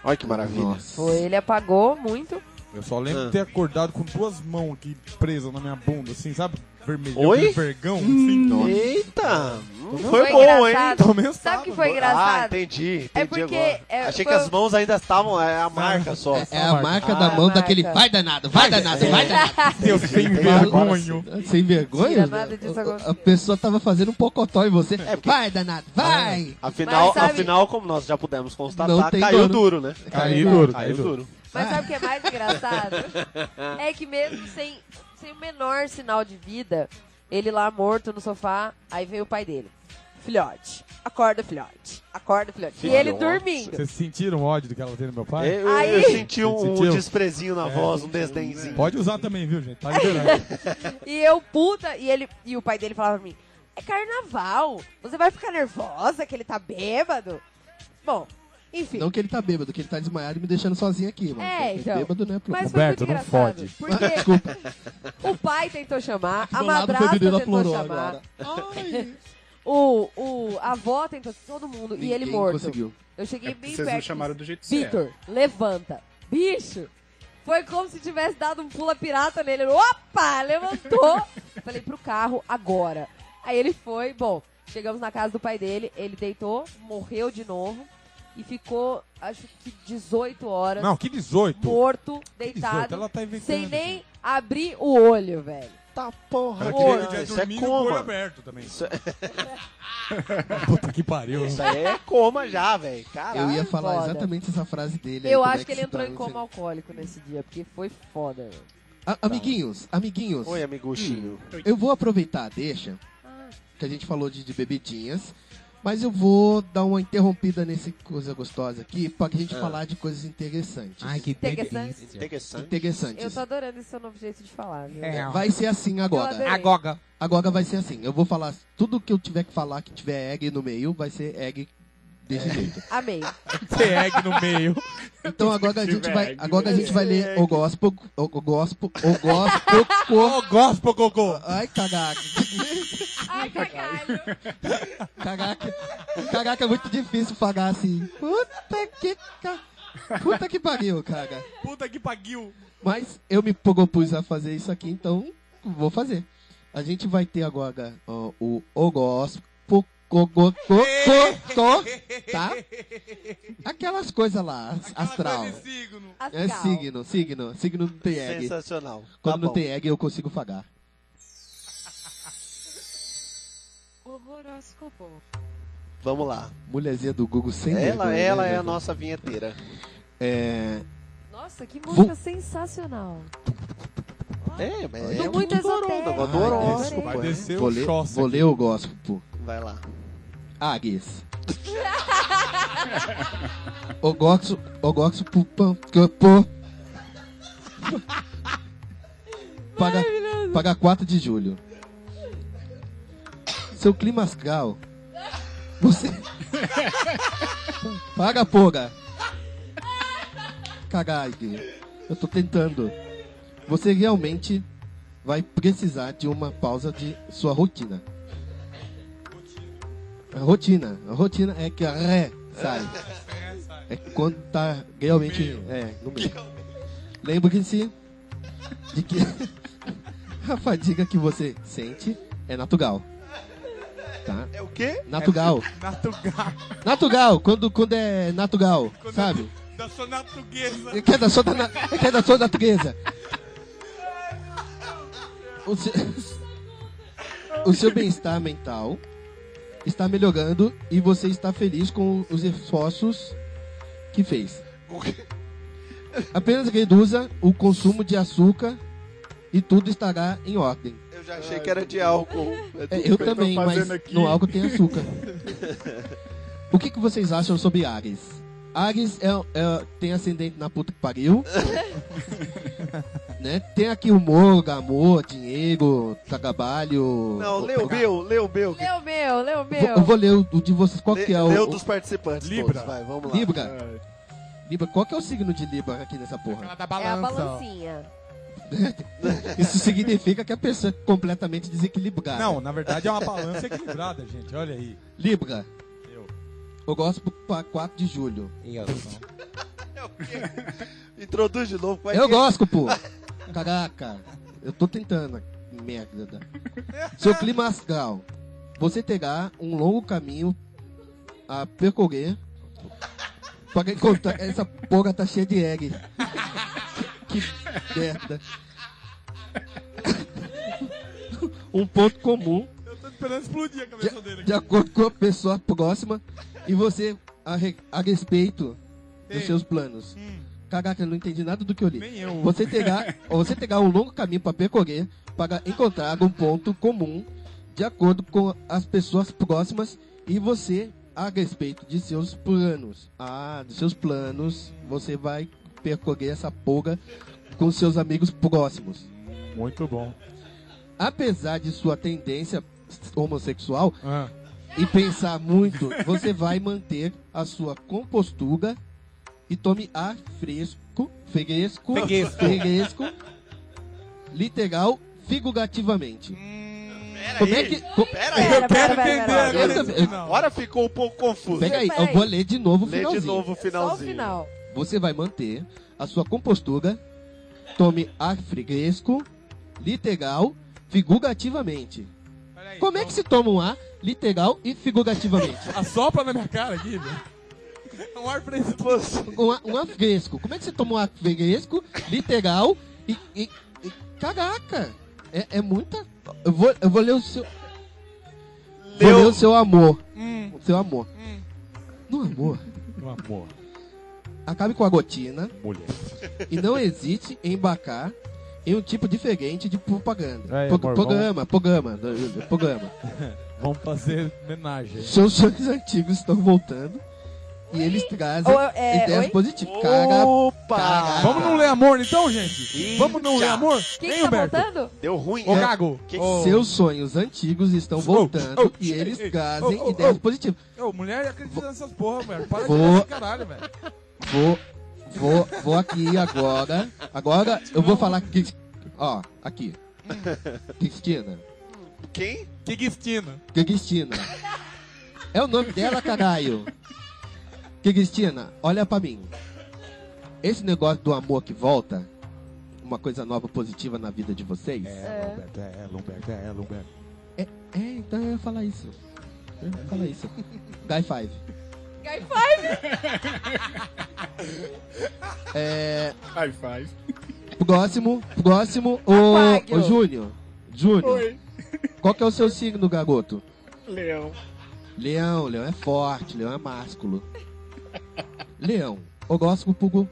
S1: Olha que maravilha.
S2: Nossa.
S3: Foi, ele apagou muito.
S4: Eu só lembro
S1: Ah.
S4: de ter acordado com duas mãos aqui presas na minha bunda, assim, sabe? Vermelho,
S1: Oi? Hum.
S4: aquele vergão, assim.
S1: Eita! hum,
S4: Foi
S1: Foi, bom, hein?
S3: engraçado.
S4: Tomei um
S3: Sabe o que
S4: sábado.
S3: foi engraçado?
S1: Ah, entendi. entendi
S3: É porque,
S1: agora.
S3: é,
S1: Achei
S3: foi-
S1: que as mãos ainda estavam, é a marca só.
S2: É a marca da
S3: Ah,
S2: mão
S3: marca.
S2: daquele vai danado, vai danado, vai danado.
S4: Eu sem
S1: Agora sim.
S4: vergonho.
S2: Sem vergonha?
S3: Tira nada disso agora.
S2: A pessoa tava fazendo um pocotó em você.
S1: porque-
S2: Vai danado, vai!
S1: Afinal,
S3: Mas sabe-
S1: afinal, como nós já pudemos
S2: Não
S1: constatar,
S2: tem
S1: caiu
S2: dono.
S1: duro, né?
S4: Caiu duro,
S1: Caiu
S4: caiu duro.
S1: duro.
S3: Mas sabe o que é mais engraçado? É que mesmo sem, sem o menor sinal de vida, ele lá morto no sofá, aí veio o pai dele. Filhote, acorda, filhote, acorda, filhote. E ele
S1: Filhote.
S3: dormindo.
S4: Vocês sentiram o ódio do que ela tem no meu pai?
S1: Eu, eu
S3: Aí-
S1: senti um,
S4: Você
S1: um
S4: sentiu?
S1: desprezinho na
S2: É,
S1: voz, um
S2: né?
S1: desdenzinho.
S4: Pode usar também, viu, gente? Tá liberado.
S3: E eu, puta, e ele e o pai dele falava pra mim: É carnaval, você vai ficar nervosa que ele tá bêbado? Bom, Enfim.
S2: Não que ele tá bêbado, que ele tá desmaiado e me deixando sozinho aqui, mano.
S3: É, então.
S2: Bêbado, né, pro...
S3: Mas foi
S4: Roberto,
S3: muito
S4: não
S3: engraçado.
S4: fode.
S3: Porque
S2: Desculpa.
S3: o pai tentou chamar, a
S2: Meu lado
S3: madrasta
S2: feminino
S3: tentou
S2: aflorou
S3: chamar,
S2: agora.
S3: o, o, a avó tentou, todo mundo, e ele
S2: Ninguém
S3: morto.
S2: conseguiu.
S3: Eu cheguei
S5: É porque
S3: bem
S5: vocês não
S3: perto.
S5: chamaram do jeito certo.
S3: Vitor, levanta. Bicho, foi como se tivesse dado um pula pirata nele. Ele, Opa, levantou. Falei pro carro agora. Aí ele foi, bom, chegamos na casa do pai dele, ele deitou, morreu de novo e ficou, acho que 18 horas
S4: Não, que 18.
S3: morto,
S4: 18,
S3: deitado,
S4: ela tá inventando.
S3: sem nem abrir o olho, velho.
S1: Tá porra,
S4: Ela
S3: Ô,
S4: queria
S3: não,
S4: que ele
S1: isso é
S4: dormisse com o olho
S1: coma.
S4: aberto também.
S1: Isso é-
S4: Puta que pariu.
S1: Isso aí é coma já, velho.
S2: Eu
S1: Caralho.
S2: ia falar
S3: Ah, foda.
S2: exatamente essa frase dele. aí,
S3: Eu
S2: como
S3: acho
S2: é
S3: que ele
S2: se
S3: entrou em
S2: traduz
S3: coma
S2: aí.
S3: alcoólico nesse dia, porque foi foda, velho.
S2: Ah, amiguinhos, amiguinhos.
S1: Oi, amiguchinho.
S2: Eu vou aproveitar a deixa, que a gente falou de, de bebidinhas, mas eu vou dar uma interrompida nesse coisa gostosa aqui, pra que a
S5: Ah.
S2: gente falar de coisas interessantes.
S3: Interessante.
S1: Interessante.
S3: Eu
S2: Interessantes.
S3: tô adorando esse seu novo jeito de falar, viu?
S4: É.
S5: É.
S2: Vai ser assim
S3: Eu
S2: agora.
S3: adorei.
S4: Agoga.
S2: Agora vai ser assim. Eu vou falar tudo que eu tiver que falar que tiver egg no meio, vai ser egg
S5: É.
S2: desse jeito.
S3: Amei.
S4: Tem egg no meio.
S2: Então agora a
S5: que
S2: gente
S5: tiver
S2: vai,
S5: egg,
S2: agora a
S5: vai
S2: gente vai
S1: ser
S2: ler
S1: egg.
S2: o gospel, o o gospel, o gospel.
S4: Ô, gospel, cocô.
S2: Ai, caraca.
S3: Ai, caralho.
S2: Caraca, caraca, é muito difícil pagar assim. Puta que. ca- Puta que pariu, cara.
S4: Puta que pariu.
S2: Mas eu me propus a fazer isso aqui, então vou fazer. A gente vai ter agora ó, o Ogos, tá? Aquelas coisas lá, as- astral.
S4: Coisa de signo.
S2: É
S3: Astral.
S2: signo, signo, signo não tem egg.
S1: Sensacional.
S2: Quando
S1: tá
S2: não
S1: bom.
S2: tem egg, eu consigo pagar.
S8: Horroróscopo.
S1: Vamos lá.
S2: Mulherzinha do Google sem
S1: Ela,
S2: vergonha,
S1: ela
S2: né,
S1: é a
S2: meu?
S1: nossa vinheteira.
S2: É,
S3: Nossa, que música
S2: Vou-
S3: sensacional.
S1: É, mas é
S3: Tô
S1: um
S3: muito
S1: tutorão,
S3: esotérica.
S1: um negócio do
S2: Ai,
S1: horóscopo,
S4: Vai
S1: é.
S4: descer
S2: vou
S4: o
S2: ler,
S4: choça.
S2: vou ler o gospel.
S1: Vai lá.
S2: Águias. Ogoxo, Ogoxo Pupam, Campo. Paga, paga 4 de julho. Seu clima astral. Você. paga, porra. Caralho. Eu tô tentando. Você realmente vai precisar de uma pausa de sua rotina. A rotina. A rotina é que a ré sai. É quando tá realmente. É, no meio. Lembre-se de que a fadiga que você sente é natural. Tá?
S1: É o quê?
S2: Natural.
S4: Natugal.
S2: Natural, quando, quando é natural,
S4: Quando
S2: sabe?
S4: Da sua natuguesa.
S2: É que é da sua, na- é que é da sua natureza. O seu, o seu bem-estar mental está melhorando e você está feliz com os esforços que fez. Apenas reduza o consumo de açúcar e tudo estará em ordem.
S1: Eu já achei que era de álcool. É
S2: É,
S1: tudo
S2: eu
S1: bem.
S2: também, mas
S5: fazendo aqui?
S2: no álcool tem açúcar. o que, que vocês acham sobre Ares? Ares é, é- tem ascendente na puta que pariu. né? Tem aqui humor, amor, dinheiro, trabalho.
S1: Não, lê o meu, lê o meu.
S3: Leu meu, leu
S2: Vou-
S3: meu.
S2: eu vou ler o o de vocês. Qual
S1: Lê,
S2: que é o.
S1: lê o
S2: o-
S1: dos participantes
S4: Libra.
S1: todos, vai, vamos lá. É.
S2: Libra? Libra, qual que é o signo de Libra aqui nessa porra?
S4: Aquela da
S3: É a
S4: balança.
S3: balancinha.
S2: Isso significa que a pessoa é completamente desequilibrada.
S4: Não, na verdade é uma balança equilibrada, gente. Olha aí.
S2: Libra.
S4: Eu.
S2: Eu gosto pra 4 de julho.
S1: Introduz de novo. vai
S2: Eu
S1: que-
S2: gosto, pô. Caraca, eu tô tentando, merda. Seu clima astral. Você terá um longo caminho a percorrer para encontrar. Essa porra tá cheia de egg. Que merda. Um ponto comum,
S4: Eu tô esperando explodir a cabeça dele
S2: de acordo com a pessoa próxima, e você a, re- a respeito dos
S4: Ei.
S2: seus planos.
S4: Hum,
S2: Caraca, eu não entendi nada do que eu li.
S4: nem eu.
S2: Você terá, você terá um longo caminho para percorrer para encontrar um ponto comum de acordo com as pessoas próximas e você a respeito de seus planos. Ah, dos seus planos, você vai percorrer essa porra com seus amigos próximos.
S4: Muito bom.
S2: Apesar de sua tendência homossexual,
S4: Ah.
S2: e pensar muito, você vai manter a sua compostura e tome ar fresco, fresco,
S4: Fresco.
S2: fresco, literal, figurativamente.
S1: Hum.
S2: Como é que. co-
S3: Pera,
S4: Eu quero
S3: pera, pera,
S4: entender
S3: pera.
S4: agora
S2: Eu
S4: esse
S2: também-
S4: final.
S1: Agora ficou um pouco confuso.
S2: Pega aí,
S3: Peraí.
S2: eu vou ler de novo o
S1: Lê de
S2: finalzinho.
S1: novo o
S3: É Só o
S1: finalzinho.
S3: final.
S2: Você vai manter a sua compostura, tome ar fresco, literal, figurativamente.
S4: Peraí,
S2: Como é que se toma um ar literal e figurativamente?
S4: Assopra na minha cara aqui, velho. É um ar fresco.
S1: Você-
S2: Um ar, um ar fresco. Como é que se toma um ar fresco, literal e. e- e- caraca! É, é muita. Eu vou, eu vou ler o seu. Vou ler o seu amor.
S3: Hum.
S2: O seu amor. No amor,
S4: Meu amor,
S2: acabe com a gotina
S4: mulher.
S2: e não hesite em embarcar em um tipo diferente de propaganda.
S4: Aí,
S2: Pro-
S4: amor,
S2: programa, programa, programa.
S4: Vamos fazer homenagem.
S2: Seus sonhos antigos estão voltando e eles trazem
S3: Ou, é,
S2: ideias
S3: oi?
S2: positivas. Cara,
S1: Opa!
S2: cara.
S4: Vamos não ler amor então, gente? Vamos não ler
S1: Eita.
S4: amor?
S3: Quem
S4: Vem,
S3: que tá
S4: Humberto.
S3: voltando?
S1: Deu ruim,
S4: Ô,
S1: né?
S4: Gago.
S1: Que-
S4: Ô,
S2: Seus sonhos antigos estão voltando
S4: oh,
S2: e
S4: ei,
S2: eles
S4: ei,
S2: trazem
S4: oh, oh,
S2: ideias
S4: oh.
S2: positivas.
S4: Ô, mulher acredita nessas porra, velho. Para de
S2: Vou-
S4: falar esse caralho, velho.
S2: Vou, vou, vou aqui agora. Agora eu vou falar. que- Ó, aqui. Cristina.
S1: Quem?
S4: Que Cristina.
S2: Que Cristina. É o nome dela, caralho. Que Cristina, olha pra mim. Esse negócio do amor que volta, uma coisa nova positiva na vida de vocês.
S3: É.
S4: Humberto, é ela, Humberto, é ela, Humberto.
S2: É, então eu ia falar isso. Eu ia falar isso. Guy Five.
S3: Guy Five.
S2: É,
S5: High five.
S2: próximo, próximo,
S3: Aquário.
S2: o, o Júnior. Júnior,
S5: Oi,
S2: qual que é o seu signo, garoto?
S5: Leão.
S2: Leão, leão é forte, leão é másculo. Leão, horóscopo,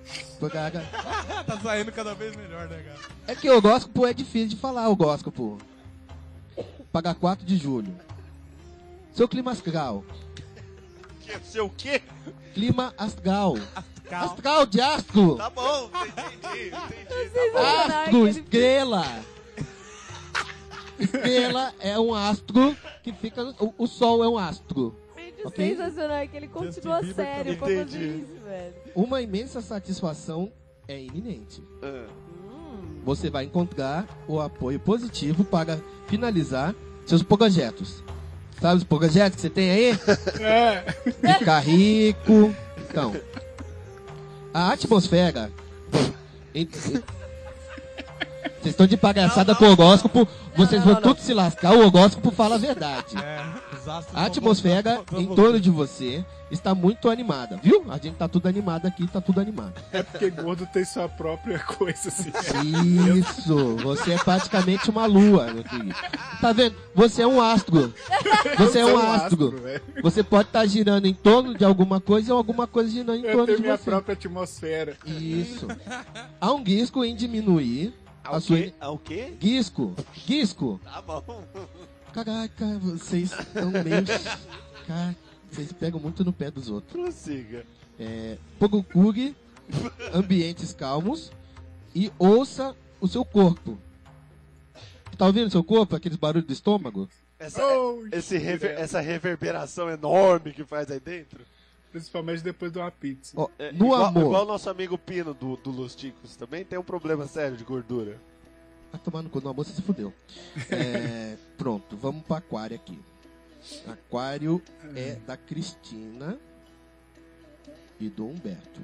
S2: gaga.
S4: tá saindo cada vez melhor, né, cara?
S2: É que horóscopo é difícil de falar, horóscopo. Paga 4 de julho. Seu clima astral.
S1: Que sei o quê?
S2: Clima astral. Astral de astro.
S1: Tá bom, entendi, entendi.
S2: Ah, Astro, estrela. Estrela é um astro que fica... no- O, o sol é um astro. Ok?
S3: Sensacional, é que ele continua
S4: Justin Bieber então.
S3: sério pra
S1: também.
S3: fazer isso, velho.
S2: Uma imensa satisfação é iminente.
S3: Hum.
S2: Você vai encontrar o apoio positivo para finalizar seus projetos. Sabe os projetos que você tem aí?
S5: É,
S2: de ficar rico. Então, a atmosfera. em- Vocês estão de palhaçada com o horóscopo, vocês
S3: não,
S2: vão tudo se lascar, o horóscopo fala a verdade.
S4: É, os astros
S2: A
S4: vão
S2: atmosfera
S4: voltar,
S2: em
S4: vão-
S2: torno de você está muito animada, viu? A gente tá tudo animado aqui, tá tudo animado.
S5: é porque gordo tem sua própria coisa, assim.
S2: Isso, você é praticamente uma lua, meu querido. Tá vendo? Você é um astro. Você é um astro.
S5: é.
S2: Você pode estar girando em torno de alguma coisa ou alguma coisa girando em
S5: Eu
S2: torno
S5: tenho
S2: de
S5: minha
S2: você.
S5: própria atmosfera.
S2: Isso. Há um risco em diminuir a
S1: Ao
S2: sua.
S1: É quê? Ao quê?
S2: Risco! Risco!
S1: Tá bom.
S2: Caraca, vocês estão meio. Cara, vocês pegam muito no pé dos outros.
S1: Prossiga.
S2: Procure ambientes calmos e ouça o seu corpo. Tá ouvindo seu corpo? Aqueles barulhos do estômago?
S1: Essa,
S5: Oh,
S1: esse rever-
S5: direto.
S1: essa reverberação enorme que faz aí dentro.
S5: Principalmente depois de uma pizza.
S2: Ó,
S1: É,
S2: no
S1: igual,
S2: amor.
S1: Igual o nosso amigo Pino do, do Los Ticos também tem um problema sério de gordura.
S2: Vai tomar no Tá cu do amor, você se fudeu. É, pronto, vamos para aquário aqui. Aquário é da Cristina e do Humberto.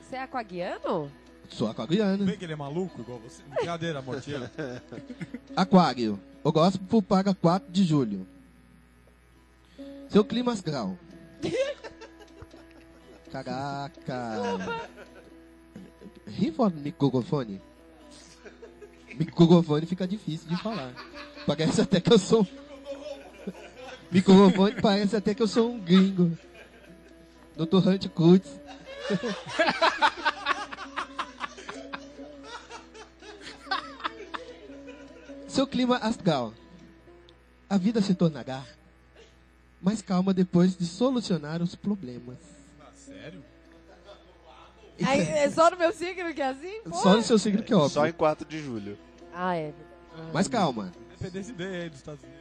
S3: Você é aquaguiano?
S2: Sou aquariana.
S4: Vê que ele é maluco igual você. Brincadeira, Mortinho.
S2: Aquário, horóscopo para 4 de julho. Seu clima astral. Caraca. Ri fora do microfone. Microfone fica difícil de falar. Parece até que eu sou... um- Microfone parece até que eu sou um gringo. Dr. Hunt Cruz. Seu clima astral. A vida se tornará mais calma depois de solucionar os problemas.
S4: Sério?
S3: Aí, é só no meu signo que é assim? Pô.
S2: Só no seu signo que é
S1: Só em
S2: óbvio.
S1: 4 de julho.
S3: Ah, é.
S2: Mas calma.
S4: É Independência dele dos Estados Unidos.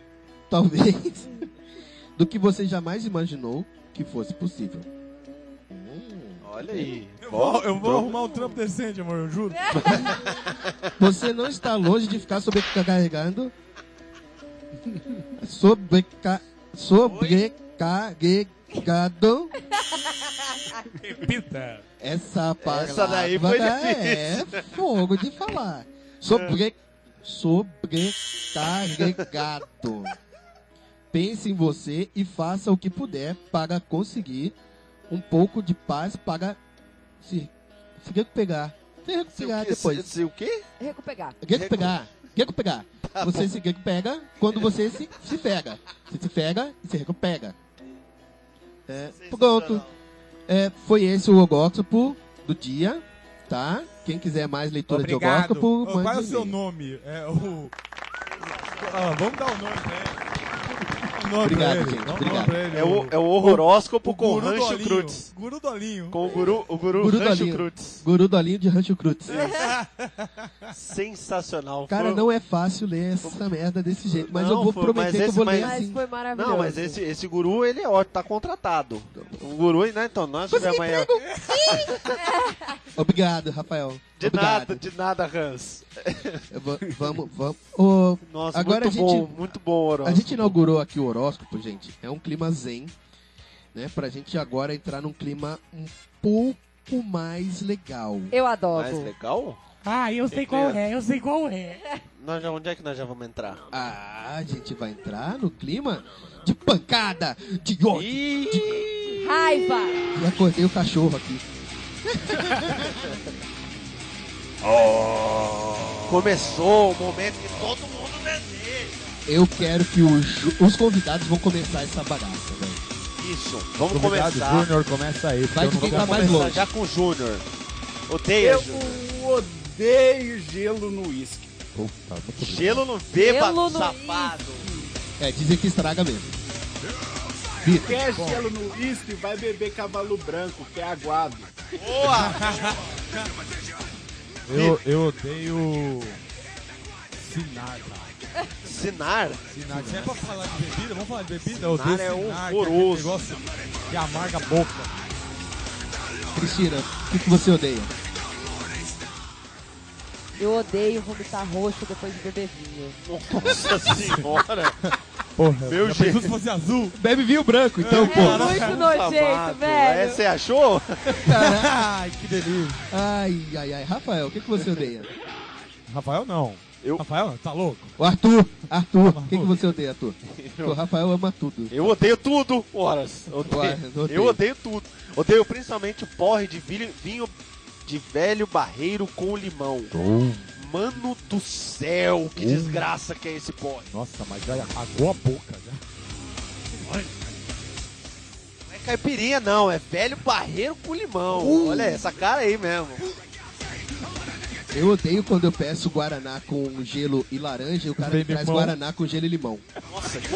S2: Talvez do que você jamais imaginou que fosse possível.
S1: Olha aí.
S4: Eu vou, eu vou arrumar um trampo decente, amor, eu juro.
S3: É.
S2: Você não está longe de ficar sobrecarregando. Sobreca... Sobrecarregado.
S4: Repita.
S2: Essa palavra
S1: Essa daí foi
S2: é fogo de falar. Sobre... Sobrecarregado. Pense em você e faça o que puder para conseguir um pouco de paz para se, se recuperar. Se
S1: Se
S2: recuperar
S1: o quê?
S2: depois.
S1: Se, se o quê?
S3: Recuperar.
S2: Recuperar. Recuperar.
S1: Tá
S2: Você se recupera quando você se, se pega. Se se pega e se recupera. É, pronto. É, foi esse o horóscopo do dia, tá? Quem quiser mais leitura
S4: Obrigado.
S2: de horóscopo,
S4: Ô, Qual é
S2: mande
S4: o seu
S2: e-mail.
S4: nome? É o. Ah, vamos dar o nome pra ele. O nome
S2: Obrigado,
S4: pra ele.
S2: gente,
S4: Dá o nome
S2: obrigado.
S4: pra ele,
S1: É o, é o horroróscopo com
S4: Guru
S1: Rancho
S4: Dolinho.
S1: Crutz.
S4: Guru Dolinho.
S1: Com o guru, o guru,
S2: Guru
S1: Rancho
S2: Dolinho.
S1: Crutz.
S2: Guru Dolinho de Rancho Cruz.
S4: É,
S1: tá Sensacional.
S2: Cara,
S1: Foi- um
S2: não é fácil ler essa merda desse jeito, mas
S1: Não,
S2: eu vou
S1: foi- mas
S2: prometer que eu
S1: esse-
S2: vou ler
S1: mas-
S3: Mas
S2: assim.
S3: foi maravilhoso.
S1: Não, mas esse, esse guru, ele é ótimo, tá contratado. O guru, né? Então, nós tivemos aí. ó.
S2: Obrigado, Rafael.
S1: De
S2: Obrigado.
S1: nada, de nada, Hans.
S2: Eu vou- Vamos, vamos. Ô,
S1: Nossa,
S2: Agora
S1: muito
S2: a gente-
S1: bom, muito bom,
S2: A
S1: Horóscopo.
S2: gente inaugurou aqui o horóscopo, gente. É um clima zen, né? Pra gente agora entrar num clima um pouco mais legal.
S3: Eu
S1: Mais
S3: adoro.
S1: legal?
S9: Ah, eu sei qual é, eu sei qual é.
S1: Nós já, onde é que nós já vamos entrar?
S2: Ah, a gente vai entrar no clima de pancada, de ódio.
S1: Ih!
S2: é-
S3: Raiva.
S2: E acordei o cachorro aqui.
S1: Começou o momento que todo mundo deseja.
S2: Eu quero que os, os convidados vão começar essa bagaça, velho.
S1: Isso, vamos
S4: Convidado
S1: começar.
S4: Júnior, começa aí. porque
S2: Vai
S4: eu não
S2: quem
S4: vou
S2: tá
S1: Vamos
S2: mais
S1: começar
S2: longe.
S1: já com o Júnior. Odeia,
S5: Eu
S1: Júnior.
S5: odeio gelo no uísque.
S4: Puta, muito obrigado.
S1: Gelo no bêbado,
S3: Gelo no
S1: safado.
S2: É, dizem que estraga mesmo.
S5: Quer gelo no uísque, vai beber cavalo branco, que é aguado.
S1: Boa!
S4: Eu, eu odeio. Sinatra.
S1: Sinar?
S4: Sinatra. Se é pra falar de bebida, vamos falar de bebida? Eu
S1: Sinatra
S4: odeio
S1: é
S4: Sinatra, aquele
S1: horroroso.
S4: negócio que amarga a boca.
S2: Cristina, o que, que você odeia?
S3: Eu odeio vomitar roxo depois de beber vinho.
S1: Nossa senhora!
S4: Porra,
S1: Meu
S4: já
S1: jeito.
S4: pensou se fosse azul.
S2: Bebe vinho branco, então,
S3: É
S2: pô.
S3: muito
S1: Safado.
S3: nojento,
S1: É,
S3: velho.
S1: você achou?
S4: Ai, que delícia.
S2: Ai, ai, ai. Rafael, o que, que você odeia?
S4: Rafael não.
S1: Eu-
S4: Rafael, tá louco?
S2: O Arthur, Arthur, o que, que você odeia, Arthur? O Rafael ama tudo.
S1: Eu odeio tudo, horas. Odeio.
S2: Uai, odeio.
S1: Eu odeio tudo. Odeio principalmente o porre de vilho- vinho de velho barreiro com limão. Mano do céu, que desgraça que é esse porre.
S4: Nossa, mas já agou a boca. Já.
S1: Não é caipirinha, não. É velho barreiro com limão.
S4: Uh.
S1: Olha essa cara aí mesmo.
S2: Eu odeio quando eu peço Guaraná com gelo e laranja e o cara
S4: Vem
S2: me traz
S4: limão.
S2: Guaraná com gelo e limão.
S1: Nossa, que, que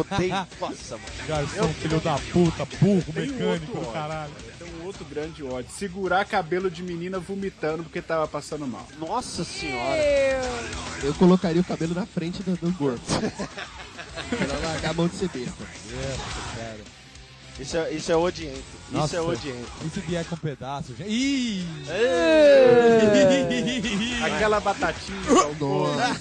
S1: odeio. Nossa, mano.
S4: Garçom, um filho da puta, burro,
S5: Tem um
S4: mecânico
S5: outro
S4: do
S5: ódio.
S4: caralho.
S5: Tem um outro grande ódio. Segurar cabelo de menina vomitando porque tava passando mal.
S1: Nossa senhora.
S2: Eu colocaria o cabelo na frente do, do corpo. pra largar a mão de ser besta.
S1: Isso é, isso é odiento. Isso
S4: Nossa.
S1: é odiento.
S4: E se vier com pedaço, gente? Ih!
S5: Aquela batatinha. salgou.
S2: Nossa.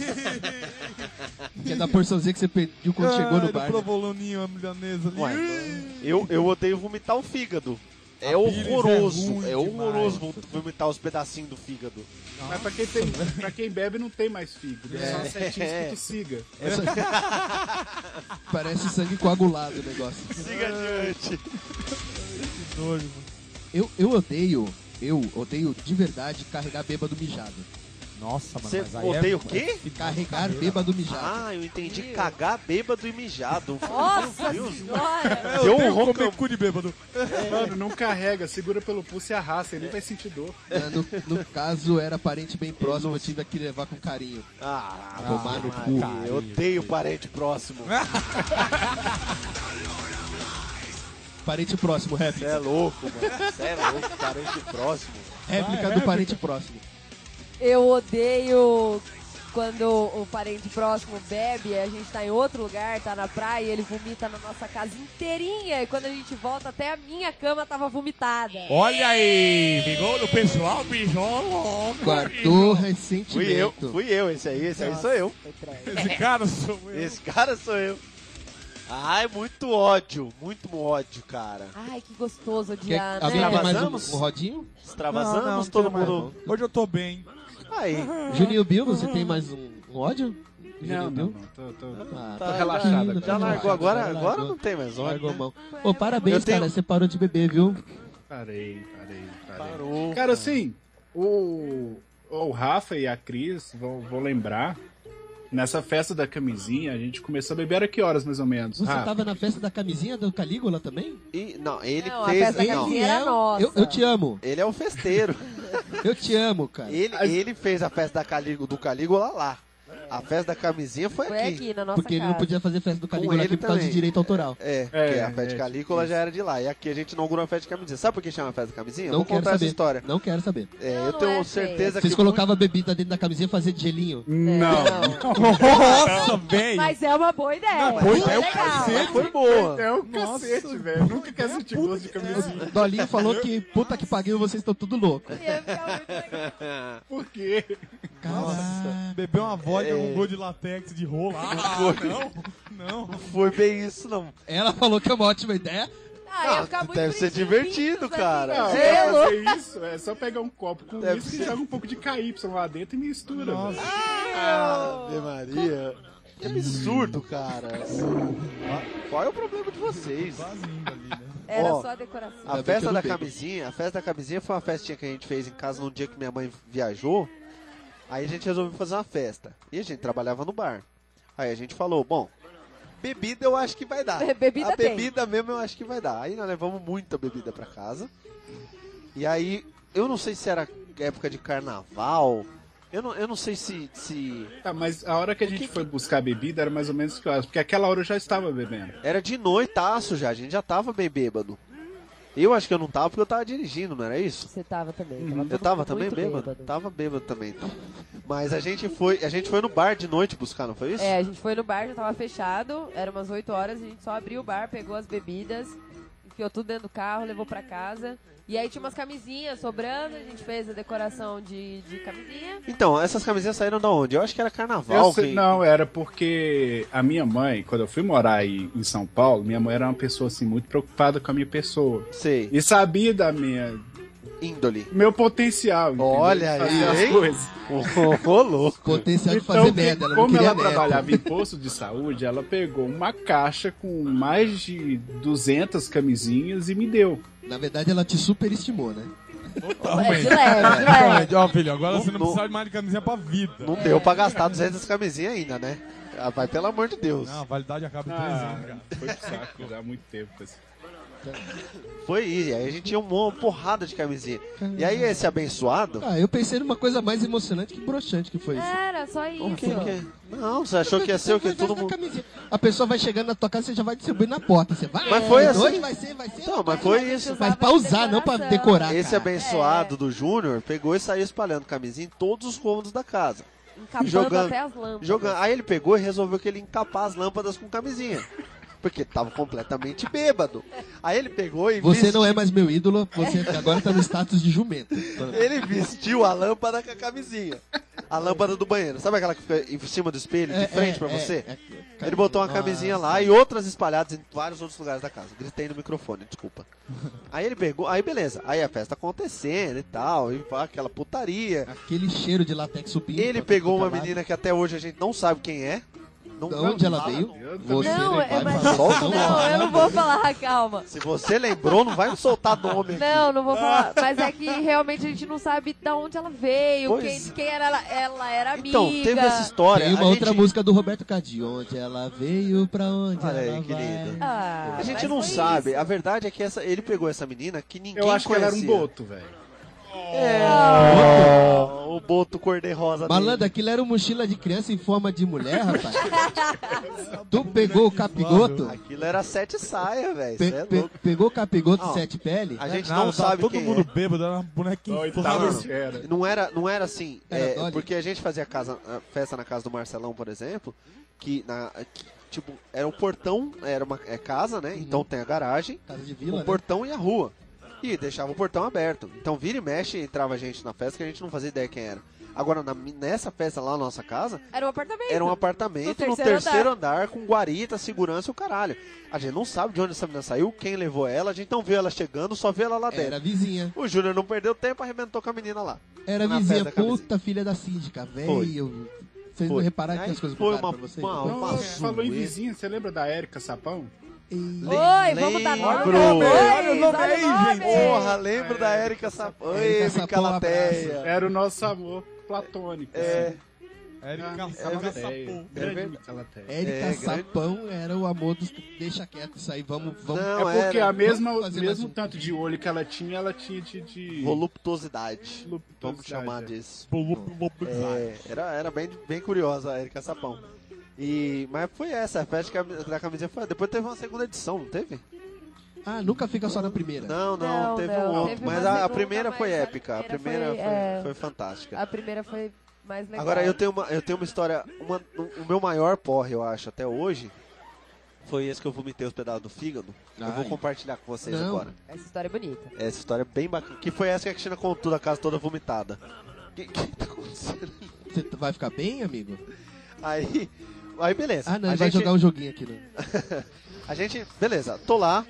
S2: que é da porçãozinha que você pediu quando chegou no
S4: Ai,
S2: bar. né?
S4: provoloninho, a milanesa ali.
S1: Ué,
S4: Ih,
S1: Eu, eu odeio vomitar o fígado. É
S4: Pires é
S1: horroroso,
S4: ruim
S1: é, horroroso vomitar os pedacinhos do fígado.
S5: Mas pra quem, tem- pra quem bebe não tem mais fígado. É só uma setinha
S1: É.
S5: escrito siga.
S2: Essa- Parece sangue coagulado o negócio.
S1: Siga adiante.
S4: que nojo, mano.
S2: Eu, eu odeio, eu odeio de verdade carregar bêbado mijado.
S4: Nossa, mano,
S1: então, Você
S4: mas aí
S1: odeia
S4: é,
S1: o quê?
S4: é-
S2: Carregar bêbado mijado.
S1: Ah, eu entendi. Cagar bêbado e mijado.
S3: Nossa
S1: Meu Deus.
S3: senhora.
S4: Eu
S1: Deu um
S4: odeio
S1: ronco-
S4: comer cu de bêbado.
S5: Mano, não carrega, segura pelo pulso e arrasta, ele não vai sentir dor.
S2: Né, No, no caso, era parente bem próximo, eu tive que levar com carinho.
S1: Ah,
S2: Tomar no
S1: Maria,
S4: cu. É?
S1: Eu odeio parente próximo.
S2: Parente próximo,
S1: Você
S2: réplica.
S1: é louco, mano. Você é louco, parente próximo.
S2: Réplica do parente próximo.
S3: Eu odeio quando o parente próximo bebe, a gente tá em outro lugar, tá na praia, ele vomita na nossa casa inteirinha. E quando a gente volta, até a minha cama tava vomitada.
S9: Olha aí, ligou o pessoal, bicho.
S2: Guardou
S1: Fui eu,
S2: ressentimento.
S1: fui eu, esse aí, esse aí sou eu.
S3: Foi trash.
S4: Esse cara sou eu.
S1: Esse cara sou eu. Ai, muito ódio, muito ódio, cara.
S3: Ai, que gostoso
S2: Quer,
S3: odiar,
S2: alguém
S3: né?
S2: quer mais um,
S1: Extravasamos?
S2: um rodinho?
S1: Extravasamos,
S4: Não, não, não
S1: todo
S4: quero mais
S1: mundo.
S4: Hoje eu tô bem.
S1: Aí,
S2: Juninho Bill, você tem mais um, um ódio?
S5: Não,
S2: Juninho
S5: não,
S2: Bill?
S5: não. Tô, tô-
S2: Ah,
S1: Tá,
S2: tá
S1: já-
S5: relaxado agora.
S1: já largou agora? Agora não tem mais ódio.
S2: Largou a mão. Ô, parabéns,
S1: Eu tenho-
S2: cara, você parou de beber, viu?
S5: Parei, parei, parei.
S1: Parou.
S5: Cara, assim, o, o Rafa e a Cris vão, vão lembrar. Nessa festa da camisinha, a gente começou a beber a que horas, mais ou menos?
S2: Você
S5: Rafa?
S1: Ah.
S2: tava na festa da camisinha do Calígula também?
S1: E- não, ele
S3: Não, É, a
S1: fez.
S3: festa
S1: não,
S3: camisinha era nossa.
S2: Eu, eu te amo,
S1: ele é o festeiro.
S2: eu te amo, cara.
S1: ele, ele fez a festa da Calígula, do Calígula lá. A festa da camisinha foi,
S3: Foi aqui, na nossa
S2: Porque ele
S3: casa.
S2: não podia fazer festa do Calígula
S1: ele
S2: aqui por causa de
S1: também.
S2: direito autoral.
S1: É, porque a festa de
S5: é,
S1: Calígula já era de lá. E aqui a gente inaugurou a festa de camisinha. Sabe por que chama festa de camisinha? Eu
S2: Não
S1: Vou
S2: quero
S1: contar
S2: saber.
S1: essa história.
S2: Não quero saber.
S1: É,
S3: Não,
S1: eu
S3: não
S1: tenho
S3: é
S1: certeza
S2: Vocês
S1: que.
S2: colocavam a bebida dentro da camisinha e faziam gelinho.
S5: Não.
S4: Nossa, velho.
S3: Mas é uma boa ideia.
S4: Não, boa ideia é o
S3: legal.
S4: cacete.
S1: Foi boa.
S5: É o cacete, velho. Nunca quer sentir gosto de camisinha.
S2: Dolinho falou que puta que pariu, vocês estão tudo louco.
S3: Ia ficar muito legal.
S5: Por quê?
S2: Nossa.
S4: Bebeu uma vodka com um gol de latex de rola. Ah, não, não.
S1: Foi bem isso, não.
S2: Ela falou que é uma ótima ideia.
S3: Ah, ia ficar muito
S1: deve ser
S3: bonitinho,
S1: divertido,
S3: assim,
S1: cara.
S5: Não,
S3: né?
S5: é fazer isso. É só pegar um copo com
S1: Deve
S5: isso e
S1: ser.
S5: joga um pouco de KY lá dentro e mistura.
S4: Nossa.
S5: velho.
S1: Ave Maria. Que absurdo, cara. Qual é o problema de vocês?
S4: Vazinho ali, né?
S3: Era
S1: Ó,
S3: só a decoração.
S1: A
S2: Ainda bem que
S1: festa
S2: eu
S1: da
S2: não bebo.
S1: camisinha, a festa da camisinha foi uma festinha que a gente fez em casa num dia que minha mãe viajou. Aí a gente resolveu fazer uma festa. E a gente trabalhava no bar. Aí a gente falou, bom, bebida eu acho que vai dar.
S3: Be- bebida
S1: a
S3: tem.
S1: bebida mesmo eu acho que vai dar. Aí nós levamos muita bebida pra casa. E aí, eu não sei se era época de carnaval. Eu não, eu não sei se- se
S5: Tá, mas a hora que a gente foi buscar a bebida era mais ou menos que horas, porque aquela hora eu já estava bebendo.
S1: Era de noitaço já, a gente já tava bem bêbado. Eu acho que eu não tava porque eu tava dirigindo, não era isso?
S3: Você tava também.
S1: Uhum. Eu
S3: todo
S1: tava
S3: mundo
S1: também
S3: muito
S1: bêbado? Tava bêbado também, então. Mas a gente foi, a gente foi no bar de noite buscar, não foi isso?
S3: É, a gente foi no bar, já tava fechado, era umas 8 horas, a gente só abriu o bar, pegou as bebidas, enfiou tudo dentro do carro, levou pra casa. E aí tinha umas camisinhas sobrando, a gente fez a decoração de, de camisinha.
S1: Então, essas camisinhas saíram da onde? Eu acho que era carnaval,
S5: Eu sei-
S1: que-
S5: não, era porque a minha mãe, quando eu fui morar aí em São Paulo, minha mãe era uma pessoa assim muito preocupada com a minha pessoa.
S1: sei,
S5: E sabia da minha
S1: índole.
S5: meu potencial. entendeu?
S1: Olha
S5: De
S1: aí,
S5: fazer as
S1: hein?
S5: coisas.
S1: Ô, ô, louco.
S2: Potencial de
S5: Então,
S2: fazer
S5: que-
S2: Tá merda, ela não
S5: como
S2: queria
S5: ela
S2: neto.
S5: trabalhava em posto de saúde, ela pegou uma caixa com mais de 200 camisinhas e me deu.
S2: Na verdade, ela te superestimou, né?
S3: É de leve, de leve.
S4: Ó, filho, agora
S1: Não-
S4: você não
S1: não-
S4: precisa mais de camisinha pra vida.
S1: Não deu pra gastar 200 camisinhas ainda, né? Ah, Vai, pelo amor de Deus.
S4: Não, a validade acaba em três anos,
S5: Ah,
S4: cara.
S5: foi pro saco já há muito tempo. assim.
S1: Foi isso, aí a gente tinha uma porrada de camisinha. E aí esse abençoado...
S2: Ah, eu pensei numa coisa mais emocionante que broxante que foi isso.
S3: Era, só isso.
S1: O que que é? Não, você achou que ia ser o que
S2: Festa
S1: todo
S2: da
S1: mundo...
S2: camisinha. A pessoa vai chegando na tua casa, você já vai distribuir na porta. Você vai,
S1: Mas foi
S2: dois,
S1: assim.
S2: vai ser, vai ser.
S1: Então, mas foi isso.
S2: Mas pra usar, não pra decorar.
S1: Esse
S2: cara.
S1: abençoado
S3: É.
S1: do Júnior pegou e saiu espalhando camisinha em todos os cômodos da casa.
S3: Encapando
S1: Jogando-
S3: até as lâmpadas.
S1: Jogando. Aí ele pegou e resolveu que ele ia encapar as lâmpadas com camisinha. Porque tava completamente bêbado. Aí ele pegou e
S2: Você
S1: vestiu,
S2: não é mais meu ídolo, você agora tá no status de jumento.
S1: ele vestiu a lâmpada com a camisinha. A lâmpada do banheiro. Sabe aquela que fica em cima do espelho,
S2: É,
S1: de frente pra você? Ele botou uma camisinha lá e outras espalhadas em vários outros lugares da casa. Gritei no microfone, desculpa. Aí ele pegou, aí beleza. Aí a festa acontecendo e tal, e aquela putaria.
S2: Aquele cheiro de latex supino.
S1: Ele
S2: pra
S1: pegou
S2: tudo
S1: uma
S2: que é lado.
S1: menina que até hoje a gente não sabe quem é. Não,
S2: De onde ela
S1: fala,
S2: veio?
S1: não.
S2: Você
S3: Não,
S2: vai
S1: né?
S3: é, mas...
S2: falar,
S1: solta
S2: não
S1: o
S3: não,
S2: fala.
S3: eu não vou falar, calma.
S1: Se você lembrou, não vai me soltar nome aqui.
S3: Não, não vou falar. Mas é que realmente a gente não sabe da onde ela veio,
S1: Pois
S3: quem, de quem era ela. Ela era amiga.
S1: Então, teve essa história.
S2: Tem uma
S1: a
S2: outra
S1: gente,
S2: música do Roberto Cadinho, onde ela veio pra onde
S1: Olha aí,
S2: ela
S1: que
S2: vai.
S1: lindo.
S3: Ah,
S1: A gente
S3: mas
S1: não
S3: foi
S1: sabe.
S3: isso.
S1: A verdade é que essa, ele pegou essa menina que ninguém
S5: Eu acho que ela era um
S1: conhecia.
S5: boto, velho.
S1: Oh,
S7: O boto cor-de-rosa dele.
S2: Malandro, é aquilo era uma mochila de criança em forma de mulher, rapaz. tu pegou o capigoto?
S1: Aquilo era sete saia, velho.
S2: Pe-
S1: Cê é
S2: pe-
S1: louco.
S2: pegou o capigoto
S1: Ó.
S2: sete pele?
S1: A gente
S4: Nada,
S1: não
S4: tava
S1: sabe
S4: tá todo
S1: quem
S4: mundo
S1: é.
S4: bêbado, era uma boneca
S5: Na
S4: inflável.
S5: oitava esfera.
S1: Não era, não era assim,
S2: Era
S1: é,
S2: Dolly.
S1: porque a gente fazia casa- a festa na casa do Marcelão, por exemplo, que, na, que, tipo, era um portão, era uma é casa, né? Então tem a garagem,
S2: Casa de Uhum. vila,
S1: o
S2: né?
S1: portão e a rua. E deixava o portão aberto. Então vira e mexe entrava gente na festa que a gente não fazia ideia quem era. Agora, na- nessa festa lá na nossa casa,
S3: Era um apartamento.
S1: era um apartamento no terceiro, andar. com guarita, segurança e o caralho. A gente não sabe de onde essa menina saiu, quem levou ela, a gente não viu ela chegando, só viu ela lá dentro.
S2: Era vizinha.
S1: O Júnior não perdeu tempo, arrebentou com a menina lá.
S2: Era
S1: Na
S2: vizinha,
S1: festa da camisinha.
S2: puta filha da síndica, velho. Vocês não
S1: Foi.
S2: repararam que
S1: Aí
S2: as coisas
S1: foi
S2: mudaram
S1: uma-
S2: pra vocês?
S1: uma-
S2: Não.
S1: uma-
S5: Nossa,
S1: Zoeira.
S5: falou em vizinha, você lembra da Érica Sapão?
S2: Ei,
S3: Oi, vamos dar nome.
S1: Lembro.
S4: Olha o nome
S3: olha
S4: aí,
S3: o nome.
S4: gente.
S1: Porra, lembro da Érica Sapão. Oi,
S2: Sapão,
S1: Micalateia.
S5: Era o nosso amor platônico.
S1: É,
S5: assim.
S4: Érica
S5: Ah,
S4: Saga
S5: Micalateia.
S4: Sapô.
S5: Grande Micalateia.
S2: Érica
S1: É,
S2: Sapão era o amor dos... Deixa quieto isso aí, vamos... vamos...
S1: Não,
S5: É porque
S1: era.
S5: a mesma,
S2: Vamos
S5: o
S2: fazer
S5: mesmo
S2: mais um.
S5: tanto de olho que ela tinha, ela tinha de. de...
S1: voluptuosidade.
S5: voluptuosidade,
S1: Vamos chamar
S5: é.
S1: disso.
S4: Tipo, É.
S1: É, era era bem, bem curiosa a Érica Sapão. E, mas foi essa, a festa cami- da camisinha foi. Depois teve uma segunda edição, não teve?
S2: Ah, nunca fica só na primeira.
S1: Não, não,
S3: Não,
S1: teve
S3: não,
S1: um outro.
S3: teve
S1: mas
S3: uma
S1: a, a
S3: segunda,
S1: primeira
S3: mas
S1: foi
S3: a
S1: épica, a primeira
S3: primeira
S1: foi,
S3: foi, é.
S1: foi fantástica.
S3: A primeira foi mais legal.
S1: Agora eu tenho uma, eu tenho uma história, uma- um- o meu maior porre, eu acho, até hoje, foi esse que eu vomitei os pedaços do fígado. Eu vou
S2: Ai.
S1: compartilhar com vocês
S2: Não.
S1: agora.
S3: Essa história é bonita.
S1: Essa história é bem bacana. Que foi essa que a Cristina contou da casa toda vomitada. Que, que tá acontecendo?
S2: Você vai ficar bem, amigo?
S1: Aí, aí beleza.
S2: Ah, não,
S1: a
S2: ele vai
S1: gente,
S2: jogar um joguinho aqui, não.
S1: A gente, beleza, tô lá,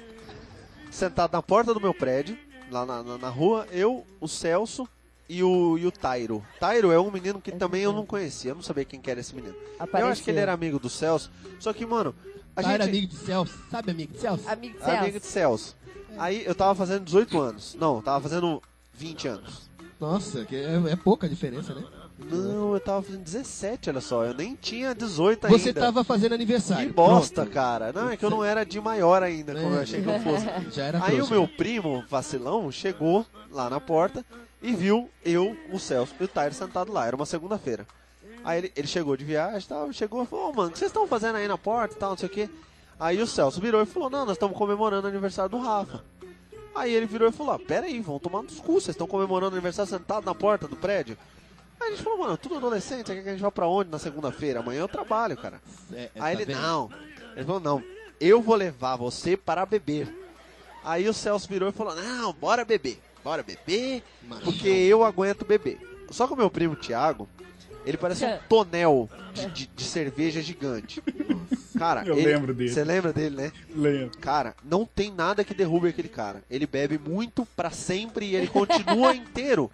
S1: sentado na porta do meu prédio, lá na, na- na rua, eu, o Celso e o, e o Tairo. Tairo é um menino que também eu não conhecia, eu não sabia quem que era esse menino.
S3: Apareceu.
S1: Eu acho que ele era amigo do Celso, só que, mano, a
S2: Tá, Era
S1: gente...
S2: amigo de Celso, sabe amigo de Celso?
S3: Amigo Celso.
S1: amigo de Celso. Aí eu tava fazendo 18 anos, não, eu tava fazendo 20 anos.
S2: Nossa, que é, é pouca a diferença, né?
S1: Não, eu tava fazendo 17, olha só, eu nem tinha 18 Tá ainda.
S2: Você tava fazendo aniversário.
S1: Que bosta,
S2: pronto.
S1: cara. Não, é que eu não era de maior ainda, como eu
S2: É.
S1: achei que eu fosse.
S2: Já era
S1: Aí o
S2: trouxa.
S1: meu primo, vacilão, chegou lá na porta e viu eu, o Celso e o Tyler sentado lá. Era uma segunda-feira. Aí ele, ele chegou de viagem e tal, chegou e falou, ô mano, o que vocês estão fazendo aí na porta e tal, não sei o quê. Aí o Celso virou e falou, não, nós estamos comemorando o aniversário do Rafa. Aí ele virou e falou, ah, pera aí, vão tomar nos cu, vocês estão comemorando o aniversário sentado na porta do prédio? Aí a gente falou, mano, tudo adolescente, quer que a gente vai pra onde na segunda-feira? Amanhã eu trabalho, cara.
S2: É, é, tá
S1: Aí ele,
S2: vendo?
S1: não. Ele falou, não, eu vou levar você para beber. Aí o Celso virou e falou, não, bora beber, bora beber,
S2: Machão.
S1: porque eu aguento beber. Só que o meu primo Thiago, ele parece um tonel de, de- de cerveja gigante. Cara,
S5: Eu
S1: ele-
S5: lembro dele.
S1: Você lembra dele, né?
S5: Lembro.
S1: Cara, não tem nada que derrube aquele cara. Ele bebe muito pra sempre e ele continua inteiro.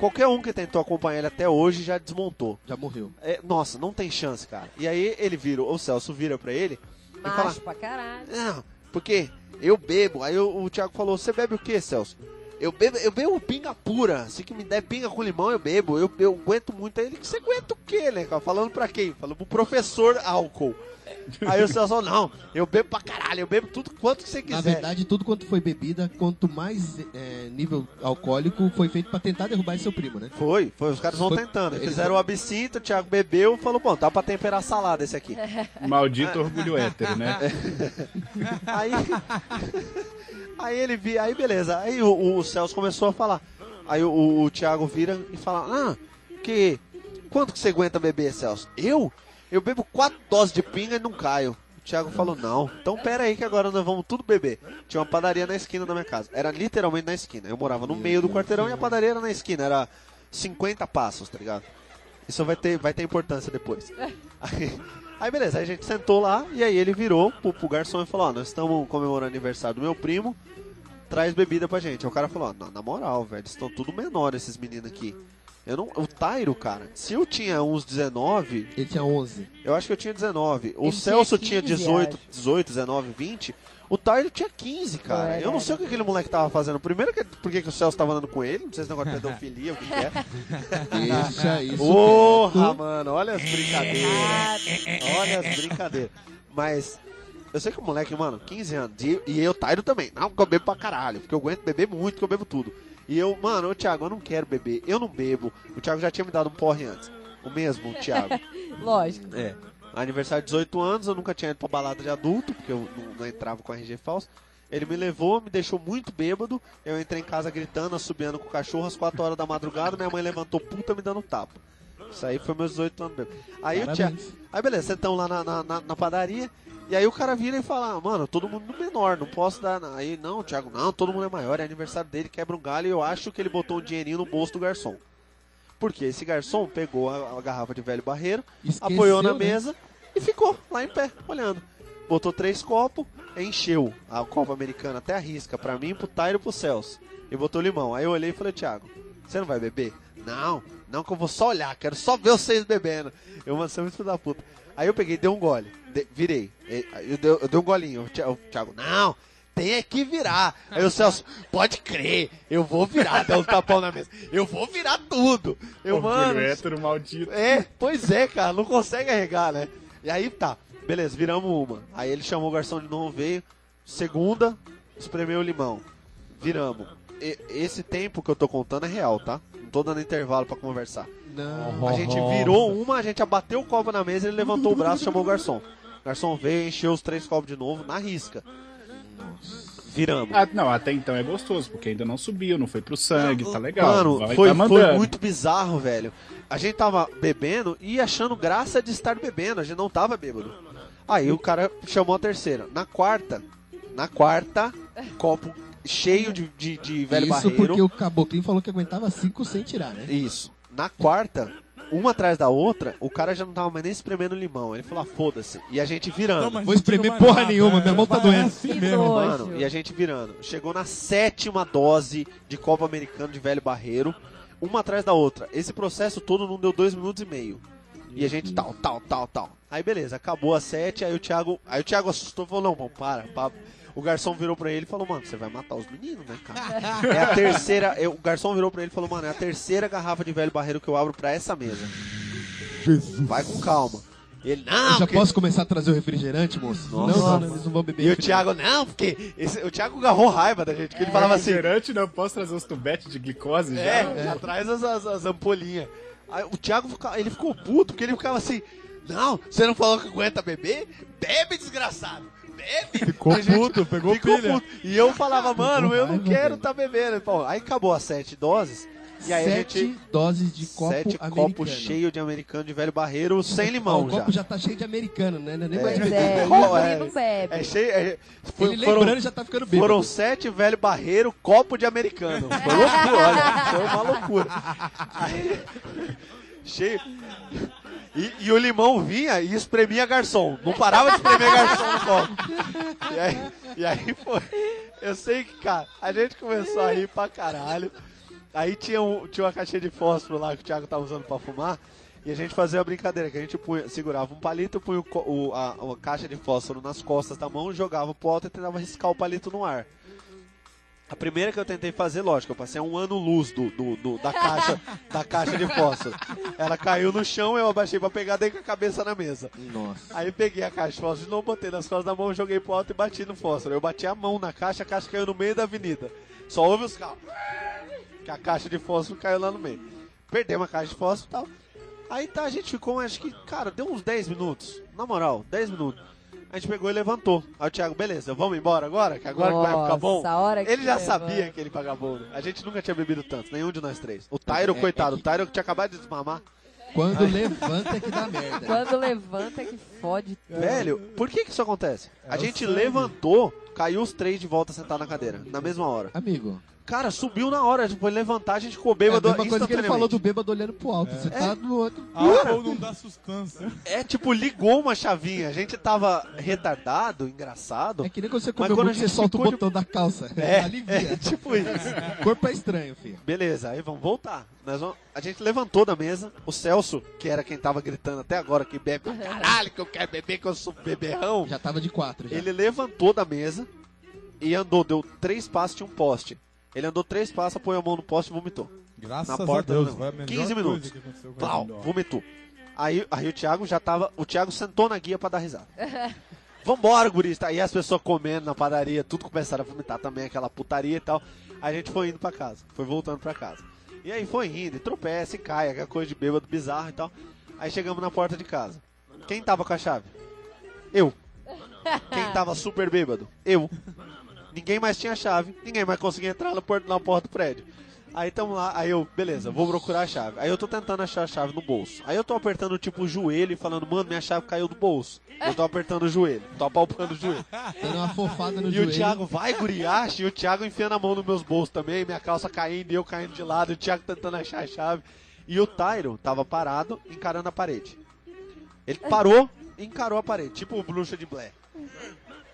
S1: Qualquer um que tentou acompanhar ele até hoje já desmontou.
S2: Já morreu.
S1: É, nossa, não tem chance, cara. E aí ele vira, o Celso vira pra ele e fala:
S3: Macho pra caralho.
S1: Não, Ah, porque eu bebo. Aí o, o Thiago falou: Você bebe o que, Celso? Eu bebo, eu bebo pinga pura. Se que me der pinga com limão, eu bebo. Eu, eu aguento muito. Aí ele, você aguenta o quê, né? cara? Falando pra quem? Falou pro professor álcool. Aí o Celso falou, não, eu bebo pra caralho, eu bebo tudo quanto que você
S2: Na
S1: quiser.
S2: verdade, tudo quanto foi bebida, quanto mais é, nível alcoólico, foi feito pra tentar derrubar esse seu primo, né?
S1: Foi, foi, os caras vão
S2: Foi-
S1: tentando.
S2: eles-
S1: Fizeram o absinto, o Thiago bebeu e falou, bom, dá pra temperar a salada esse aqui.
S5: Maldito orgulho hétero, né?
S2: É.
S1: Aí, aí ele vi, aí beleza. Aí o, o Celso começou a falar. Aí o, o Thiago vira e fala: Ah, que. Quanto que você aguenta beber, Celso? Eu? Eu bebo quatro doses de pinga e não caio. O Thiago falou: Não, então pera aí que agora nós vamos tudo beber. Tinha uma padaria na esquina da minha casa. Era literalmente na esquina. Eu morava no meio do quarteirão e a padaria era na esquina. Era 50 passos, tá ligado? Isso vai ter, vai ter importância depois. Aí, aí beleza, aí a gente sentou lá e aí ele virou pro, pro garçom e falou: Ó, nós estamos comemorando o aniversário do meu primo, traz bebida pra gente. Aí o cara falou: ó, na, na moral, velho, estão tudo menor esses meninos aqui. Eu não, o Tairo, cara, se eu tinha uns 19,
S2: Ele tinha 11.
S1: eu acho que eu tinha 19. O
S3: Ele tinha
S1: Celso tinha
S3: 15,
S1: 18,
S3: acho.
S1: 18, 19, 20. O Tyler tinha 15, cara.
S3: É,
S1: eu não
S3: era.
S1: sei o que aquele moleque tava fazendo. Primeiro, que, por que, que o Celso tava andando com ele? Não sei se é negócio de pedofilia, o que, que é.
S2: Deixa isso.
S1: Porra,
S2: quieto.
S1: mano, olha as brincadeiras. Olha as brincadeiras. Mas eu sei que o moleque, mano, 15 anos, e, e eu, Tairo também. Não, porque eu bebo pra caralho, porque eu aguento beber muito, porque eu bebo tudo. E eu, mano, ô Thiago, eu não quero beber, eu não bebo. O Thiago já tinha me dado um porre antes. O mesmo, o Thiago.
S3: Lógico.
S1: É. Aniversário de 18 anos, eu nunca tinha ido pra balada de adulto, porque eu não, não entrava com RG falso. Ele me levou, me deixou muito bêbado. Eu entrei em casa gritando, assobiando com o cachorro às 4 horas da madrugada. Minha mãe levantou puta me dando tapa. Isso aí foi meus 18 anos bêbado. Aí o Thiago. Aí beleza, sentamos lá na, na- na- na padaria. E aí o cara vira e fala: "Ah, Mano, todo mundo menor, não posso dar. na-" Aí, não, Thiago, não, todo mundo é maior, é aniversário dele, quebra um galho. E eu acho que ele botou um dinheirinho no bolso do garçom. Porque esse garçom pegou a, a garrafa de velho barreiro,
S2: Esqueceu,
S1: apoiou na
S2: né?
S1: mesa e ficou lá em pé, olhando. Botou três copos, encheu a Copa Americana até a risca, pra mim, pro Tyro e pro Celso. E botou limão. Aí eu olhei e falei, Thiago, você não vai beber? Não, não que eu vou só olhar, quero só ver vocês bebendo. Eu mandei muito um filho da puta. Aí eu peguei, dei um gole, de- virei. E- aí Eu dei, eu dei um golinho, o Thi- o Thiago, não, tem é que virar. Aí o Celso, pode crer, eu vou virar, dá um tapão na mesa. Eu vou virar tudo. Eu,
S5: Orgulho
S1: mano,
S5: hétero maldito.
S1: é, pois é, cara, não consegue arregar, né? E aí tá, beleza, viramos uma. Aí ele chamou o garçom de novo, veio. Segunda, espremeu o limão. Viramos. E- esse tempo que eu tô contando é real, tá? Não tô dando intervalo pra conversar.
S2: Não.
S1: A gente virou uma, a gente abateu o copo na mesa, ele levantou o braço e chamou o garçom. O garçom veio, encheu os três copos de novo, na risca. Viramos.
S5: Ah, não, até então é gostoso, porque ainda não subiu, não foi pro sangue, tá legal.
S1: Mano,
S5: vai,
S1: foi, foi
S5: tá mandando.
S1: muito bizarro, velho. A gente tava bebendo e achando graça de estar bebendo, a gente não tava bêbado. Aí o cara chamou a terceira. Na quarta, na quarta, copo cheio de, de, de velho
S2: Isso
S1: barreiro.
S2: porque o caboclinho falou que aguentava cinco sem tirar, né?
S1: Isso. Na quarta, uma atrás da outra, o cara já não tava mais nem espremendo limão. Ele falou, ah, foda-se. E a gente virando.
S4: Não, mas
S2: Vou
S4: não
S2: espremer
S4: tira mais
S2: porra
S4: nada,
S2: nenhuma,
S4: é,
S2: minha mão tá
S4: vai
S2: doendo.
S4: Assim
S3: Que
S4: mesmo.
S3: nojo.
S1: Mano, e a gente virando. Chegou na sétima dose de Copa Americana de Velho Barreiro, uma atrás da outra. Esse processo todo não deu dois minutos e meio. E a gente tal, tal, tal, tal. Aí beleza, acabou a sete, aí o Thiago. Aí o Thiago assustou e falou, não, mano, para, para. O garçom virou pra ele e falou, mano, você vai matar os meninos, né, cara? É a terceira. eu- o garçom virou pra ele e falou, mano, é a terceira garrafa de velho barreiro que eu abro pra essa mesa. Vai com calma. Ele, não,
S2: Eu já
S1: porque-
S2: posso começar a trazer o refrigerante, moço?
S1: Ah, Nossa.
S2: Não, não, eles não vão beber.
S1: E o
S2: refrigerante.
S1: Thiago, não, porque. esse- o Thiago agarrou raiva da gente, porque ele
S2: É,
S1: falava assim.
S5: Refrigerante, não posso trazer os tubetes de glicose
S1: É,
S5: já?
S1: já traz as, as, as ampolinhas. Aí o Thiago fica- ele ficou puto, porque ele ficava assim: Não, você não falou que aguenta beber? Bebe, desgraçado! Bebe!
S4: Ficou
S1: A gente
S4: puto, pegou pilha.
S1: E eu falava, mano, eu não
S2: raiva,
S1: quero
S2: velho."
S1: tá bebendo. Bom, aí acabou as sete doses. E aí
S2: Sete
S1: a gente.
S2: doses de copo
S1: sete
S2: americano.
S1: copos cheio de americano de velho barreiro, sem
S2: Ó,
S1: limão
S2: O
S1: já.
S2: copo já tá cheio de americano, né? Não é nem mais
S3: Pois
S2: de
S3: é,
S2: refrigerante.
S3: e o
S1: É.
S3: não bebe.
S1: É cheio. É, foi-
S2: tá Ele
S1: foram-
S2: lembrando já tá ficando bêbado.
S1: Foram sete velho barreiro, copo de americano. Foi loucura, olha. Foi uma loucura. Aí, cheio. E, e o limão vinha e espremia garçom. Não parava de espremer garçom no copo. E aí, e aí foi. Eu sei que, cara, a gente começou a rir pra caralho. Aí tinha, um, tinha uma caixinha de fósforo lá que o Thiago tava usando pra fumar. E a gente fazia a brincadeira, que a gente punha- segurava um palito, punha o, co- o- a, a caixa de fósforo nas costas da mão, jogava pro alto e tentava riscar o palito no ar. A primeira que eu tentei fazer, lógico, eu passei um ano luz do, do- do- da, caixa, da caixa de fósforo. Ela caiu no chão, eu abaixei pra pegar, dei com a cabeça na mesa.
S2: Nossa.
S1: Aí peguei a caixa de fósforo de novo, botei nas costas da mão, joguei pro alto e bati no fósforo. Eu bati a mão na caixa, a caixa caiu no meio da avenida. Só ouve os carros. Que a caixa de fósforo caiu lá no meio. Perdemos a caixa de fósforo e tal. Aí tá, a gente ficou, acho que, cara, deu uns 10 minutos. Na moral, 10 minutos. A gente pegou e levantou. Aí o Thiago, beleza, vamos embora agora? Que agora que vai ficar bom.
S3: Nossa, a hora que
S1: Ele já
S3: levanta.
S1: sabia que ele vagabundo. A gente nunca tinha bebido tanto, nenhum de nós três. O Tyro,
S2: É, é
S1: coitado,
S2: que-
S1: o Tyro que tinha acabado de desmamar.
S2: Quando levanta é que dá merda.
S3: Quando levanta que fode.
S1: Velho, por que que isso acontece? a
S2: É
S4: o
S1: gente
S4: sangue.
S1: levantou, caiu os três de volta sentado na cadeira, na mesma hora.
S2: Amigo,
S1: Cara, subiu na hora, depois levantar, a gente ficou
S2: é a
S1: bêbado
S2: mesma coisa que ele
S1: instantaneamente.
S2: falou do bêbado olhando pro alto. Você tá no outro...
S4: Álcool Ah, não dá sustância.
S1: É, tipo, ligou uma chavinha. A gente tava retardado, engraçado.
S2: É que nem quando você
S1: Mas
S2: come
S1: quando
S2: quando
S1: a
S2: você
S1: gente
S2: solta o
S1: ficou de-
S2: botão da calça.
S1: É,
S2: Alivia.
S1: é tipo isso.
S2: O corpo é estranho, filho.
S1: Beleza, aí vamos voltar. Nós vamos- A gente levantou da mesa. O Celso, que era quem tava gritando até agora, que bebe pra caralho, que eu quero beber, que eu sou beberrão.
S2: Já tava de quatro. Já.
S1: Ele levantou da mesa e andou, deu três passos, tinha um poste. Ele andou três passos, apoiou a mão no poste e vomitou.
S4: Graças
S1: Na porta,
S4: a Deus,
S1: não.
S4: vai a melhor
S1: 15
S4: coisa
S1: minutos.
S4: que aconteceu com a
S1: Plau,
S4: gente, ó.
S1: vomitou. Aí, aí o Thiago já tava. O Thiago sentou na guia pra dar risada. vambora, gurista. Aí as pessoas comendo na padaria, tudo começaram a vomitar também, aquela putaria e tal. A gente foi indo pra casa, foi voltando pra casa. E aí foi rindo, e tropeça e cai, aquela coisa de bêbado bizarro e tal. Aí chegamos na porta de casa. Quem tava com a chave? Eu. Quem tava super bêbado? Eu. Ninguém mais tinha chave, ninguém mais conseguia entrar na porta, na porta do prédio. Aí tamo lá, aí eu, beleza, vou procurar a chave. Aí eu tô tentando achar a chave no bolso. Aí eu tô apertando tipo o joelho e falando, mano, minha chave caiu do bolso. Eu tô apertando o joelho, tô apalpando o joelho.
S2: Dando uma fofada no
S1: E
S2: joelho.
S1: o Thiago vai, guriache, e o Thiago enfiando a mão nos meus bolsos também, minha calça caindo e eu caindo de lado, e o Thiago tentando achar a chave. E o Tyron tava parado, encarando a parede. Ele parou e encarou a parede, tipo o bruxa de Blair.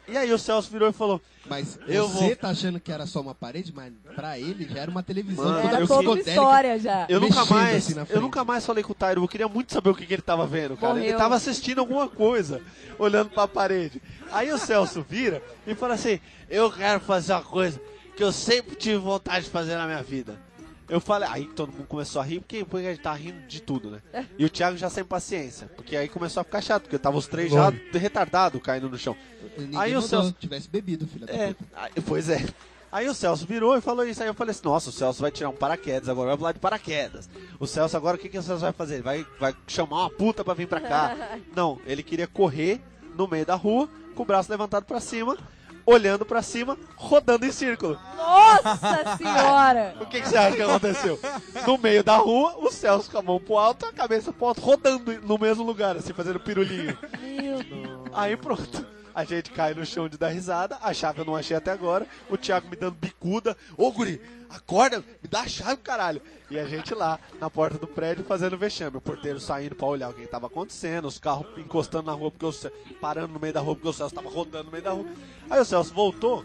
S1: E aí o Celso virou e falou:
S2: Mas
S1: Eu
S2: você
S1: vou-
S2: tá achando que era só uma parede, mas pra ele já era uma televisão
S1: Mano,
S2: toda
S3: Era
S1: eu
S3: toda uma
S2: psicodélica.
S3: história já.
S1: Eu nunca
S2: Mexendo
S1: mais,
S2: assim na frente.
S1: eu nunca mais falei com o Tyron, eu queria muito saber o que, que ele tava vendo, cara. Ele
S3: Morreu.
S1: tava assistindo alguma coisa, olhando pra parede. Aí o Celso vira e fala assim: "Eu quero fazer uma coisa que eu sempre tive vontade de fazer na minha vida". Eu falei, aí todo mundo começou a rir, porque porque a gente tá rindo de tudo, né? E o Thiago já sem paciência, porque aí começou a ficar chato, porque tava os três já retardado caindo no chão.
S2: Ninguém
S1: Aí o
S2: mandou
S1: Celso-
S2: que tivesse bebido, filha da
S1: É,
S2: puta.
S1: aí- pois é. Aí o Celso virou e falou isso. Aí eu falei assim: nossa, o Celso vai tirar um paraquedas agora, vai pular de paraquedas. O Celso agora, o que, que o Celso vai fazer? Ele vai, vai chamar uma puta pra vir pra cá. Não, ele queria correr no meio da rua, com o braço levantado pra cima, olhando pra cima, rodando em círculo.
S3: Nossa senhora!
S1: O que, que você acha que aconteceu? No meio da rua, o Celso com a mão pro alto, a cabeça pro alto, rodando no mesmo lugar, assim, fazendo pirulinho.
S3: Meu Deus.
S1: Aí pronto. A gente cai no chão de dar risada, a chave eu não achei até agora, o Thiago me dando bicuda, ô guri, acorda, me dá a chave, caralho. E a gente lá, na porta do prédio, fazendo vexame, o porteiro saindo pra olhar o que tava acontecendo, os carros encostando na rua, porque o Celso, parando no meio da rua, porque o Celso tava rodando no meio da rua. Aí o Celso voltou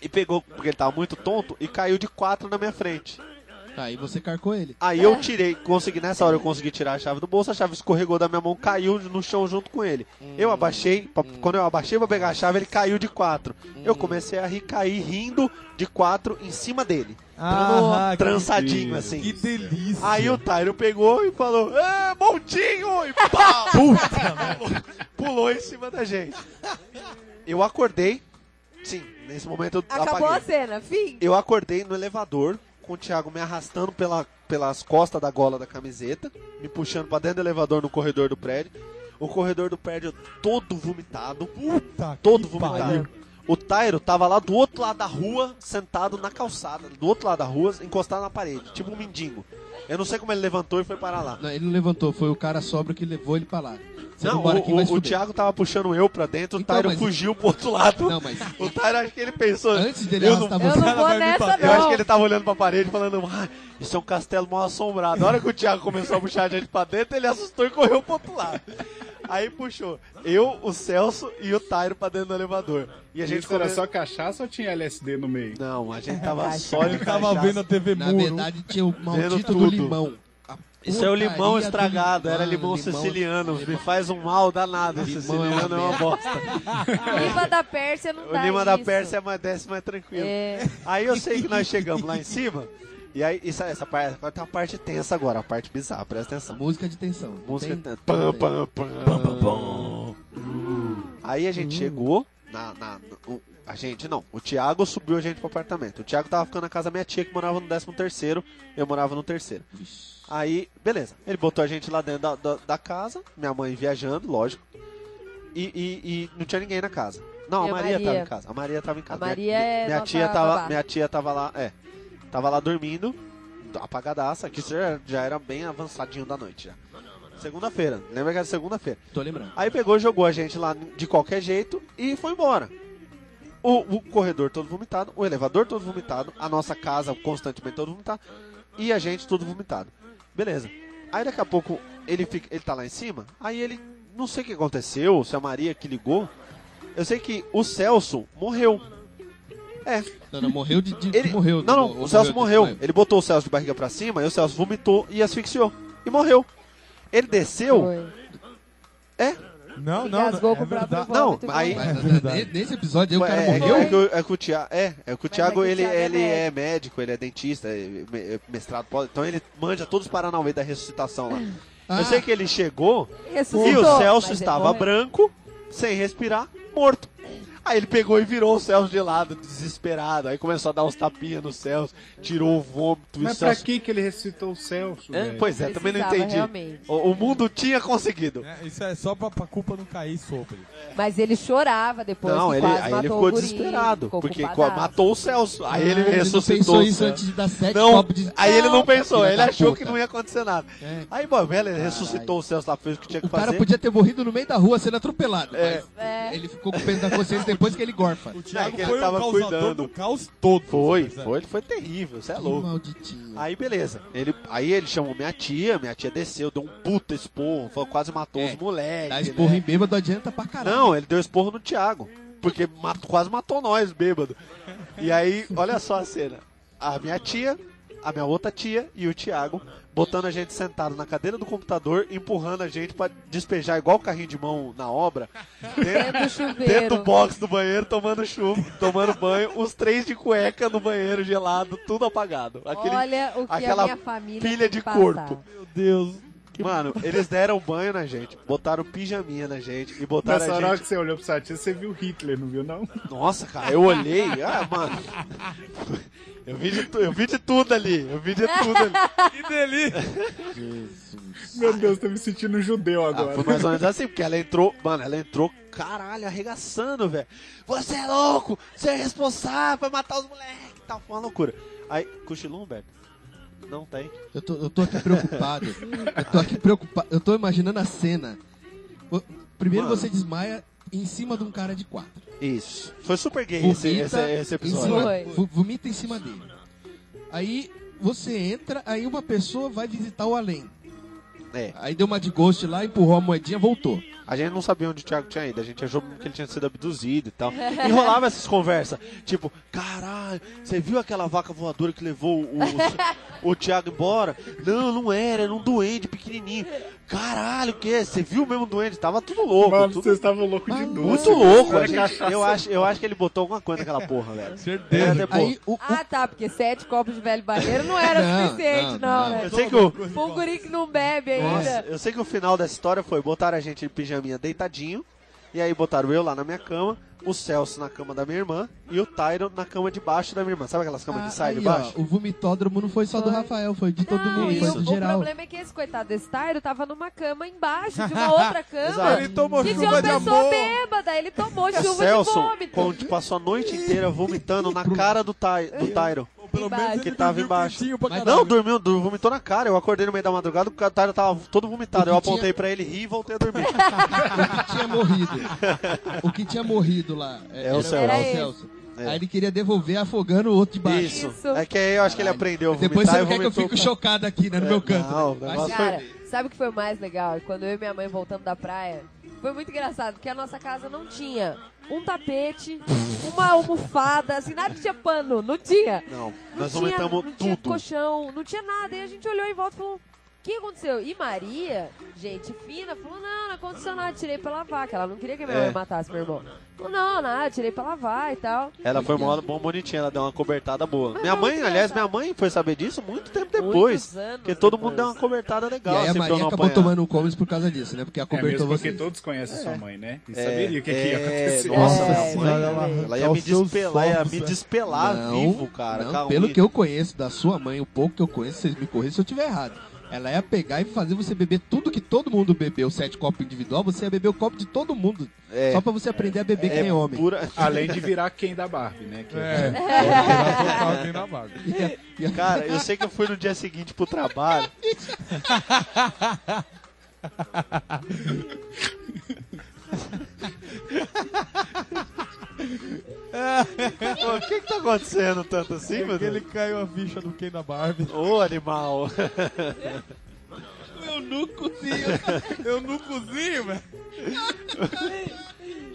S1: e pegou, porque ele tava muito tonto, e caiu de quatro na minha frente.
S2: Aí Tá, você carcou ele.
S1: Aí eu tirei, consegui, nessa hora eu consegui tirar a chave do bolso, a chave escorregou da minha mão, caiu no chão junto com ele. Eu abaixei, pra- quando eu abaixei pra pegar a chave, ele caiu de quatro. Eu comecei a rir, cair rindo de quatro em cima dele.
S4: Ah,
S1: trançadinho,
S5: que-
S1: assim.
S4: Que delícia.
S1: Aí o Tyro pegou e falou, ah, montinho! E pá, puta, pulou em cima da gente. Eu acordei, sim, nesse momento eu
S3: Acabou
S1: apaguei.
S3: a cena, fim.
S1: Eu acordei no elevador com o Thiago me arrastando pela, pelas costas da gola da camiseta, me puxando pra dentro do elevador no corredor do prédio. O corredor do prédio todo vomitado,
S4: Puta
S1: todo
S4: que pariu.
S1: vomitado. O Tairo tava lá do outro lado da rua, sentado na calçada, do outro lado da rua, encostado na parede, tipo um mendigo. Eu não sei como ele levantou e foi parar lá.
S2: Não, ele não levantou, foi o cara sóbrio que levou ele pra lá. Você
S1: Não,
S2: mora
S1: o,
S2: aqui, vai se
S1: o, o
S2: fuder.
S1: Thiago tava puxando eu pra dentro, o
S2: Então,
S1: Tairo
S2: mas-
S1: fugiu pro outro lado.
S2: Não, mas
S1: O Tairo acho que ele pensou.
S2: antes dele
S1: eu não
S2: arrastar
S3: Eu
S2: você.
S3: não
S4: Ela
S3: vou
S4: vai me
S3: nessa,
S4: bater.
S1: Eu acho que
S3: não.
S1: ele tava olhando pra parede falando, ah, isso é um castelo mal assombrado. A hora que o Thiago começou a puxar a gente pra dentro, ele assustou e correu pro outro lado. Aí puxou eu, o Celso e o Tairo pra dentro do elevador. E a gente
S5: Isso era
S1: começou.
S5: só cachaça ou tinha LSD no meio?
S1: Não, a gente tava só de
S4: Ele tava
S1: cachaça.
S4: vendo a TV
S2: Na
S4: Muro.
S2: verdade, tinha o maldito do
S1: é tudo.
S2: limão. A
S1: Isso é o
S2: porcaria
S1: limão
S2: do
S1: estragado, era limão,
S2: limão
S1: siciliano. Me faz um mal danado,
S2: Limão
S1: siciliano
S2: é
S1: é
S2: uma
S1: uma bosta.
S3: Lima da Pérsia não
S1: O
S3: dá
S1: Lima da
S3: isso.
S1: Pérsia é mais décimo, é tranquilo.
S3: É.
S1: Aí eu sei que nós chegamos lá em cima, e aí isso- essa parte, agora tem uma parte tensa agora, a parte bizarra, presta atenção.
S2: Música de tensão.
S1: Música
S2: Tem-
S1: tan- pam, pam, pam, pam, pam. Aí a gente chegou na, na- na- o- a gente não, o Thiago subiu a gente pro apartamento. O Thiago tava ficando na casa da minha tia que morava no 13 terceiro, eu morava no terceiro. Aí, beleza. Ele botou a gente lá dentro da, da, da casa, minha mãe viajando, lógico. E, e- e não tinha ninguém na casa. Não, a
S3: E a
S1: Maria, tava
S3: Maria?
S1: em casa. A Maria tava em casa.
S3: A Maria
S1: minha,
S3: é
S1: minha
S3: nossa
S1: tia tava,
S3: babá.
S1: minha tia tava lá, é. Tava lá dormindo, apagadaça, que isso já, já era bem avançadinho da noite já. Segunda-feira, lembra que era segunda-feira.
S2: Tô lembrando.
S1: Aí pegou, jogou a gente lá de qualquer jeito e foi embora. O, o corredor todo vomitado, o elevador todo vomitado, a nossa casa constantemente todo vomitado e a gente todo vomitado. Beleza. Aí daqui a pouco ele, fica, ele tá lá em cima, aí ele, não sei o que aconteceu, se é a Maria que ligou. Eu sei que o Celso morreu.
S2: Não, não, morreu de. de-
S1: Ele,
S2: morreu.
S1: não,
S2: Ou
S1: não, o Celso
S2: de
S1: morreu.
S2: desmaio.
S1: Ele botou o Celso de barriga pra cima e o Celso vomitou e asfixiou. E morreu. Ele desceu.
S3: Foi.
S4: Não, não,
S3: Engasgou
S4: não.
S3: com
S4: É
S3: o próprio
S4: verdade.
S1: Não,
S3: vômito e
S1: aí-
S3: morreu.
S2: Mas,
S4: É verdade.
S2: ne- nesse episódio aí o
S1: É,
S2: cara
S1: é,
S2: morreu.
S1: que o- é que o Thiago, é, é que o Thiago,
S3: é que o
S1: ele,
S3: Thiago é
S1: ele é médico, ele é dentista, é me- é mestrado, pós- então ele manja todos os Paranauê da ressuscitação lá.
S2: Ah,
S1: Eu sei que ele chegou
S3: Ressuscitou,
S1: e o Celso
S3: mas ele
S1: estava
S3: morreu.
S1: branco, sem respirar, morto. Aí ele pegou e virou o Celso de lado, desesperado. Aí começou a dar uns tapinhas no Celso, tirou o vômito.
S5: Mas
S1: o
S5: pra
S1: Celso...
S5: que, que ele ressuscitou o Celso?
S1: Hã?
S5: velho?
S1: Pois é, também não
S3: Precisava,
S1: entendi.
S3: realmente.
S1: O, o mundo tinha conseguido.
S4: É, Isso é só pra, pra culpa não cair sobre.
S3: Mas ele chorava depois
S1: Não,
S3: que
S1: ele,
S3: quase
S1: aí
S3: matou
S1: ele
S3: o
S1: ficou
S3: guri,
S1: desesperado,
S3: ficou
S1: porque
S3: culpadaço.
S1: matou o Celso. Aí ele
S2: Ah,
S1: ressuscitou.
S2: Não pensou
S1: o
S2: isso
S1: Celso.
S2: antes de dar sete
S1: Não,
S2: copos de... "Ah,
S1: aí ele não pensou,
S2: Filha
S1: ele
S2: da
S1: achou
S2: puta.
S1: que não ia acontecer nada.
S2: É.
S1: Aí, bom, velho, ele ressuscitou o Celso lá, fez o que tinha que
S2: O cara
S1: fazer.
S2: podia ter morrido no meio da rua sendo atropelado.
S1: É.
S2: mas Ele ficou com o peso da consciência depois que ele gorfa.
S4: O Thiago
S1: É que ele
S4: foi o
S1: tava
S4: causador
S1: cuidando.
S4: do caos todo.
S1: Foi,
S4: Zé.
S1: foi, ele foi terrível, você é
S2: Que
S1: louco.
S2: malditinho.
S1: Aí beleza. Ele, aí ele chamou minha tia, minha tia desceu, deu um puta esporro, foi- quase matou
S2: É,
S1: os moleques.
S4: Tá
S2: Dá esporro
S1: né?
S4: é.
S2: em bêbado adianta pra caralho.
S1: Não, ele deu esporro no Thiago. Porque matou- quase matou nós, bêbado. E aí, olha só a cena. A minha tia, a minha outra tia e o Thiago botando a gente sentado na cadeira do computador, empurrando a gente pra despejar igual carrinho de mão na obra. Dentro,
S3: Dentro do chuveiro.
S1: dentro do box do banheiro, tomando chuva, tomando banho, os três de cueca no banheiro gelado, tudo apagado. Aquele
S3: Olha o que
S1: aquela
S3: a minha família
S1: pilha
S3: tem
S1: de
S3: que passar.
S1: corpo.
S4: Meu Deus.
S1: Mano, eles deram banho na gente, botaram pijaminha na gente e botaram
S5: Nessa
S1: a
S5: hora
S1: gente.
S5: que você olhou pro sua tia, você viu Hitler, não viu, não?
S1: Nossa, cara, eu olhei, ah, mano. Eu vi, de tu- eu vi de tudo ali, eu vi de tudo ali.
S4: Que delícia.
S5: Meu Deus, tô me sentindo um judeu
S1: Ah,
S5: agora.
S1: foi mais ou menos assim, porque ela entrou, mano, ela entrou, caralho, arregaçando, velho. Você é louco, você é responsável, vai matar os moleques e tal, foi uma loucura. Aí, cochilou, Humberto? Não tem.
S2: Eu tô, eu tô aqui preocupado. eu tô aqui preocupado. Eu tô imaginando a cena. O- Primeiro
S1: Mano.
S2: você desmaia em cima de um cara de quatro.
S1: Isso. Foi super gay
S2: Vomita,
S1: esse, esse, esse
S2: em
S1: episódio.
S2: cima,
S3: Foi.
S2: vo- vomita em cima dele. Aí você entra, aí uma pessoa vai visitar o além.
S1: É.
S2: Aí deu uma de ghost lá, empurrou a moedinha, voltou.
S1: A gente não sabia onde o Thiago tinha ido, a gente achou que ele tinha sido abduzido e tal. E rolava essas conversas, tipo, caralho, você viu aquela vaca voadora que levou o, o, o Thiago embora? Não, não era, era um duende pequenininho. Caralho, o que? Você viu mesmo o duende? Tava tudo louco,
S5: Mano,
S1: tudo
S5: vocês estavam loucos de novo.
S1: muito louco. a
S5: Olha
S1: gente- eu, acho, eu acho que ele botou alguma coisa naquela porra, velho.
S4: Certeza.
S1: É, depois-
S2: Aí o, o-
S3: Ah, tá, porque sete copos de velho banheiro não era
S2: Não,
S3: suficiente, não,
S2: não, não.
S3: né?
S1: eu sei que o,
S3: Pra um guri que não bebe
S1: Nossa,
S3: ainda.
S1: eu sei que o final dessa história foi botar a gente de pijaminha deitadinho, e aí botaram eu lá na minha cama, o Celso na cama da minha irmã e o Tyron na cama debaixo da minha irmã. Sabe aquelas camas
S2: ah,
S1: que saem
S2: aí,
S1: de
S2: ó,
S1: baixo?
S2: o vomitódromo não foi só do
S3: Foi.
S2: Rafael, foi de todo
S3: Não,
S2: mundo,
S3: e
S2: foi
S3: o,
S2: do
S3: o
S2: geral.
S3: problema é que esse coitado desse Tyro tava numa cama embaixo de uma outra
S1: Exato.
S3: cama.
S4: Ele tomou
S3: Que de
S4: chuva
S3: uma
S4: de
S3: pessoa
S4: amor.
S3: bêbada, ele tomou
S1: o
S3: chuva de
S1: É Celso
S3: vômito.
S1: com- que passou a noite inteira vomitando na cara do, Ty, do Tyron.
S4: Pô, Pelo menos
S3: Embaixo.
S4: ele
S1: Que tava
S4: dormiu
S1: embaixo.
S4: quietinho pra caralho.
S1: Não, dormiu, dormiu, vomitou na cara. Eu acordei no meio da madrugada, porque o Tyron tava todo vomitado. Eu
S2: O que tinha-
S1: apontei pra ele rir e voltei a dormir.
S2: O que tinha morrido. O que tinha morrido lá é,
S1: É o Celso.
S3: Era ele.
S1: É.
S2: Aí ele queria devolver afogando o outro de baixo.
S1: Isso.
S3: Isso.
S1: É que aí eu acho que ele aprendeu a vomitar
S2: Depois você
S1: e
S2: não quer que eu
S1: vomitou
S2: fique
S1: pra-
S2: chocado aqui, né, no meu canto.
S1: não,
S2: né?
S1: o
S2: Mas
S1: negócio é
S3: Cara, sabe o que foi o mais legal? Quando eu e minha mãe voltamos da praia, foi muito engraçado, porque a nossa casa não tinha um tapete, uma almofada, assim, nada que tinha pano, não tinha.
S1: Não,
S3: Não
S1: nós
S3: tinha,
S1: vomitamos
S3: não tinha
S1: tudo.
S3: colchão, não tinha nada. E a gente olhou em volta e falou, o que aconteceu? E Maria, gente fina, falou, não, não aconteceu nada, tirei pra lavar, que ela não queria que minha
S1: É.
S3: mãe matasse meu irmão. Falou, não, nada, tirei pra lavar e tal.
S1: Ela foi uma bom bonitinha, ela deu uma cobertada boa.
S3: Mas
S1: minha
S3: não,
S1: mãe,
S3: criança.
S1: aliás, minha mãe foi saber disso muito tempo depois.
S3: Muitos anos
S1: Porque todo mundo
S3: depois.
S1: deu uma cobertada legal.
S2: E aí a
S1: assim, pra eu
S2: Maria
S1: não
S2: acabou
S1: apanhar.
S2: tomando o Comes por causa disso, né? Porque
S5: É
S2: acobertou
S5: mesmo porque
S2: você.
S5: todos conhecem sua mãe, né? E
S1: É,
S5: saberia o que, que ia
S1: é,
S5: acontecer.
S1: Nossa
S3: É,
S1: senhora,
S3: mãe,
S4: ela-
S3: mãe.
S1: Ela ia
S4: Aos
S1: me
S4: seus
S1: despelar, ia
S4: fogos,
S1: me
S4: né?
S1: despelar vivo, cara.
S2: não,
S1: calma
S2: pelo
S1: aí.
S2: que eu conheço da sua mãe, o pouco que eu conheço, vocês me corrigem se eu estiver errado. Ela ia pegar e fazer você beber tudo que todo mundo bebeu, sete copos individual, você ia beber o copo de todo mundo.
S1: É.
S2: Só pra você aprender a beber quem é homem.
S1: Pura...
S5: Além de virar quem da Barbie, né? Que
S4: É. Era total aqui na vaga.
S2: E a- e a-
S1: Cara, eu sei que eu fui no dia seguinte pro trabalho. Pô, O que que tá acontecendo tanto assim, meu
S4: É que
S1: Deus?
S4: ele caiu a ficha do Ken da Barbie.
S1: Ô, animal.
S4: Eu não cozinho. Eu não cozinho, velho.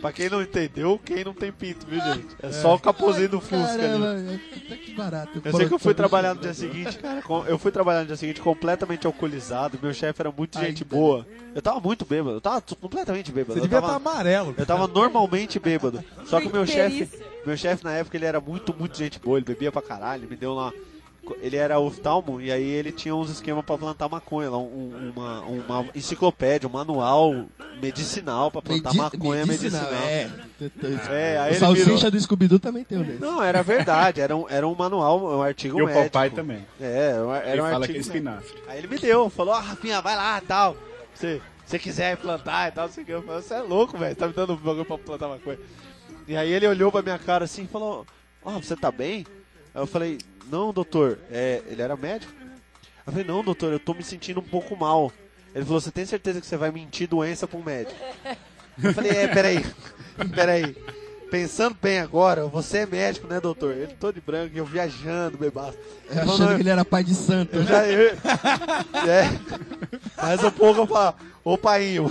S1: pra quem não entendeu, quem não tem pinto, viu, gente? É só o capozinho do Fusca ali.
S2: Caramba, é- tá que barato.
S1: Eu sei que eu fui trabalhar no dia seguinte, cara. com- Eu fui trabalhar no dia seguinte completamente alcoolizado. Meu chefe era muito
S2: Ai,
S1: gente
S2: velho.
S1: boa. Eu tava muito bêbado. Eu tava t- completamente bêbado.
S4: Você
S1: Eu
S4: devia estar
S1: tava,
S4: amarelo.
S1: eu tava normalmente bêbado. Só que o meu chefe,
S3: Delícia.
S1: meu chefe na época, ele era muito, muito gente boa. Ele bebia pra caralho. Ele me deu lá ele era oftalmo e aí ele tinha uns esquemas pra plantar maconha lá, um- uma, uma enciclopédia, um manual medicinal pra plantar
S2: Medi-
S1: maconha medicinal.
S2: É.
S1: É, aí
S2: o
S1: ele
S2: salsicha
S1: virou-
S2: do Scooby-Doo também tem um desse.
S1: Não, era verdade, era um, era um manual, um artigo
S5: E o
S1: médico.
S5: papai também.
S1: É, era um, era
S5: Ele
S1: um
S5: fala que é
S1: artigo médico.
S5: espinafre.
S1: Aí ele me deu, falou, ah, Rafinha, vai lá e tal. Se você quiser plantar e tal, não sei o que. Eu falei, você é louco, velho, tá me dando um bagulho pra plantar uma coisa. E aí ele olhou pra minha cara assim e falou, ó, você tá bem? Aí eu falei, não, doutor, é, ele era médico. Eu falei, não, doutor, eu tô me sentindo um pouco mal. Ele falou, você tem certeza que você vai mentir doença pra um médico? Eu falei, é, peraí, peraí. Pensando bem agora, você é médico, né, doutor? Ele todo de branco e eu viajando, bebaço. Ele falou,
S2: Achando
S1: "Não,
S2: que ele era pai de santo.
S1: eu já. Eu, é. Mas um pouco eu falo, ô painho.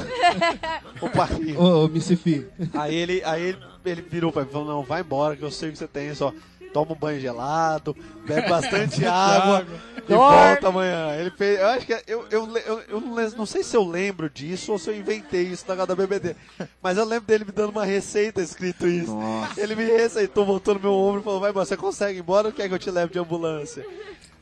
S1: Ô painho.
S2: Ô, ô, Missy Fee.
S1: Aí ele, aí ele, ele virou pra mim e falou, não, vai embora que eu sei o que você tem, só toma um banho gelado, bebe bastante água e
S3: Dorme.
S1: volta amanhã. Ele fez, eu acho que é, eu, eu, le- eu, eu não, le- não sei se eu lembro disso ou se eu inventei isso na casa da BBD, mas eu lembro dele me dando uma receita escrito isso.
S2: Nossa.
S1: Ele me receitou, botou no meu ombro e falou, vai embora, você consegue ir embora ou quer que eu te leve de ambulância?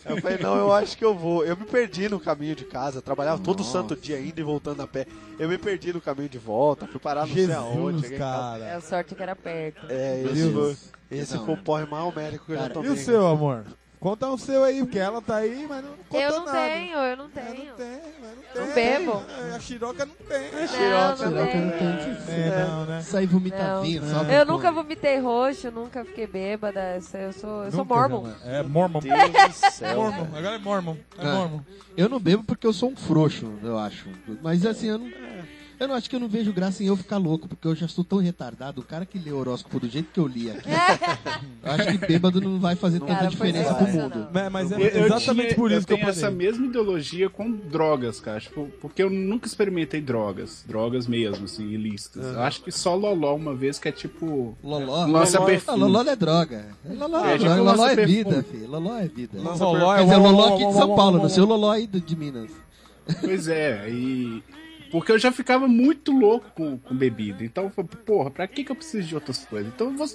S1: Eu falei, não, eu acho que eu vou. Eu me perdi no caminho de casa, eu trabalhava todo
S2: Nossa.
S1: santo dia indo e voltando a pé. Eu me perdi no caminho de volta, fui parar não sei aonde.
S4: Jesus,
S1: cheguei em casa.
S4: cara.
S3: É, a sorte que era perto.
S1: É,
S2: Meu
S1: esse,
S2: Deus.
S1: foi, esse
S2: Não.
S1: foi o porre mais homérico que eu já
S2: Cara,
S1: tomei.
S4: E o seu, amor? Conta o seu aí, porque ela tá aí, mas não conta
S3: Eu não
S4: nada.
S3: tenho, eu não
S4: É,
S3: tenho.
S4: não tem, mas não
S3: Não
S4: tem.
S3: bebo.
S4: É, A Xiroca não tem.
S3: Não, não
S2: Será que eu
S3: tenho.
S2: não tenho?
S4: É, não, né?
S2: Sai vomitadinho,
S4: Não.
S2: só
S3: Eu
S2: por-
S3: nunca vomitei roxo, nunca fiquei bêbada. essa- Eu sou, eu sou
S4: Nunca,
S3: mormon.
S4: jamais. É, mormon.
S1: Deus do céu.
S4: Mormon, agora é mormon. É
S2: Ah.
S4: mormon.
S2: Eu não bebo porque eu sou um frouxo, eu acho. Mas assim, eu não, eu não acho que eu não vejo graça em eu ficar louco, porque eu já sou tão retardado. O cara que lê horóscopo do jeito que eu li aqui, eu acho que bêbado não vai fazer é. tanta
S3: Cara, foi
S2: diferença pro
S3: sensacional.
S2: mundo.
S4: Mas- Mas é
S5: Eu- eu
S4: exatamente
S5: tinha-
S4: por isso
S5: eu
S4: que eu
S5: tenho
S4: parei.
S5: essa mesma ideologia com drogas, cara. Tipo, porque eu nunca experimentei drogas. Drogas mesmo, assim, ilícitas. Eu acho que só Loló uma vez, que é tipo.
S2: Loló.
S5: Lança
S2: Loló-
S5: perfume.
S2: Ah, Loló não é droga. Loló é,
S5: É, tipo
S2: droga. Loló
S5: lança
S2: é
S5: perfume.
S2: vida, filho. Loló é vida.
S4: Lança Loló
S2: Quer
S4: é
S2: dizer,
S4: uau,
S2: Loló
S4: uau,
S2: aqui de
S4: uau,
S2: São
S4: uau,
S2: Paulo, né,
S4: uau,
S2: não sei o Loló aí do- de Minas.
S5: Pois é, e. Porque eu já ficava muito louco com, com bebida. Então, eu falei, porra, pra que, que eu preciso de outras coisas? Então, eu vou-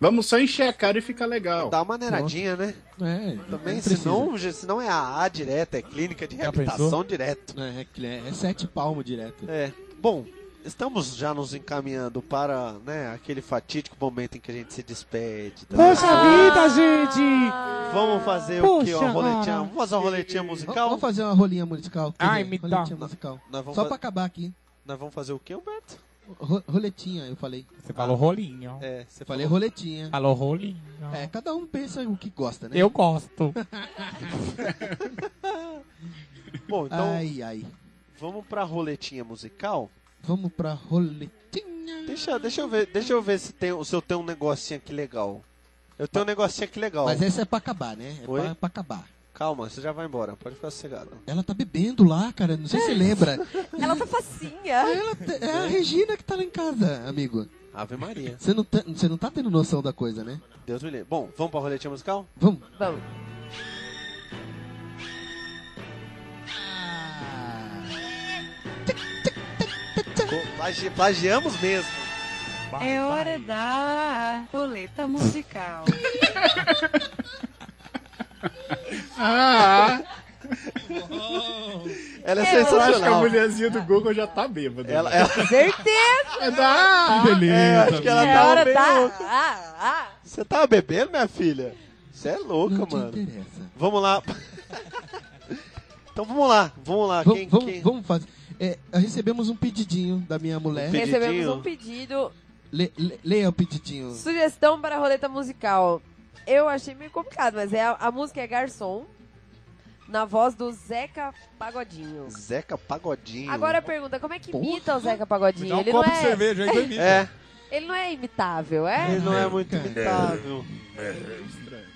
S5: vamos só encher a cara e ficar legal.
S1: Dá uma maneiradinha, né?
S2: É,
S1: Também,
S2: não
S1: se
S2: precisa.
S1: não, se não é a A direta, é clínica de
S4: Já
S1: reabilitação direto.
S2: É, é, é sete palmos direto.
S1: É. Bom, estamos já nos encaminhando para né, aquele fatídico momento em que a gente se despede. tá?
S3: vida, gente!
S1: Vamos fazer o quê? Uma roletinha. Vamos fazer uma roletinha
S2: Vamos-
S1: musical?
S2: Vamos fazer uma rolinha musical. Quer
S9: Ai,
S2: dizer,
S9: me dá.
S2: roletinha musical.
S1: Nós vamos,
S2: Só
S1: fa-
S2: pra acabar aqui.
S1: nós vamos fazer o quê, Um Humberto?
S2: Ro- roletinha, eu falei.
S9: Você falou rolinho.
S1: É, você
S2: Eu falei roletinha.
S9: Falou rolinho.
S1: Ah.
S2: É,
S4: né?
S2: cada um pensa o que gosta, né?
S9: Eu gosto.
S1: Bom, então
S2: Ai, ai.
S1: vamos pra roletinha musical?
S2: Vamos pra roletinha.
S1: Deixa, deixa eu ver, deixa eu ver se, tem, se eu tenho um negocinho aqui legal. Eu tenho um negocinho aqui legal.
S2: Mas essa é pra acabar, né? É
S1: Oi?
S2: pra, pra acabar.
S1: Calma, você já vai embora, pode ficar sossegado.
S2: Ela tá bebendo lá, cara. Não sei
S1: É.
S2: se você lembra.
S3: Ela tá facinha.
S2: Ela te- é a Regina que tá lá em casa, amigo.
S1: Ave Maria.
S2: Você não, tá, você não tá tendo noção da coisa, né?
S1: Deus me livre. Bom, vamos pra roletinha musical?
S2: Vamos.
S3: Vamos.
S1: Co- plagi- Plagiamos mesmo.
S8: É hora da roleta musical.
S5: Ah,
S1: Ela é
S5: eu acho que a
S1: sensacional.
S5: mulherzinha do Google já tá bêbada.
S1: Ela, ela,
S3: Certeza!
S5: É da-
S4: Que beleza.
S1: é, eu acho que ela
S3: É
S1: tava
S3: hora
S1: meio...
S3: da... Ah, ah.
S1: Você tava bebendo, minha filha? Você é louca,
S2: não te
S1: mano.
S2: interessa.
S1: Vamos lá. então vamos lá, vamos lá.
S2: Vamos,
S1: quem,
S2: vamos,
S1: quem-
S2: vamos fazer. É, recebemos um pedidinho da minha mulher.
S1: Pedidinho.
S3: Recebemos um pedido.
S2: Le- le- leia o pedidinho.
S3: Sugestão para a roleta musical. Eu achei meio complicado, mas é a, a música é Garçom, na voz do Zeca Pagodinho.
S1: Zeca Pagodinho.
S3: Agora a pergunta, como é que
S2: Porra.
S3: imita o Zeca
S4: Me
S3: Pagodinho?
S4: dá um
S3: ele,
S4: copo
S3: não
S4: de
S3: é,
S4: cerveja aí que eu imito.
S1: É,
S3: ele não é imitável, é?
S1: ele não é muito imitável.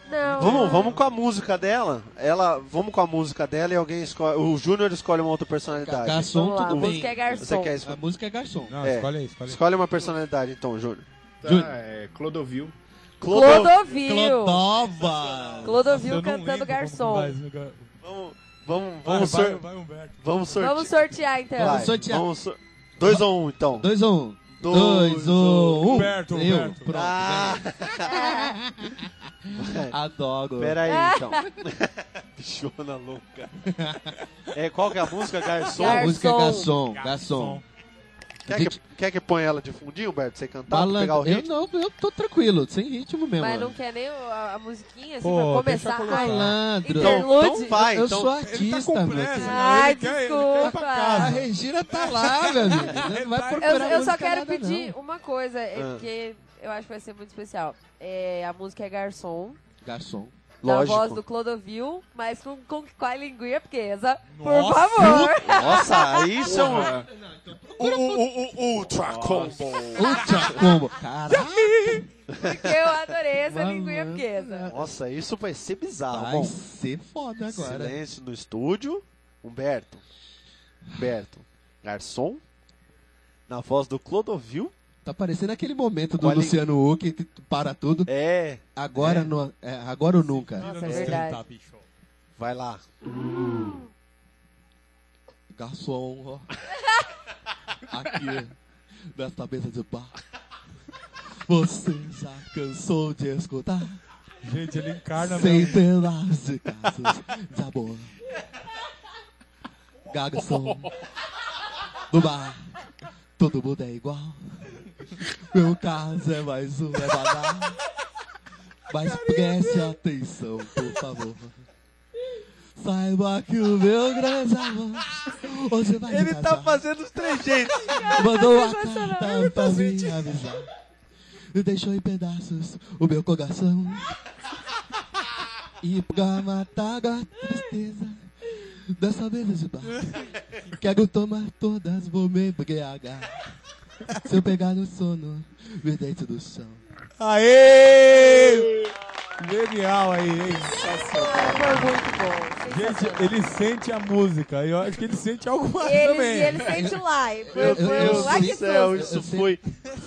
S3: Não.
S1: Vamos, vamos com a música dela. Ela, vamos com a música dela e alguém escolhe. O Júnior escolhe uma outra personalidade.
S2: Garçom,
S3: Vamos lá, a
S2: tudo bem.
S3: música é
S1: Você
S3: Garçom.
S1: quer
S2: A
S1: escolher?
S2: música é garçom.
S4: Não,
S1: É.
S4: escolhe aí, escolhe aí.
S1: Escolhe uma personalidade então, Júnior.
S2: Júnior.
S5: Tá, é Clodovil.
S1: Clodovil.
S3: Clodovil.
S2: Clodova!
S3: Clodovil
S4: Eu não
S3: cantando
S4: lembro como
S3: Garçom.
S4: faz, meu gar-
S1: Vamos, vamos,
S4: Vai,
S1: vamos,
S4: vai,
S1: sor-
S4: vai, Humberto.
S1: vamos sortear.
S3: Vamos sortear então.
S1: Vai,
S2: Vamos sortear.
S1: vamos sor- Dois ou um, então.
S2: 2 ou 1.
S1: Dois um.
S2: 2 ou 1.
S4: Uh, Humberto,
S2: Eu.
S4: Humberto.
S2: Pronto.
S1: Ah,
S2: Adoro.
S1: Peraí, então. Bichona louca. É, qual que é a música, Garçom?
S2: A música é garçom,
S3: Garçom.
S2: garçom.
S1: Quer,
S2: Gente-
S1: que, quer que ponha ela de fundinho, Humberto? Você cantar, pra pegar o
S2: Balan... Eu
S1: ritmo?
S2: não, eu tô tranquilo, sem ritmo mesmo.
S3: Mas
S2: mano.
S3: não quer nem a, a musiquinha, assim,
S4: Pô,
S3: pra
S4: deixa eu
S3: começar.
S4: colocar.
S3: Ai,
S2: Malandro.
S3: Então-
S1: Então,
S3: Lud,
S1: vai,
S2: eu
S1: então.
S2: sou
S4: Ele tá
S2: artista,
S4: com
S2: mano.
S4: pressa, né?
S3: Ai,
S4: Ele quer, ele quer ir pra
S3: desculpa.
S2: A
S4: casa.
S2: Regina tá lá, meu amigo. Não vai
S3: tá Eu,
S2: procurar
S3: eu só
S2: música
S3: quero
S2: nada,
S3: pedir uma coisa, é
S1: Ah.
S3: porque eu acho que vai ser muito especial. É, a música é Garçom,
S2: não. Garçom.
S3: na voz
S1: Lógico.
S3: do Clodovil, mas com, com, com a linguinha pequena, por
S4: Nossa.
S3: favor.
S1: Nossa, aí é um- são...
S10: O, o, o, o Ultra Combo.
S2: Ultra combo. Caralho.
S3: Porque eu adorei essa
S2: Malandro.
S3: linguinha pequena.
S1: Nossa, isso vai ser bizarro.
S2: Vai
S1: Tá Bom,
S2: ser foda agora.
S1: silêncio no estúdio. Humberto. Humberto. Garçom. Na voz do Clodovil.
S2: Tá parecendo aquele momento do
S1: Olha aí.
S2: Luciano Huck que para tudo.
S1: É,
S2: Agora,
S1: É.
S2: no- é, agora ou nunca.
S3: Nossa, é verdade.
S1: vai lá.
S2: Garçom, ó. Aqui, nesta mesa de bar. Você já cansou de escutar
S4: Gente, ele encarna mesmo.
S2: centenas de casos de amor. Garçom, no bar, todo mundo é igual. Meu caso é mais um, é banal. Mas preste atenção, por favor. Saiba que o meu grande amor hoje vai
S1: Ele
S2: me
S1: tá
S2: casar.
S1: fazendo os três jeitos.
S2: Mandou a carta pra me avisar. E deixou em pedaços o meu coração. E pra matar a tristeza dessa mesa de bar. Quero tomar todas, vou me embriagar. Se eu pegar no sono, me deito do chão.
S4: Aê! Genial aí, hein?
S3: Foi um muito bom.
S4: Gente, ele sente a música. Eu acho que ele sente algo mais
S3: E ele,
S4: também.
S3: e ele sente lá. e Foi,
S1: Meu
S3: foi
S2: Deus
S3: lá que
S1: do céu,
S3: susto.
S1: isso
S2: Eu sei.
S1: foi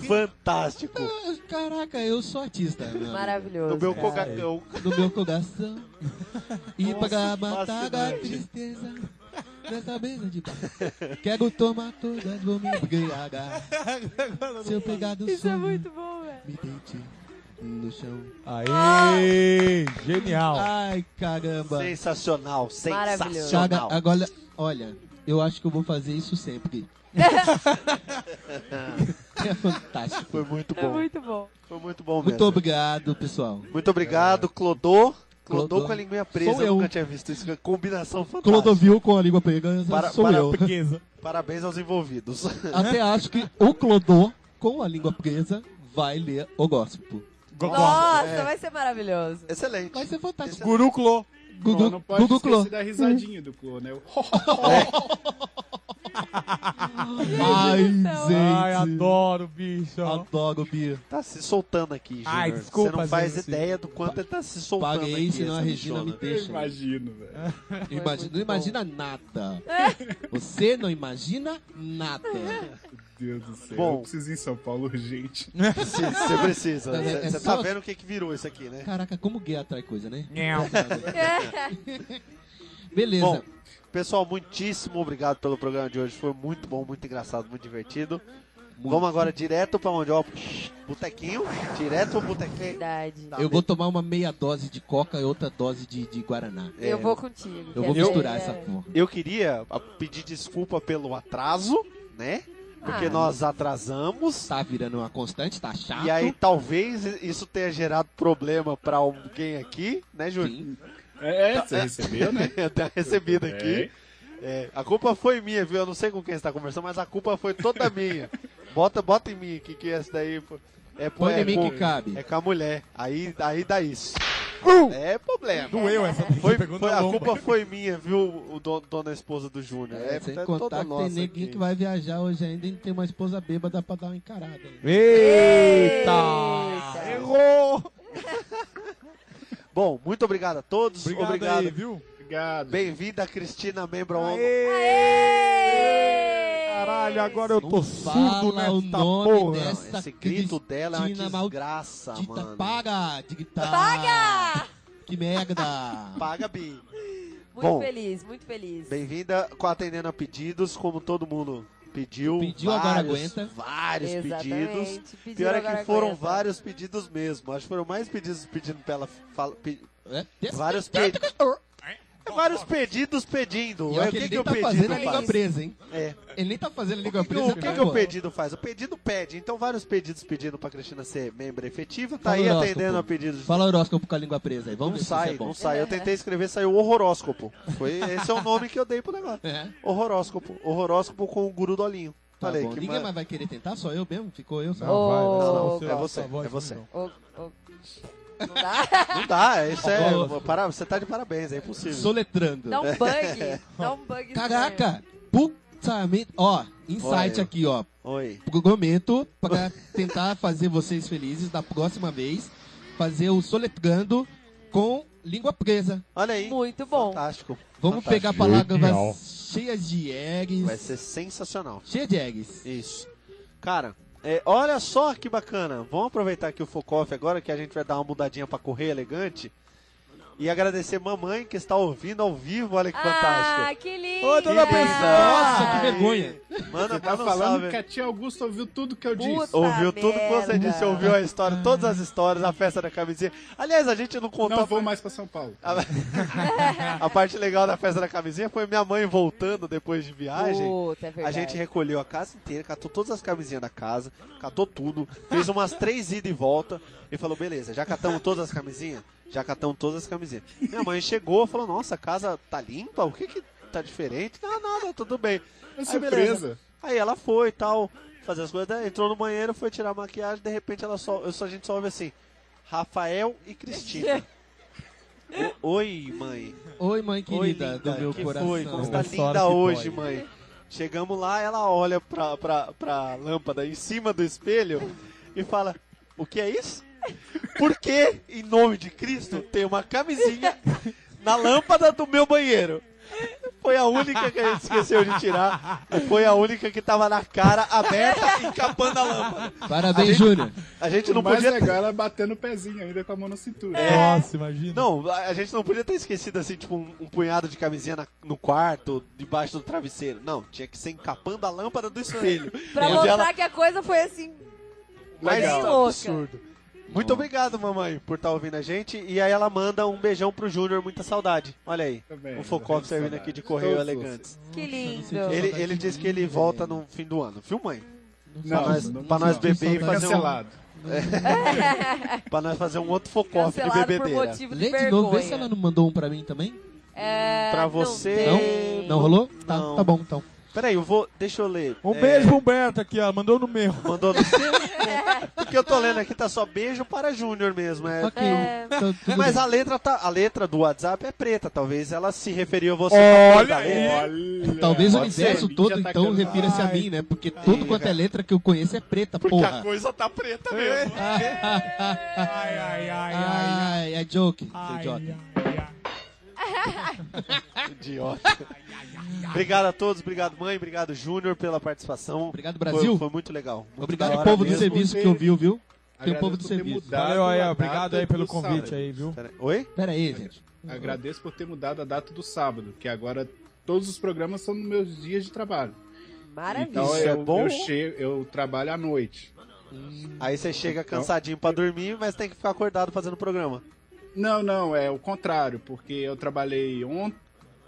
S1: fantástico.
S2: Caraca, eu sou artista. meu amigo.
S3: Maravilhoso.
S1: No meu
S3: cara.
S1: um coca eu-
S2: do meu coração e pra matar a
S1: fascinante.
S2: tristeza nessa mesa de bar. Quero tomar todas, vou me embriagar. Se eu pegar do
S3: Isso é
S2: sono,
S3: muito bom, velho.
S2: me deite no chão.
S4: Aê! Genial.
S2: Ai, caramba.
S1: Sensacional,
S3: Maravilhoso.
S2: Chaga,
S1: sensacional.
S2: agora, olha, eu acho que eu vou fazer isso sempre. é fantástico.
S1: Foi muito
S3: É
S1: bom.
S3: muito bom.
S1: Foi muito bom
S2: Muito
S1: mesmo.
S2: obrigado, pessoal.
S1: Muito obrigado, Clodô. Clodô
S2: Clodô.
S1: com a linguinha presa,
S2: Sou
S1: eu
S2: eu.
S1: nunca tinha visto isso. Combinação fantástica.
S2: Clodovil com a língua presa
S1: Para-
S2: sou
S1: para-
S2: eu.
S4: Riqueza.
S1: Parabéns aos envolvidos.
S2: Até acho que o Clodô, com a língua presa, vai ler o gospel.
S3: Nossa,
S1: é.
S3: vai ser maravilhoso.
S1: Excelente.
S2: Vai ser fantástico.
S4: Guru Clô.
S5: Clô,
S2: Gugu,
S5: é não pode
S2: Gugu Clô.
S5: esquecer da risadinha do Clô, né? O
S2: Ai,
S3: Então.
S2: gente.
S4: Ai, adoro, bicho.
S2: Adoro, Bia.
S1: Tá se soltando aqui, Júnior.
S4: Ai, desculpa,
S1: Você não faz
S4: gente.
S1: ideia do quanto ele tá se soltando
S2: Paguei,
S1: aqui.
S2: senão a
S1: essa
S2: Regina me
S1: bichona.
S5: eu
S2: deixa.
S5: imagino, velho.
S2: Imagina, não imagina nada. Você não imagina nada.
S5: Meu Deus do céu.
S1: Bom.
S5: Eu preciso ir em São Paulo urgente.
S1: Sim, Você precisa.
S2: Tá vendo?
S1: Você
S2: É
S1: você tá
S2: só-
S1: vendo o que, que virou isso aqui, né?
S2: Caraca, como gay atrai coisa, né?
S3: É.
S2: Beleza.
S1: Bom, pessoal, muitíssimo obrigado pelo programa de hoje. Foi muito bom, muito engraçado, muito divertido. Vamos agora direto pra onde? Ó, botequinho. Direto pro botequinho.
S3: Verdade.
S2: eu vou tomar uma meia dose de coca e outra dose de, de guaraná.
S1: É,
S3: Eu vou contigo.
S2: Eu
S3: quer
S2: vou
S3: dizer,
S2: misturar
S3: é.
S2: essa porra.
S1: Eu queria ah, pedir desculpa pelo atraso, né? Porque
S3: Ah.
S1: nós atrasamos.
S2: Tá virando uma constante, tá chato.
S1: E aí talvez isso tenha gerado problema pra alguém aqui, né, Júlio?
S2: Sim.
S5: É, é, você recebeu, né?
S1: Eu tenho recebido aqui.
S5: É.
S1: É, a culpa foi minha, viu? Eu não sei com quem você tá conversando, mas a culpa foi toda minha. Bota, bota em mim aqui, que essa daí foi- é, pô,
S2: Põe
S1: é,
S2: em mim
S1: com,
S2: que cabe. Uh!
S1: é com a mulher. Aí, aí dá isso. É problema.
S4: Doeu essa bicho.
S1: Foi,
S4: pegou
S1: foi-
S4: na
S1: a
S4: lomba.
S1: culpa foi minha, viu, o don- dona esposa do Júnior. É,
S2: É, sem
S1: tá
S2: contar
S1: toda
S2: que tem
S1: nossa
S2: neguinho
S1: aqui.
S2: que vai viajar hoje ainda e tem uma esposa bêbada pra dar uma encarada.
S4: Eita!
S3: Eita.
S4: Errou!
S1: Bom, muito obrigado a todos.
S4: Obrigado,
S1: Obrigado.
S4: aí, viu?
S5: Obrigado.
S1: Bem-vinda, Cristina Membro.
S3: Aê!
S4: Caralho, agora eu
S2: Não
S4: tô surdo
S2: fala o
S4: nessa
S2: nome
S4: porra.
S2: dessa-
S1: Esse grito dela é
S2: Cristina
S1: uma desgraça,
S2: Dita,
S1: mano.
S2: para de gritar!
S3: Paga!
S2: Que merda!
S1: Paga, Bi.
S3: Muito
S1: Bom.
S3: feliz, muito feliz.
S1: Bem-vinda, com atendendo a pedidos, como todo mundo Pediu,
S2: Pediu, agora
S1: vários,
S2: aguenta.
S1: vários
S3: Exatamente,
S1: pedidos.
S3: pediu,
S1: Pior é
S3: agora
S1: que foram
S3: aguenta.
S1: vários pedidos mesmo. Acho que foram mais pedidos pedindo pra ela. Fala, pe-
S2: É, desse-
S1: Vários pedidos. Vários pedidos pedindo.
S2: E
S1: É,
S2: olha
S1: o
S2: que
S1: que,
S2: ele
S1: que
S2: nem
S1: o
S2: tá fazendo
S1: pedido
S2: a
S1: faz?
S2: língua presa, hein?
S1: É.
S2: Ele nem tá fazendo a
S1: O
S2: língua
S1: que, que,
S2: presa.
S1: o,
S2: ele
S1: que
S2: tá
S1: que o
S2: voando.
S1: pedido faz? O pedido pede. Então, vários pedidos pedindo pra Cristina ser membro efetiva. Tá
S2: Fala
S1: aí
S2: o horóscopo.
S1: atendendo a pedidos.
S2: Fala horóscopo com a língua presa aí. Vamos
S1: Não
S2: ver se
S1: sai,
S2: isso é bom.
S1: não sai. Eu tentei escrever, saiu horroróscopo. Foi, esse é o nome que eu dei pro negócio.
S2: É.
S1: Horroróscopo. Horroróscopo com o guru Dolinho.
S2: Tá
S1: Falei,
S2: bom.
S1: que
S2: Ninguém
S1: ma-
S2: mais vai querer tentar, só eu mesmo? Ficou eu só.
S3: Ô,
S1: Não, não,
S4: Sua-
S1: é você,
S4: sua voz
S1: é você.
S4: não.
S3: Ô, ô, não dá?
S1: Não dá, isso é.
S2: Ô.
S1: para- você tá de parabéns, é impossível.
S2: Soletrando.
S3: Dá um bug. Dá um bug.
S2: Caraca! Puta merda. Ó, insight
S1: Olha.
S2: aqui, ó.
S1: Oi.
S2: Gomento pra tentar fazer vocês felizes da próxima vez. Fazer o soletrando com língua presa.
S1: Olha aí.
S3: Muito bom.
S1: Fantástico.
S2: Vamos
S1: Fantástico.
S2: pegar
S4: Genial.
S2: palavras cheias de eggs.
S1: Vai ser sensacional.
S2: Cheia de eggs.
S1: Isso. Cara, é, olha só que bacana. Vamos aproveitar aqui o Focoff agora que a gente vai dar uma mudadinha pra correr elegante. E agradecer mamãe que está ouvindo ao vivo, olha que
S3: Ah,
S1: fantástico.
S3: que lindo.
S1: Ô, dona Priscila.
S2: Nossa, que vergonha.
S1: Manda
S5: Você tá
S1: manda um
S5: falando
S1: salve.
S5: que a tia Augusta ouviu tudo que eu disse.
S3: Puta
S1: Ouviu tudo que você
S3: merda.
S1: disse, ouviu a história, todas as histórias, a festa da camisinha. Aliás, a gente não contou
S5: Não
S1: a
S5: vou mais pra Ah, São Paulo.
S1: A parte legal da festa da camisinha foi minha mãe voltando depois de viagem.
S3: Puta, é
S1: a
S3: verdade.
S1: gente recolheu a casa inteira, catou todas as camisinhas da casa, catou tudo, fez umas três idas e volta e falou: beleza, já catamos todas as camisinhas? Já catamos todas as camisinhas. Minha mãe chegou falou: nossa, a casa tá limpa? O que que tá diferente? Não, nada, tudo bem.
S5: É
S1: Aí, beleza.
S5: surpresa.
S1: Aí ela foi e tal, fazer as coisas, entrou no banheiro, foi tirar a maquiagem, de repente ela só, eu só- a gente só ouve assim: Rafael e Cristina. O- Oi, mãe.
S2: Oi, mãe
S1: Oi,
S2: querida
S1: linda,
S2: do meu
S1: que
S2: coração.
S1: Foi? Como está
S4: Da senhora
S1: linda
S4: que
S1: hoje,
S4: dói.
S1: mãe? Chegamos lá, ela olha pra, pra, pra lâmpada em cima do espelho e fala: O que é isso? Por que, em nome de Cristo, tem uma camisinha na lâmpada do meu banheiro? Foi a única que a gente esqueceu de tirar. E foi a única que tava na cara aberta, encapando a lâmpada.
S2: Parabéns, Júnior.
S1: A gente
S5: O
S1: não
S5: mais
S1: podia. É,
S5: legal era bater no pezinho ainda com a mão na cintura.
S4: Nossa, imagina.
S1: Não, a a gente não podia ter esquecido, assim, tipo, um, um punhado de camisinha na- no quarto, debaixo do travesseiro. Não, tinha que ser encapando a lâmpada do espelho.
S3: Pra
S1: Onde
S3: mostrar
S1: ela-
S3: que a coisa foi assim.
S1: Mas
S3: bem
S1: tá
S3: louca.
S1: absurdo. Muito obrigado, mamãe, por estar ouvindo a gente. E aí ela manda um beijão pro Júnior, muita saudade. Olha aí,
S5: Também,
S1: o Focó
S5: também
S1: servindo
S5: saudade.
S1: aqui de Correio
S5: Todos
S1: Elegantes.
S3: Que lindo.
S2: senti
S1: Ele,
S2: saudade
S1: ele
S2: de
S1: diz que
S2: mim,
S1: ele
S2: velho.
S1: volta no fim do ano. Viu, mãe?
S5: Não,
S1: pra nós,
S5: Ah, não,
S1: pra nós
S5: não.
S1: beber e fazer um,
S5: Cancelado.
S1: pra nós fazer um outro Focó de
S3: Cancelado por
S1: bebedeira.
S3: motivo de
S2: Lê
S3: vergonha.
S2: de novo, vê se ela não mandou um pra mim também.
S3: É,
S1: Pra
S3: não
S1: você-
S3: tem.
S2: Não rolou? Tá,
S1: Não.
S2: tá bom então.
S1: Peraí, eu vou. Deixa eu ler.
S4: Um
S1: É,
S4: beijo pro Humberto aqui, ó. Mandou no meu.
S1: Mandou no seu? Porque eu tô lendo aqui, tá só beijo para Júnior mesmo. É.
S2: Ok. então tudo
S1: Mas
S2: bem.
S1: a letra, tá, a letra do WhatsApp é preta, talvez ela se referiu a você. Tá
S4: Olha
S1: Da letra.
S4: aí.
S5: Olha,
S2: Talvez o
S5: pode ser.
S2: universo
S5: Mídia tá
S2: todo,
S1: tá
S2: então,
S5: atacando.
S2: refira-se a
S4: Ai.
S2: mim, né? Porque tudo quanto é letra que eu conheço é preta, porra.
S1: coisa tá preta mesmo.
S4: Ai, ai, ai, ai.
S2: Ai, é joke, seu
S4: Ai,
S2: idiota.
S4: ai, ai.
S1: Idiota. obrigado a todos, obrigado mãe, obrigado Júnior pela participação.
S2: Obrigado,
S1: Foi-
S2: Brasil.
S1: Foi, muito legal. Muito
S2: Obrigado,
S1: da hora
S2: povo do
S1: mesmo.
S2: serviço que ouviu, viu? Tem o
S5: Agradeço
S2: povo do
S5: por ter
S2: serviço.
S5: mudado
S4: Valeu aí,
S5: a
S4: ó.
S5: data
S4: obrigado aí pelo
S5: do
S4: convite
S5: sábado.
S4: aí, viu?
S1: Pera- Oi?
S2: Pera aí, gente.
S5: Agradeço por ter mudado a data do sábado, que agora todos os programas são nos meus dias de trabalho.
S3: Maravilha.
S5: Então
S1: Isso é
S5: eu,
S1: bom.
S5: eu, chego, eu trabalho à noite.
S1: Aí você chega cansadinho pra dormir, mas tem que ficar acordado fazendo o programa.
S5: Não, não, é o contrário, porque eu trabalhei on...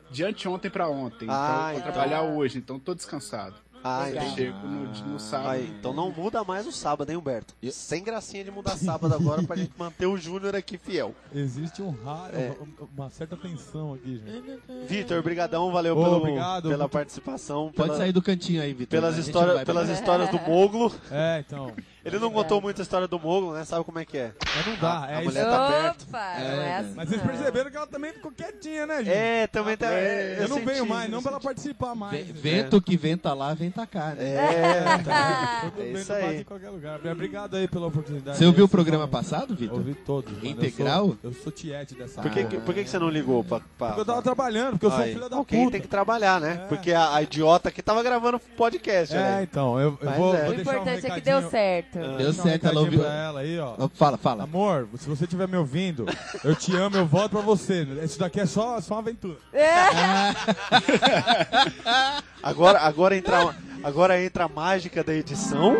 S5: de anteontem pra ontem.
S1: Ah,
S5: então eu vou
S1: então.
S5: trabalhar hoje, então tô descansado.
S1: Ah,
S5: eu
S1: entendi.
S5: chego no, no sábado.
S1: Aí, então não muda mais o sábado, hein, Humberto? Sem gracinha de mudar sábado agora pra gente manter o Júnior aqui fiel.
S4: Existe um raro, um- uma certa tensão aqui, gente.
S1: Vitor, brigadão, valeu
S4: Ô,
S1: pelo,
S4: obrigado,
S1: pela
S4: muito-
S1: participação.
S2: Pode
S1: pela-
S2: sair do cantinho aí, Vitor.
S1: pelas,
S2: A gente
S1: histórias-
S2: vai pra
S1: pelas
S2: lá.
S1: histórias do Moglo.
S4: É, então.
S1: Ele não contou muito a história do Moglo, né? Sabe como é que é?
S4: Mas não dá.
S1: a
S4: é
S1: mulher
S4: isso.
S1: tá perto.
S3: Opa, não é assim.
S4: Mas vocês
S3: não.
S4: perceberam que ela também ficou quietinha, né, gente?
S1: É, também tá. é,
S4: Eu, não
S1: senti,
S4: venho mais,
S1: eu
S4: não pra ela
S1: senti.
S4: participar mais.
S2: Ve- Vento que venta lá, venta cá, né?
S1: É,
S3: Ah,
S4: Eu tô
S1: é
S4: vendo
S1: isso
S4: bate
S1: aí.
S4: em qualquer lugar. Obrigado aí pela
S1: É.
S4: oportunidade.
S2: Você ouviu
S4: Aí,
S2: o programa
S4: vocês
S2: passado,
S4: são-
S2: Vitor?
S4: Ouvi todos. mano. Eu sou-
S2: Integral?
S4: Eu sou tiete dessa
S1: Por que,
S4: área.
S1: que- por que, que você não ligou pra. pra-
S4: Porque eu tava trabalhando, porque eu sou
S1: Aí.
S4: filho da
S1: Alguém
S4: puta.
S1: tem que trabalhar, né?
S4: É.
S1: Porque a, a idiota aqui tava gravando podcast,
S4: É,
S1: né?
S4: então, eu, eu
S1: Mas
S4: vou,
S1: é.
S4: vou
S3: O
S4: deixar um
S3: importante é que
S4: recadinho.
S3: deu certo.
S2: Deu
S4: deixar um
S2: certo, ela
S4: recadinho
S2: ouviu.
S4: pra ela aí, ó.
S1: Tá
S2: Fala, fala.
S4: Amor, se você estiver me ouvindo, eu te amo, eu volto pra você. Isso daqui é só, só uma aventura.
S1: Agora, agora entrar uma, Agora entra a mágica da edição,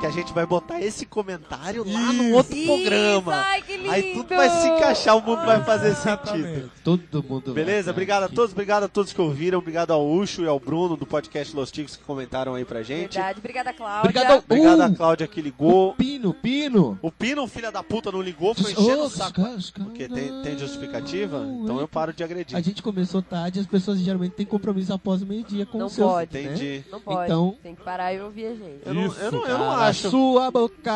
S1: que a gente vai botar esse comentário lá no outro
S3: Isso,
S1: programa.
S3: ai, que lindo.
S1: Aí tudo vai se encaixar, o mundo vai fazer sentido.
S2: Todo mundo vai
S1: Beleza?
S2: estar
S1: Obrigado a
S2: aqui.
S1: todos, obrigado a todos que ouviram, obrigado ao Ucho e ao Bruno do podcast Los Ticos que comentaram aí pra gente.
S3: Verdade. Obrigada, Cláudia.
S2: Obrigado ao
S1: Obrigado à
S2: Uh,
S1: Cláudia que ligou.
S2: Pino, Pino.
S1: O Pino, filha da puta, não ligou, foi enchendo
S2: Oh,
S1: o saco.
S2: cara, os caras-
S1: Porque tem, tem justificativa,
S2: Não,
S1: então
S2: é
S1: eu paro de
S2: A
S1: agredir.
S2: gente começou tarde, as pessoas geralmente têm compromisso após o meio-dia com
S3: Não
S2: o seu.
S3: pode.
S2: né?
S1: Entendi.
S3: Não pode.
S2: Então-
S3: Tem que parar e ouvir a gente.
S1: Eu não, eu não, eu não
S2: Cala
S1: acho.
S2: Sua boca.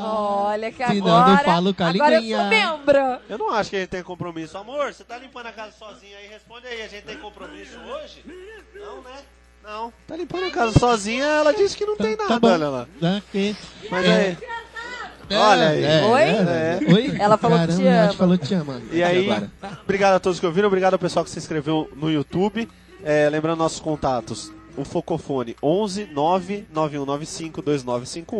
S3: Olha que
S2: Ah. Se não,
S3: agora...
S2: eu falo com a
S3: agora eu
S2: linguinha.
S3: sou membro.
S1: Eu não acho que a gente tem compromisso. Amor, você tá limpando a casa sozinho aí? Responde aí, a gente tem compromisso hoje? Não, né? Não. Tá limpando a casa sozinha, ela disse que não
S3: é.
S1: tem
S2: Tá
S1: nada,
S2: bom.
S1: olha lá.
S2: Ok.
S1: Mas
S2: É.
S1: aí, Olha aí.
S3: Oi?
S2: é. Oi?
S3: Ela falou que te
S2: Caramba, ela
S3: ama.
S2: falou que te ama.
S1: e aí,
S2: agora?
S1: obrigado a todos que ouviram, obrigado ao pessoal que se inscreveu no YouTube. É, lembrando nossos contatos, o Focofone 11 99195 2951,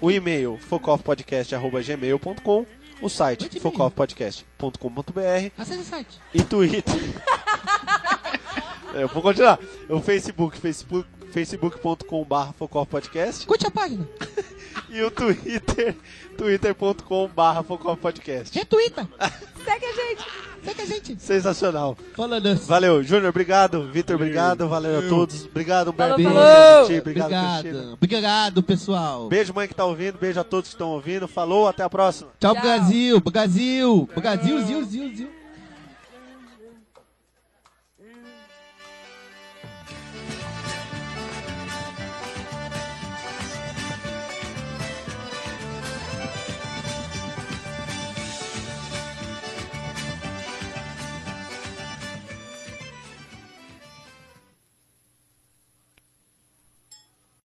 S1: o e-mail focofpodcast.gmail.com, o site
S2: Muito bem.
S1: focofpodcast.com.br
S2: Acesse o site.
S1: e Twitter. É, Eu vou continuar. O Facebook, facebook facebook.com.br Podcast
S2: Curte a página.
S1: e o Twitter, twitter.com.br Podcast.
S2: Retuita.
S3: Segue a gente.
S2: Segue a gente.
S1: Sensacional.
S2: Fala, Deus.
S1: Valeu, Júnior, obrigado. Vitor, obrigado. Valeu a todos. Obrigado, Humberto.
S3: Falou,
S1: por
S3: falou.
S1: assistir. Obrigado,
S2: Obrigado.
S1: Cristina.
S2: Obrigado, pessoal.
S1: Beijo, mãe que tá ouvindo. Beijo a todos que estão ouvindo. Falou, até a próxima.
S2: Tchau,
S3: Tchau.
S2: Brasil. Brasil. Brasil, Zil, Zil, Zil.